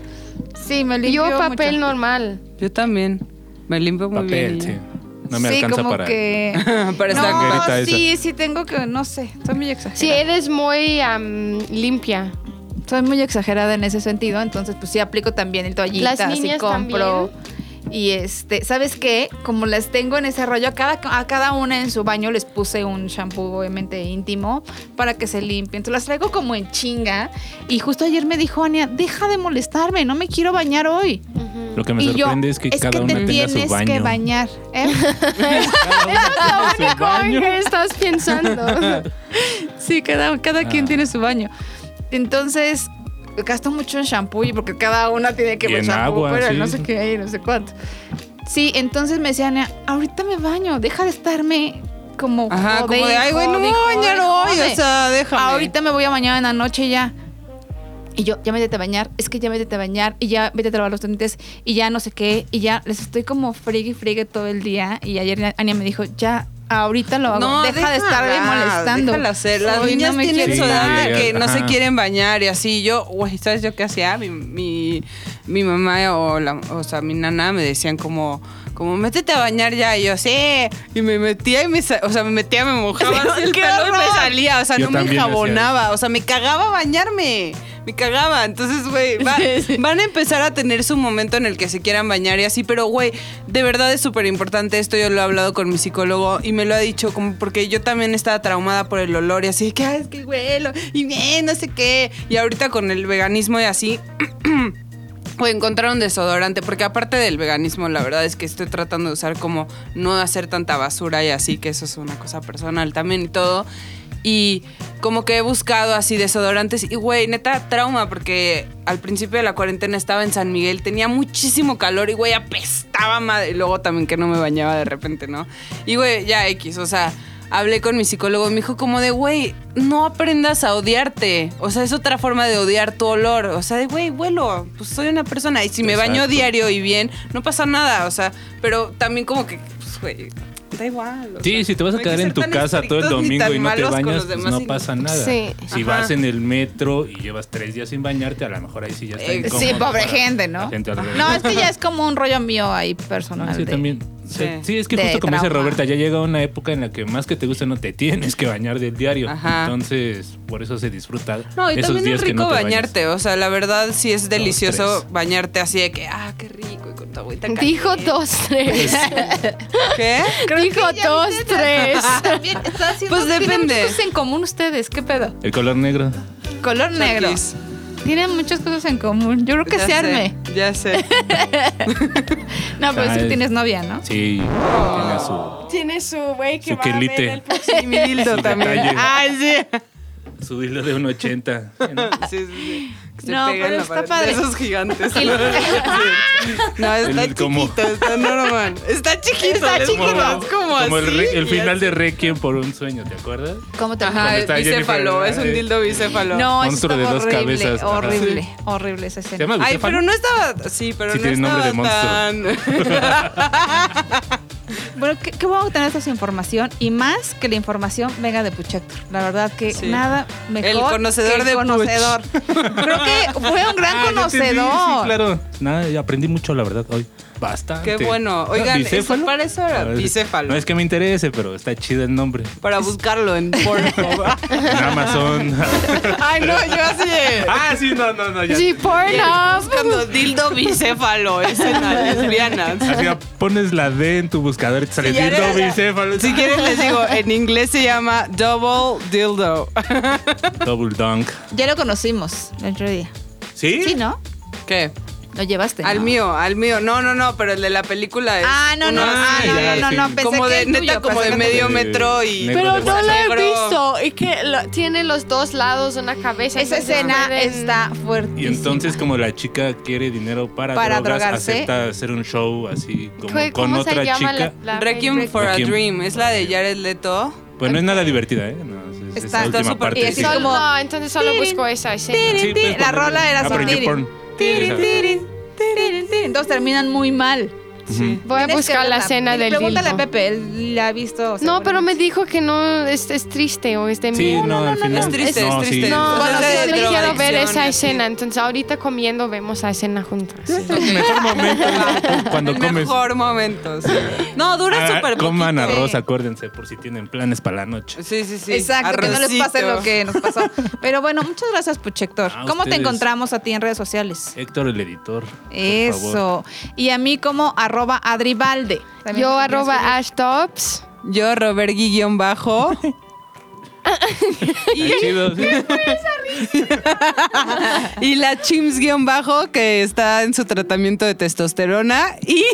Speaker 3: Sí, sí, me
Speaker 1: Yo
Speaker 3: limpio
Speaker 1: papel
Speaker 3: mucho.
Speaker 1: normal.
Speaker 2: Yo también. Me limpio muy
Speaker 6: papel, sí.
Speaker 2: bien.
Speaker 6: No me
Speaker 3: sí,
Speaker 6: alcanza
Speaker 3: como
Speaker 6: para.
Speaker 3: que
Speaker 2: [laughs] Para
Speaker 6: esa
Speaker 3: No,
Speaker 6: sangrerita esa.
Speaker 3: sí, sí tengo que, no sé, soy muy exagerada.
Speaker 1: Si eres muy am, limpia.
Speaker 3: eh, Soy muy exagerada en ese sentido, entonces pues sí aplico también el toallitas
Speaker 1: Las
Speaker 3: y
Speaker 1: niñas
Speaker 3: compro. Y este, ¿sabes qué? Como las tengo en ese rollo, a cada, a cada una en su baño les puse un shampoo obviamente íntimo para que se limpien. Entonces las traigo como en chinga. Y justo ayer me dijo Ania, deja de molestarme, no me quiero bañar hoy.
Speaker 6: Lo que me
Speaker 3: y yo,
Speaker 6: sorprende es que cada
Speaker 3: te
Speaker 6: una tenga su
Speaker 3: tienes
Speaker 6: baño.
Speaker 3: que bañar.
Speaker 2: [laughs]
Speaker 3: ¿eh?
Speaker 6: Cada una tiene su baño.
Speaker 1: ¿Qué estás pensando?
Speaker 6: [laughs]
Speaker 3: Sí, cada, cada quien
Speaker 6: Ah.
Speaker 3: tiene su baño. Entonces, gasto mucho en shampoo y porque cada una tiene que pues
Speaker 6: Y en
Speaker 3: shampoo,
Speaker 6: agua,
Speaker 3: pero
Speaker 6: sí.
Speaker 3: no sé qué, y no sé cuánto. Sí, entonces me decían, ahorita me baño, deja de estarme como
Speaker 2: Ajá,
Speaker 3: jode,
Speaker 2: como de, ay, güey, no me
Speaker 3: jode,
Speaker 2: voy a bañar
Speaker 3: jode,
Speaker 2: hoy.
Speaker 3: jode".
Speaker 2: O sea, déjame.
Speaker 3: Ahorita me voy a bañar en la noche ya. Y yo, ya métete a bañar, es que ya métete a bañar, y ya vete a lavar los dientes, y ya no sé qué, y ya les estoy como friegue y friegue todo el día. Y ayer Ania me dijo, ya, ahorita lo hago, deja, de estarme
Speaker 2: déjala,
Speaker 3: molestando.
Speaker 2: déjala hacer. Las
Speaker 3: Hoy no
Speaker 2: niñas
Speaker 3: me
Speaker 2: tienen
Speaker 3: quiero
Speaker 2: su edad de
Speaker 6: bañar.
Speaker 2: que no se
Speaker 6: Ajá.
Speaker 2: quieren bañar y así. Yo, güey, ¿sabes yo qué hacía? Mi, mi, mi mamá o, la, o sea, mi nana me decían como, como, métete a bañar ya. Y yo, sí. Y me metía y me, sa- o sea, me metía, me
Speaker 3: [laughs]
Speaker 2: mojaba así el
Speaker 3: ¡Qué
Speaker 2: pelo y me
Speaker 3: horror!
Speaker 2: salía. O sea,
Speaker 6: Yo
Speaker 2: no me
Speaker 6: también hacía
Speaker 2: jabonaba. O sea, me cagaba bañarme. Me cagaba. Entonces, güey, va- van a empezar a tener su momento en el que se quieran bañar y así. Pero, güey, de verdad es súper importante esto. Yo lo he hablado con mi psicólogo y me lo ha dicho como porque yo también estaba traumada por el olor y así, que, "Ay, es que huelo y bien, no sé qué. Y ahorita con el veganismo y así, o encontrar un desodorante, porque aparte del veganismo, la verdad es que estoy tratando de usar como no hacer tanta basura y así, que eso es una cosa personal también y todo. Y como que he buscado así desodorantes y güey, neta trauma, porque al principio de la cuarentena estaba en San Miguel, tenía muchísimo calor y güey, apestaba madre. Y luego también que no me bañaba de repente, ¿no? Y güey, ya X, o sea, hablé con mi psicólogo y me dijo como de, güey, no aprendas a odiarte. O sea, es otra forma de odiar tu olor. O sea, de, güey, vuelo, pues soy una persona. Y si me baño
Speaker 6: Exacto.
Speaker 2: diario y bien, no pasa nada. O sea, pero también como que, pues, güey, da igual. o
Speaker 6: Sí,
Speaker 2: sea,
Speaker 6: si te vas
Speaker 2: no
Speaker 6: a
Speaker 2: hay que
Speaker 6: quedar
Speaker 2: ser
Speaker 6: en tu
Speaker 2: tan
Speaker 6: casa todo el
Speaker 2: estrictos ni
Speaker 6: domingo
Speaker 2: tan
Speaker 6: y no te
Speaker 2: malos con
Speaker 6: bañas,
Speaker 2: los
Speaker 6: pues
Speaker 2: demás
Speaker 6: no
Speaker 2: y-
Speaker 6: pasa nada.
Speaker 1: Sí.
Speaker 6: Si
Speaker 2: Ajá.
Speaker 6: vas en el metro y llevas tres días sin bañarte, a lo mejor ahí sí ya está
Speaker 2: Eh,
Speaker 6: incómodo.
Speaker 3: Sí, pobre
Speaker 6: para
Speaker 3: gente,
Speaker 6: la
Speaker 3: ¿no?
Speaker 6: gente alrededor.
Speaker 3: No, es que ya es como un rollo mío ahí personal.
Speaker 6: [laughs] Sí,
Speaker 3: de-
Speaker 6: también.
Speaker 2: Sí.
Speaker 6: Sí. es que
Speaker 3: de
Speaker 6: justo como dice
Speaker 3: trauma.
Speaker 6: Roberta, ya llega una época en la que más que te gusta no te tienes que bañar del diario.
Speaker 2: Ajá.
Speaker 6: Entonces, por eso se disfruta
Speaker 2: No, y
Speaker 6: esos
Speaker 2: también
Speaker 6: días
Speaker 2: es
Speaker 6: que
Speaker 2: rico
Speaker 6: no te bañas.
Speaker 2: bañarte, o sea, la verdad sí es delicioso
Speaker 6: tres.
Speaker 2: bañarte así de que, ah, qué rico, y con tu agüita
Speaker 1: Dijo
Speaker 2: caliente.
Speaker 1: dos,
Speaker 3: [laughs]
Speaker 1: tres.
Speaker 2: ¿Qué?
Speaker 1: Dijo dos, tres.
Speaker 3: [laughs] También está haciendo-
Speaker 2: Pues
Speaker 3: tienen
Speaker 2: depende.
Speaker 3: muchas cosas en común ustedes, ¿qué pedo?
Speaker 6: El color negro.
Speaker 3: Color negro.
Speaker 2: Chokis.
Speaker 3: Tienen muchas cosas en común. Yo creo que se
Speaker 2: Ya sé,
Speaker 3: arme.
Speaker 2: Ya sé.
Speaker 3: No, pero es que
Speaker 6: Ay.
Speaker 3: tienes novia, ¿no?
Speaker 6: Sí, tiene su,
Speaker 1: Tiene su güey
Speaker 6: su quelite,
Speaker 2: Y mi dildo
Speaker 6: Su
Speaker 2: también.
Speaker 6: detalle.
Speaker 2: Ay, sí.
Speaker 6: su hilo de 1.80.
Speaker 2: Sí, sí, sí. te
Speaker 1: No, pero
Speaker 2: pega en la
Speaker 1: está
Speaker 2: pared.
Speaker 1: padre.
Speaker 2: De esos gigantes.
Speaker 6: [laughs]
Speaker 1: Y-
Speaker 2: No, está
Speaker 6: El-
Speaker 2: chiquito,
Speaker 6: como-
Speaker 2: está normal. Está chiquito,
Speaker 1: Está
Speaker 2: les
Speaker 1: chiquito.
Speaker 2: juro, es como, así.
Speaker 6: el, re- el
Speaker 2: y
Speaker 6: final
Speaker 2: así.
Speaker 6: de Requiem por un sueño, ¿te acuerdas?
Speaker 3: ¿Cómo te
Speaker 2: Ajá,
Speaker 6: está Jennifer,
Speaker 2: bicéfalo, es un
Speaker 6: ¿verdad?
Speaker 2: dildo bicéfalo.
Speaker 3: No, eso
Speaker 6: Monstruo
Speaker 3: está
Speaker 6: de dos
Speaker 3: horrible,
Speaker 6: cabezas, ajá.
Speaker 3: horrible, horrible esa escena.
Speaker 6: Se llama
Speaker 2: Ay,
Speaker 6: Bucéfalo.
Speaker 2: pero no estaba. Sí, pero
Speaker 6: Sí,
Speaker 2: no
Speaker 6: tiene nombre
Speaker 2: estaba
Speaker 6: de
Speaker 2: tan. [laughs]
Speaker 3: Bueno, qué, qué bueno tener esta información y más que la información venga de Puchector. La verdad que
Speaker 2: Sí.
Speaker 3: nada mejor.
Speaker 2: El conocedor
Speaker 3: que el
Speaker 2: de Puch.
Speaker 3: conocedor. Creo
Speaker 6: [laughs]
Speaker 3: que fue un gran
Speaker 6: Ah, ya entendí,
Speaker 3: conocedor.
Speaker 6: Sí, claro. Nada, yo aprendí mucho, la verdad, hoy. Bastante.
Speaker 2: Qué bueno.
Speaker 6: Ah,
Speaker 2: Oigan, eso
Speaker 6: ¿bicéfalo?
Speaker 2: para eso
Speaker 6: A
Speaker 2: era
Speaker 6: ver,
Speaker 2: bicéfalo.
Speaker 6: No es que me interese, pero está chido el nombre.
Speaker 2: Para buscarlo en
Speaker 6: [laughs]
Speaker 2: Pornhub.
Speaker 6: En Amazon.
Speaker 2: Ay, no, yo así de.
Speaker 6: ah, sí, no, no, no. Ya.
Speaker 1: Sí, Pornhub.
Speaker 2: Buscando dildo bicéfalo, escena lesbiana.
Speaker 6: Así ya pones la D en tu buscador y te sale
Speaker 2: Sí, ya
Speaker 6: dildo
Speaker 2: era-
Speaker 6: bicéfalo.
Speaker 2: Si quieren les
Speaker 3: [laughs]
Speaker 2: digo, en inglés se llama double dildo.
Speaker 6: Double dunk.
Speaker 3: Ya lo conocimos el otro día.
Speaker 6: ¿Sí?
Speaker 3: Sí, ¿no?
Speaker 2: ¿Qué?
Speaker 3: Lo llevaste.
Speaker 2: Al
Speaker 3: ¿no?
Speaker 2: mío, al mío. No, no, no, pero el de la película es.
Speaker 3: Ah, no, no,
Speaker 2: uno
Speaker 3: ah,
Speaker 2: así,
Speaker 3: no,
Speaker 6: ya,
Speaker 3: no, no,
Speaker 6: sí.
Speaker 3: no, pensé
Speaker 2: como
Speaker 3: que
Speaker 2: de
Speaker 3: el tuyo,
Speaker 2: neta, como de
Speaker 3: pensé que-
Speaker 2: medio
Speaker 6: Sí,
Speaker 2: metro y.
Speaker 6: negro
Speaker 1: Pero
Speaker 6: de
Speaker 1: no lo he
Speaker 2: negro.
Speaker 1: visto. Es que lo- tiene los dos lados de una cabeza.
Speaker 3: Esa
Speaker 1: entonces
Speaker 3: escena
Speaker 1: pueden-
Speaker 3: está fuerte.
Speaker 6: Y entonces como la chica quiere dinero para,
Speaker 3: Para
Speaker 6: drogas,
Speaker 3: drogarse.
Speaker 6: acepta hacer un show así como
Speaker 1: ¿Cómo
Speaker 6: con
Speaker 1: se
Speaker 6: otra
Speaker 1: llama
Speaker 6: chica.
Speaker 1: la- la-
Speaker 2: Requiem for a
Speaker 6: Requiem.
Speaker 2: Dream. Es la de Jared Leto.
Speaker 6: Pues no es nada divertida, ¿eh? No, es- es,
Speaker 3: Está-
Speaker 6: esa
Speaker 2: está
Speaker 6: última
Speaker 2: súper-
Speaker 6: parte.
Speaker 3: y así
Speaker 6: sí.
Speaker 1: Solo,
Speaker 3: como-
Speaker 1: no, entonces solo busco esa escena.
Speaker 2: pues,
Speaker 6: Sí,
Speaker 3: Tirin,
Speaker 6: puedes
Speaker 3: tirin. La
Speaker 6: ponerle-
Speaker 3: rola era
Speaker 6: Aprendí
Speaker 3: Safari.
Speaker 6: porn.
Speaker 3: Tirin,
Speaker 6: Esa.
Speaker 3: tirin, tirin, tirin. Entonces terminan muy mal.
Speaker 6: Ujú.
Speaker 1: Voy a
Speaker 3: Tienes que
Speaker 1: buscar la
Speaker 3: verla.
Speaker 1: escena del
Speaker 3: Pregúntale a
Speaker 1: dildo.
Speaker 3: Pepe, él la ha visto.
Speaker 1: No, pero me
Speaker 3: seguramente.
Speaker 1: dijo que no es, es triste o es de
Speaker 6: Sí,
Speaker 1: miedo.
Speaker 6: no, al final.
Speaker 2: Es triste,
Speaker 6: no,
Speaker 2: es
Speaker 6: sí.
Speaker 2: triste.
Speaker 1: No,
Speaker 2: Bueno,
Speaker 1: no,
Speaker 2: de
Speaker 1: sí, yo quiero ver
Speaker 2: drogadicción,
Speaker 1: esa
Speaker 2: así.
Speaker 1: escena. Entonces, ahorita comiendo vemos esa escena juntas.
Speaker 6: Mejor momento
Speaker 3: [laughs]
Speaker 6: cuando
Speaker 2: El
Speaker 6: comes.
Speaker 2: Mejor momento. sí. No, dura
Speaker 6: Ah,
Speaker 2: súper poquito.
Speaker 3: eh.
Speaker 6: coman arroz, acuérdense, por si tienen planes para la noche.
Speaker 2: Sí, sí, sí.
Speaker 3: Exacto, que no les pase
Speaker 2: Arrocito.
Speaker 3: lo que nos pasó. Pero bueno, muchas gracias, Puchector.
Speaker 6: A
Speaker 3: ¿Cómo te
Speaker 6: Ah, ustedes.
Speaker 3: encontramos a ti en redes sociales?
Speaker 6: Héctor, el editor. Eh, por
Speaker 3: [laughs]
Speaker 6: favor.
Speaker 3: Eso. Y a mí como arroba adribalde. También
Speaker 1: Yo
Speaker 3: me
Speaker 1: arroba
Speaker 3: escribes.
Speaker 1: ashtops.
Speaker 2: Yo, Robert guión bajo.
Speaker 6: Está chido, sí.
Speaker 2: Y la Chims guión bajo, que está en su tratamiento de testosterona. Y,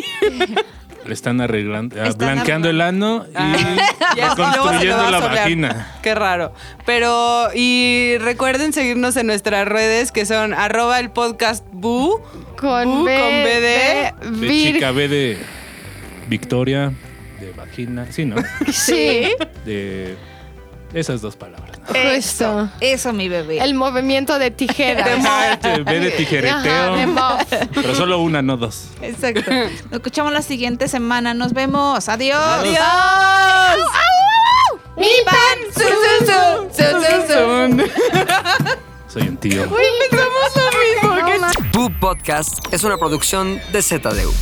Speaker 6: Le están arreglando, ah,
Speaker 3: Están Ah.
Speaker 6: blanqueando el ano
Speaker 2: [laughs]
Speaker 6: y
Speaker 2: así luego se lo va
Speaker 6: reconstruyendo
Speaker 2: a
Speaker 6: la
Speaker 2: solear.
Speaker 6: vagina.
Speaker 2: Qué raro. Pero, y recuerden seguirnos en nuestras redes que son arroba el podcast bu.
Speaker 1: Con
Speaker 2: Bu,
Speaker 1: B,
Speaker 2: con B de-
Speaker 1: de
Speaker 6: De
Speaker 1: vir-
Speaker 6: chica B de Victoria, de vagina, sí, ¿no?
Speaker 1: Sí,
Speaker 6: De esas dos palabras. ¿no?
Speaker 1: justo.
Speaker 3: Eso, mi bebé.
Speaker 1: El movimiento de tijeras.
Speaker 6: Ah, este, B de
Speaker 1: Ajá, de
Speaker 6: tijereteo.
Speaker 1: mof.
Speaker 6: Pero solo una, no dos.
Speaker 1: [laughs]
Speaker 3: Exacto. Nos escuchamos la siguiente semana. Nos vemos. Adiós.
Speaker 6: Adiós.
Speaker 5: Mi pan,
Speaker 3: Su, su, su, su, su, su.
Speaker 6: Soy un tío.
Speaker 8: Boo Podcast es una producción de ZDU.